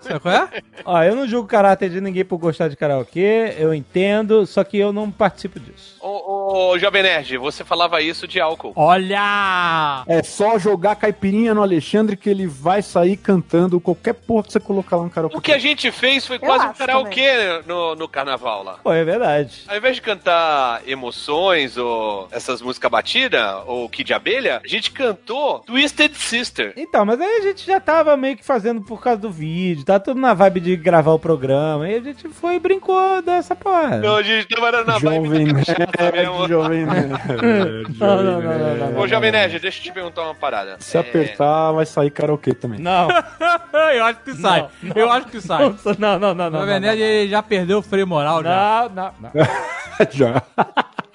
Speaker 6: Sabe qual é?
Speaker 2: Ó, eu não julgo o caráter de ninguém por gostar de karaokê, eu entendo, só que eu não participo disso.
Speaker 3: Ô, ô, Jovem Nerd, você falava isso de álcool.
Speaker 6: Olha!
Speaker 7: É só jogar caipirinha no Alexandre que ele vai sair cantando qualquer porra que você colocar lá um no karaokê.
Speaker 3: O que a gente fez foi quase um
Speaker 4: acho
Speaker 3: karaokê no, no carnaval lá.
Speaker 2: Pô, é verdade.
Speaker 3: Ao invés de cantar emoções ou essas músicas batida ou Kid Abelha, a gente cantou Twisted Sister.
Speaker 7: É.
Speaker 2: Então, mas aí a gente já tava meio que fazendo por causa do vídeo, tá tudo na vibe de gravar o programa, aí a gente foi e brincou dessa porra.
Speaker 3: Então a gente tava na vibe
Speaker 7: Jovem
Speaker 3: da cachaça
Speaker 7: Nerd,
Speaker 3: mesmo.
Speaker 7: Jovem Nerd.
Speaker 2: Não, não, não, não, não, não.
Speaker 3: Ô, Jovem Nerd, deixa eu te perguntar uma parada.
Speaker 7: né? Se apertar, vai sair karaokê também.
Speaker 2: Não,
Speaker 6: Eu acho que sai. Eu acho que sai.
Speaker 2: não, não, não, não.
Speaker 6: Na verdade, ele já perdeu o freio moral já.
Speaker 2: Não, não, não.
Speaker 7: Já.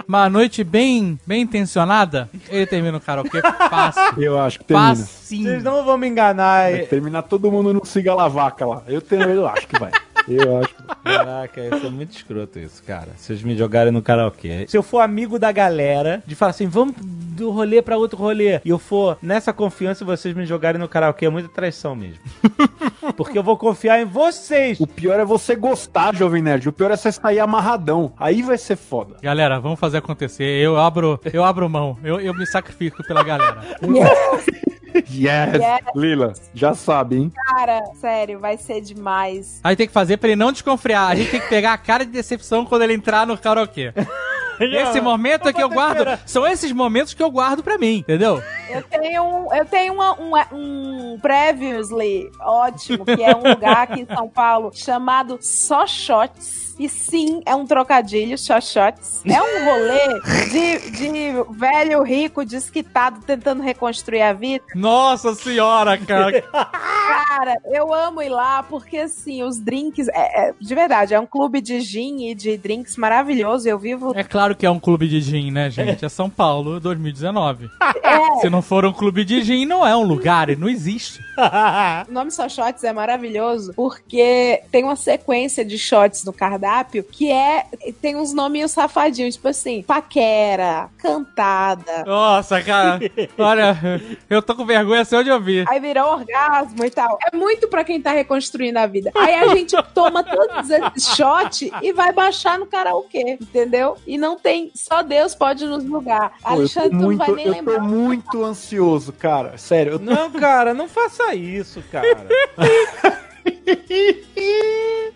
Speaker 6: Uma noite bem, bem intencionada, ele termina o karaokê fácil.
Speaker 7: Eu acho que termina.
Speaker 2: Vocês
Speaker 6: Facinho.
Speaker 2: não vão me enganar.
Speaker 7: Vai terminar todo mundo no siga la vaca lá. Eu, tenho, eu acho que vai. Eu acho que vai.
Speaker 2: Caraca, isso é muito escroto isso, cara. Vocês me jogarem no karaokê. Se eu for amigo da galera, de falar assim, vamos do rolê pra outro rolê, e eu for nessa confiança e vocês me jogarem no karaokê, é muita traição mesmo. Porque eu vou confiar em vocês.
Speaker 7: O pior é você gostar, Jovem Nerd. O pior é você sair amarradão. Aí vai ser foda.
Speaker 6: Galera, vamos fazer acontecer. Eu abro, eu abro mão. Eu, eu me sacrifico pela galera.
Speaker 7: Yes! Lila, já sabe, hein?
Speaker 4: Cara, sério, vai ser demais.
Speaker 6: Aí tem que fazer pra ele não desconfiar. A gente tem que pegar a cara de decepção quando ele entrar no karaokê. Esse momento é que eu guardo. São esses momentos que eu guardo pra mim, entendeu?
Speaker 4: Eu tenho, um- eu tenho uma- um, um previously ótimo, que é um lugar aqui em São Paulo chamado Só Shots. E sim, é um trocadilho, Só Shots. É um rolê de, de velho rico desquitado tentando reconstruir a vida.
Speaker 6: Nossa senhora, cara.
Speaker 4: Cara, eu amo ir lá porque, assim, os drinks. é- é- de verdade, é um clube de gin e de drinks maravilhoso. Eu vivo.
Speaker 6: É claro que é um clube de gin, né, gente? É São Paulo 2019.
Speaker 4: é,
Speaker 6: Se não for um clube de gin, não é um lugar, e não existe.
Speaker 4: O nome só shots é maravilhoso porque tem uma sequência de shots no cardápio que é. Tem uns nominhos safadinhos, tipo assim, paquera, cantada.
Speaker 6: Nossa, cara. Olha, eu tô com vergonha só de ouvir.
Speaker 4: Aí virou orgasmo e tal. É muito pra quem tá reconstruindo a vida. Aí a gente toma todos esses shots e vai baixar no karaokê, entendeu? E não tem. Só Deus pode nos julgar.
Speaker 7: Pô, eu
Speaker 4: Alexandre,
Speaker 7: tô
Speaker 4: tu não vai
Speaker 7: muito,
Speaker 4: nem
Speaker 7: eu tô
Speaker 4: lembrar.
Speaker 7: muito ansioso, cara. Sério, eu tô
Speaker 2: Não, cara, não faça isso, cara.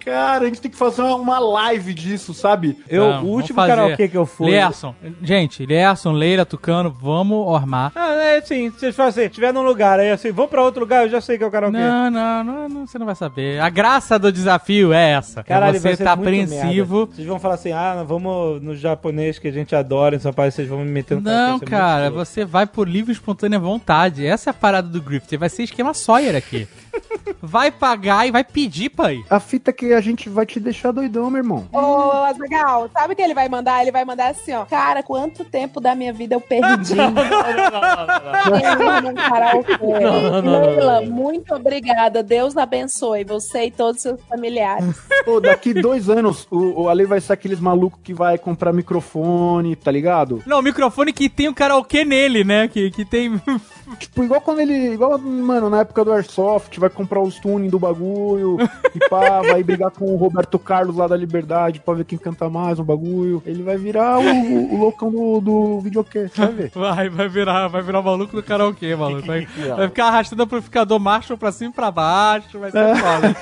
Speaker 7: Cara, a gente tem que fazer uma, uma live disso, sabe?
Speaker 2: Eu,
Speaker 6: Não,
Speaker 2: o último
Speaker 6: vamos fazer.
Speaker 2: karaokê que eu fui.
Speaker 6: Lerson, gente, Lerson, Leila, Tucano, vamos ormar.
Speaker 2: Ah, é assim, vocês falam assim, tiver num lugar, aí assim, vamos pra outro lugar, eu já sei que é o karaokê.
Speaker 6: Não, não, não, não, você não vai saber. A graça do desafio é essa.
Speaker 2: Caralho,
Speaker 6: é você
Speaker 2: vai ser
Speaker 6: tá
Speaker 2: muito
Speaker 6: apreensivo.
Speaker 2: merda. Vocês vão falar assim, ah, vamos no japonês que a gente adora em São Paulo, vocês vão me meter no
Speaker 6: Não,
Speaker 2: karaokê, um vai ser muito
Speaker 6: cara,
Speaker 2: escroto.
Speaker 6: você vai por livre e espontânea vontade. Essa é a parada do Griffith. Vai ser esquema Sawyer aqui. vai pagar e vai pedir pra ir.
Speaker 7: A fita que a gente vai te deixar doidão, meu irmão.
Speaker 4: Ô, Azagal, sabe o que ele vai mandar? Ele vai mandar assim, ó. Cara, quanto tempo da minha vida eu perdi? Leila, no karaokê. Leila, muito obrigada. Deus abençoe você e todos os seus familiares.
Speaker 7: Pô, daqui dois anos, o, o Ale vai ser aqueles malucos que vai comprar microfone, tá ligado?
Speaker 6: Não, o microfone que tem o karaokê nele, né? Que, que tem.
Speaker 7: Tipo, igual quando ele. Igual, mano, na época do Airsoft, vai comprar os tuning do bagulho e pá, vai brigar com o Roberto Carlos lá da Liberdade pra ver quem canta mais o bagulho. Ele vai virar o, o- o loucão do, do videokê, vai ver.
Speaker 6: Vai, vai virar, vai virar o maluco do karaokê, maluco. Vai, vai ficar arrastando o amplificador Marshall pra cima e pra baixo. Vai ser foda.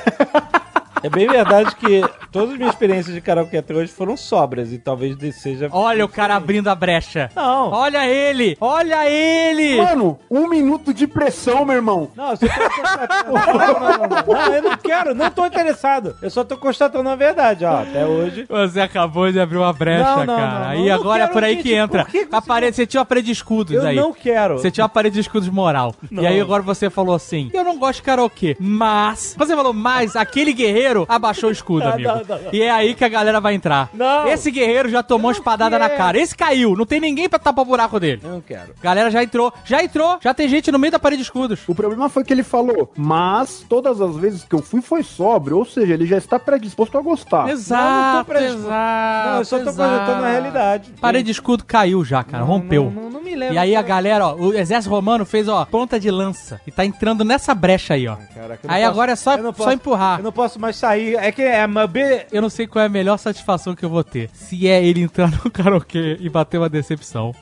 Speaker 2: É bem verdade que todas as minhas experiências de karaokê até hoje foram sobras e talvez de- seja.
Speaker 6: Olha o cara abrindo a brecha.
Speaker 2: Não!
Speaker 6: Olha ele! Olha ele!
Speaker 7: Mano, um minuto de pressão, meu irmão.
Speaker 2: Não, eu só tô constatando. não, não, não, não, eu não quero, não tô interessado. Eu só tô constatando a verdade, ó. Até hoje.
Speaker 6: Você acabou de abrir uma brecha,
Speaker 2: Não, não,
Speaker 6: cara.
Speaker 2: não,
Speaker 6: Aí
Speaker 2: não
Speaker 6: agora é
Speaker 2: quero,
Speaker 6: por aí
Speaker 2: gente,
Speaker 6: que entra.
Speaker 2: por que que você-
Speaker 6: Apare- Você tinha um uma parede de escudos
Speaker 2: Eu
Speaker 6: aí.
Speaker 2: não quero.
Speaker 6: Você tinha uma parede de escudos moral. E aí agora você falou assim: Eu não gosto de karaokê, mas. Você falou, mas aquele guerreiro abaixou o escudo, amigo.
Speaker 2: não, não, não.
Speaker 6: E é aí que a galera vai entrar.
Speaker 2: Não. é?
Speaker 6: Esse guerreiro já tomou uma espadada na
Speaker 2: quero.
Speaker 6: cara. Esse caiu, não tem ninguém pra tapar o buraco dele.
Speaker 2: Eu não quero.
Speaker 6: Galera já entrou, já entrou, já tem gente no meio da parede de escudos.
Speaker 7: O problema foi que ele falou, mas todas as vezes que eu fui foi sóbrio, ou seja, ele já está predisposto a gostar.
Speaker 2: não tô
Speaker 6: Exato,
Speaker 2: preso.
Speaker 6: exato.
Speaker 2: Não, eu só tô projetando a realidade.
Speaker 6: Parede de escudo caiu já, cara, rompeu.
Speaker 2: Não, não, é não me lembro.
Speaker 6: E aí a
Speaker 2: cara.
Speaker 6: galera, ó, o exército romano fez, ó, ponta de lança. E tá entrando nessa brecha aí, ó.
Speaker 2: Caraca, eu não
Speaker 6: Aí
Speaker 2: posso-
Speaker 6: agora é só,
Speaker 2: eu não
Speaker 6: só
Speaker 2: posso-
Speaker 6: empurrar.
Speaker 2: Eu
Speaker 6: Eu
Speaker 2: não posso mais sair. É que é a B.
Speaker 6: não... sei qual é a melhor satisfação que eu vou ter. Se é ele entrar no karaokê e bater uma decepção.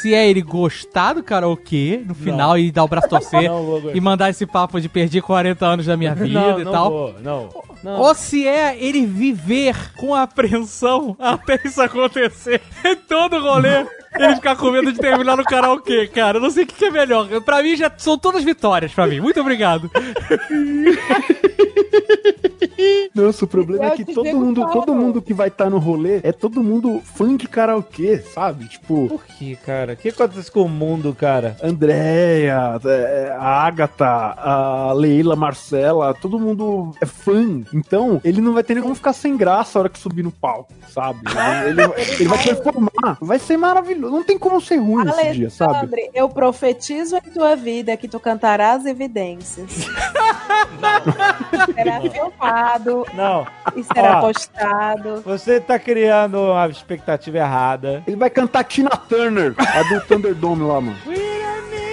Speaker 6: Se é ele gostar do karaokê no final e dar o braço a torcer
Speaker 2: Não vou aguentar.
Speaker 6: e mandar esse papo de perdi 40 anos da minha vida
Speaker 2: Não,
Speaker 6: e
Speaker 2: não
Speaker 6: tal.
Speaker 2: vou, não. Não.
Speaker 6: Ou se é ele viver com apreensão até isso acontecer. Em todo rolê, ele ficar com medo de terminar no karaokê, cara. Eu não sei o que que é melhor. Eu- Pra mim, já são todas vitórias pra mim. Muito obrigado.
Speaker 7: Nossa, o problema
Speaker 4: Eu
Speaker 7: é que
Speaker 4: te
Speaker 7: todo
Speaker 4: digo,
Speaker 7: mundo,
Speaker 4: Paulo.
Speaker 7: todo mundo que vai estar no rolê é todo mundo fã de karaokê, sabe? Tipo,
Speaker 2: Por que, cara? O que acontece com o mundo, cara?
Speaker 7: Andréia, é, a Agatha, a Leila, Marcela, todo mundo é fã. Então, ele não vai ter nem como ficar sem graça a hora que subir no palco, sabe? Ele, ele vai performar, vai ser maravilhoso. Não tem como ser ruim esse dia, sabe?
Speaker 4: Alexandre, eu profetizo em tua vida que tu cantarás evidências. será filmado
Speaker 2: Não,
Speaker 4: e será
Speaker 2: Ó.
Speaker 4: postado.
Speaker 2: você tá criando uma expectativa errada.
Speaker 7: Ele vai cantar Tina Turner, a do Thunderdome lá, mano.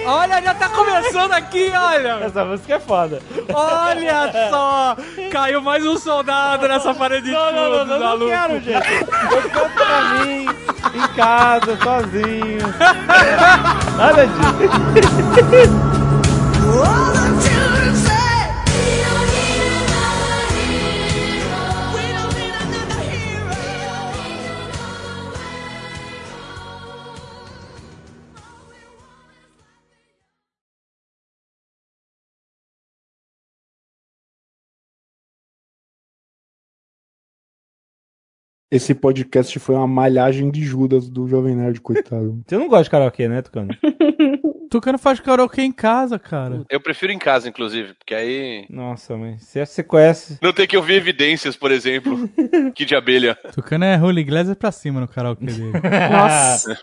Speaker 6: Olha, já tá começando aqui, olha.
Speaker 2: Essa música é foda.
Speaker 6: Olha só. Caiu mais um soldado nessa parede de
Speaker 2: Não, não, não, não,
Speaker 6: Tá
Speaker 2: não, quero, gente. Eu canto pra mim, em casa, sozinho. Nada disso.
Speaker 7: Esse podcast foi uma malhagem de Judas do Jovem Nerd, coitado.
Speaker 8: Você não gosta de karaokê, né, Tucano?
Speaker 6: Tucano faz karaokê em casa, cara.
Speaker 3: É, Eu prefiro em casa, inclusive, porque aí
Speaker 8: Nossa, mãe. Você acha que você conhece?
Speaker 3: não tem que ouvir evidências, por exemplo, que de abelha.
Speaker 6: Tucano é Holy Glazer pra cima no karaokê dele.
Speaker 4: Nossa.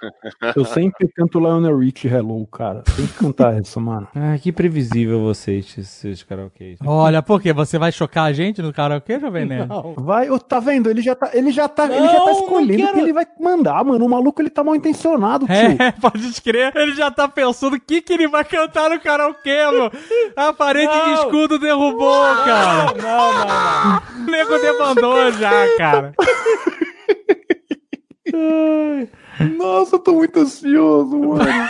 Speaker 7: Eu sempre canto Lionel Rich Hello, cara. Tem que cantar essa, mano.
Speaker 8: Ah, que previsível vocês, esses karaokês.
Speaker 6: Olha, por quê? Você vai chocar a gente no karaokê, Jovem Nerd?
Speaker 7: Vai, ô, tá vendo? Ele já tá, ele já tá, ele já tá escolhendo o que ele vai mandar, mano. O maluco ele tá mal intencionado, tio.
Speaker 6: É, pode escrever. Ele já tá pensando o que, que ele vai cantar no karaokê, mano. A parede de escudo derrubou, cara.
Speaker 8: Não, não, não.
Speaker 6: O nego demandou já, cara.
Speaker 7: Nossa, eu tô muito ansioso, mano.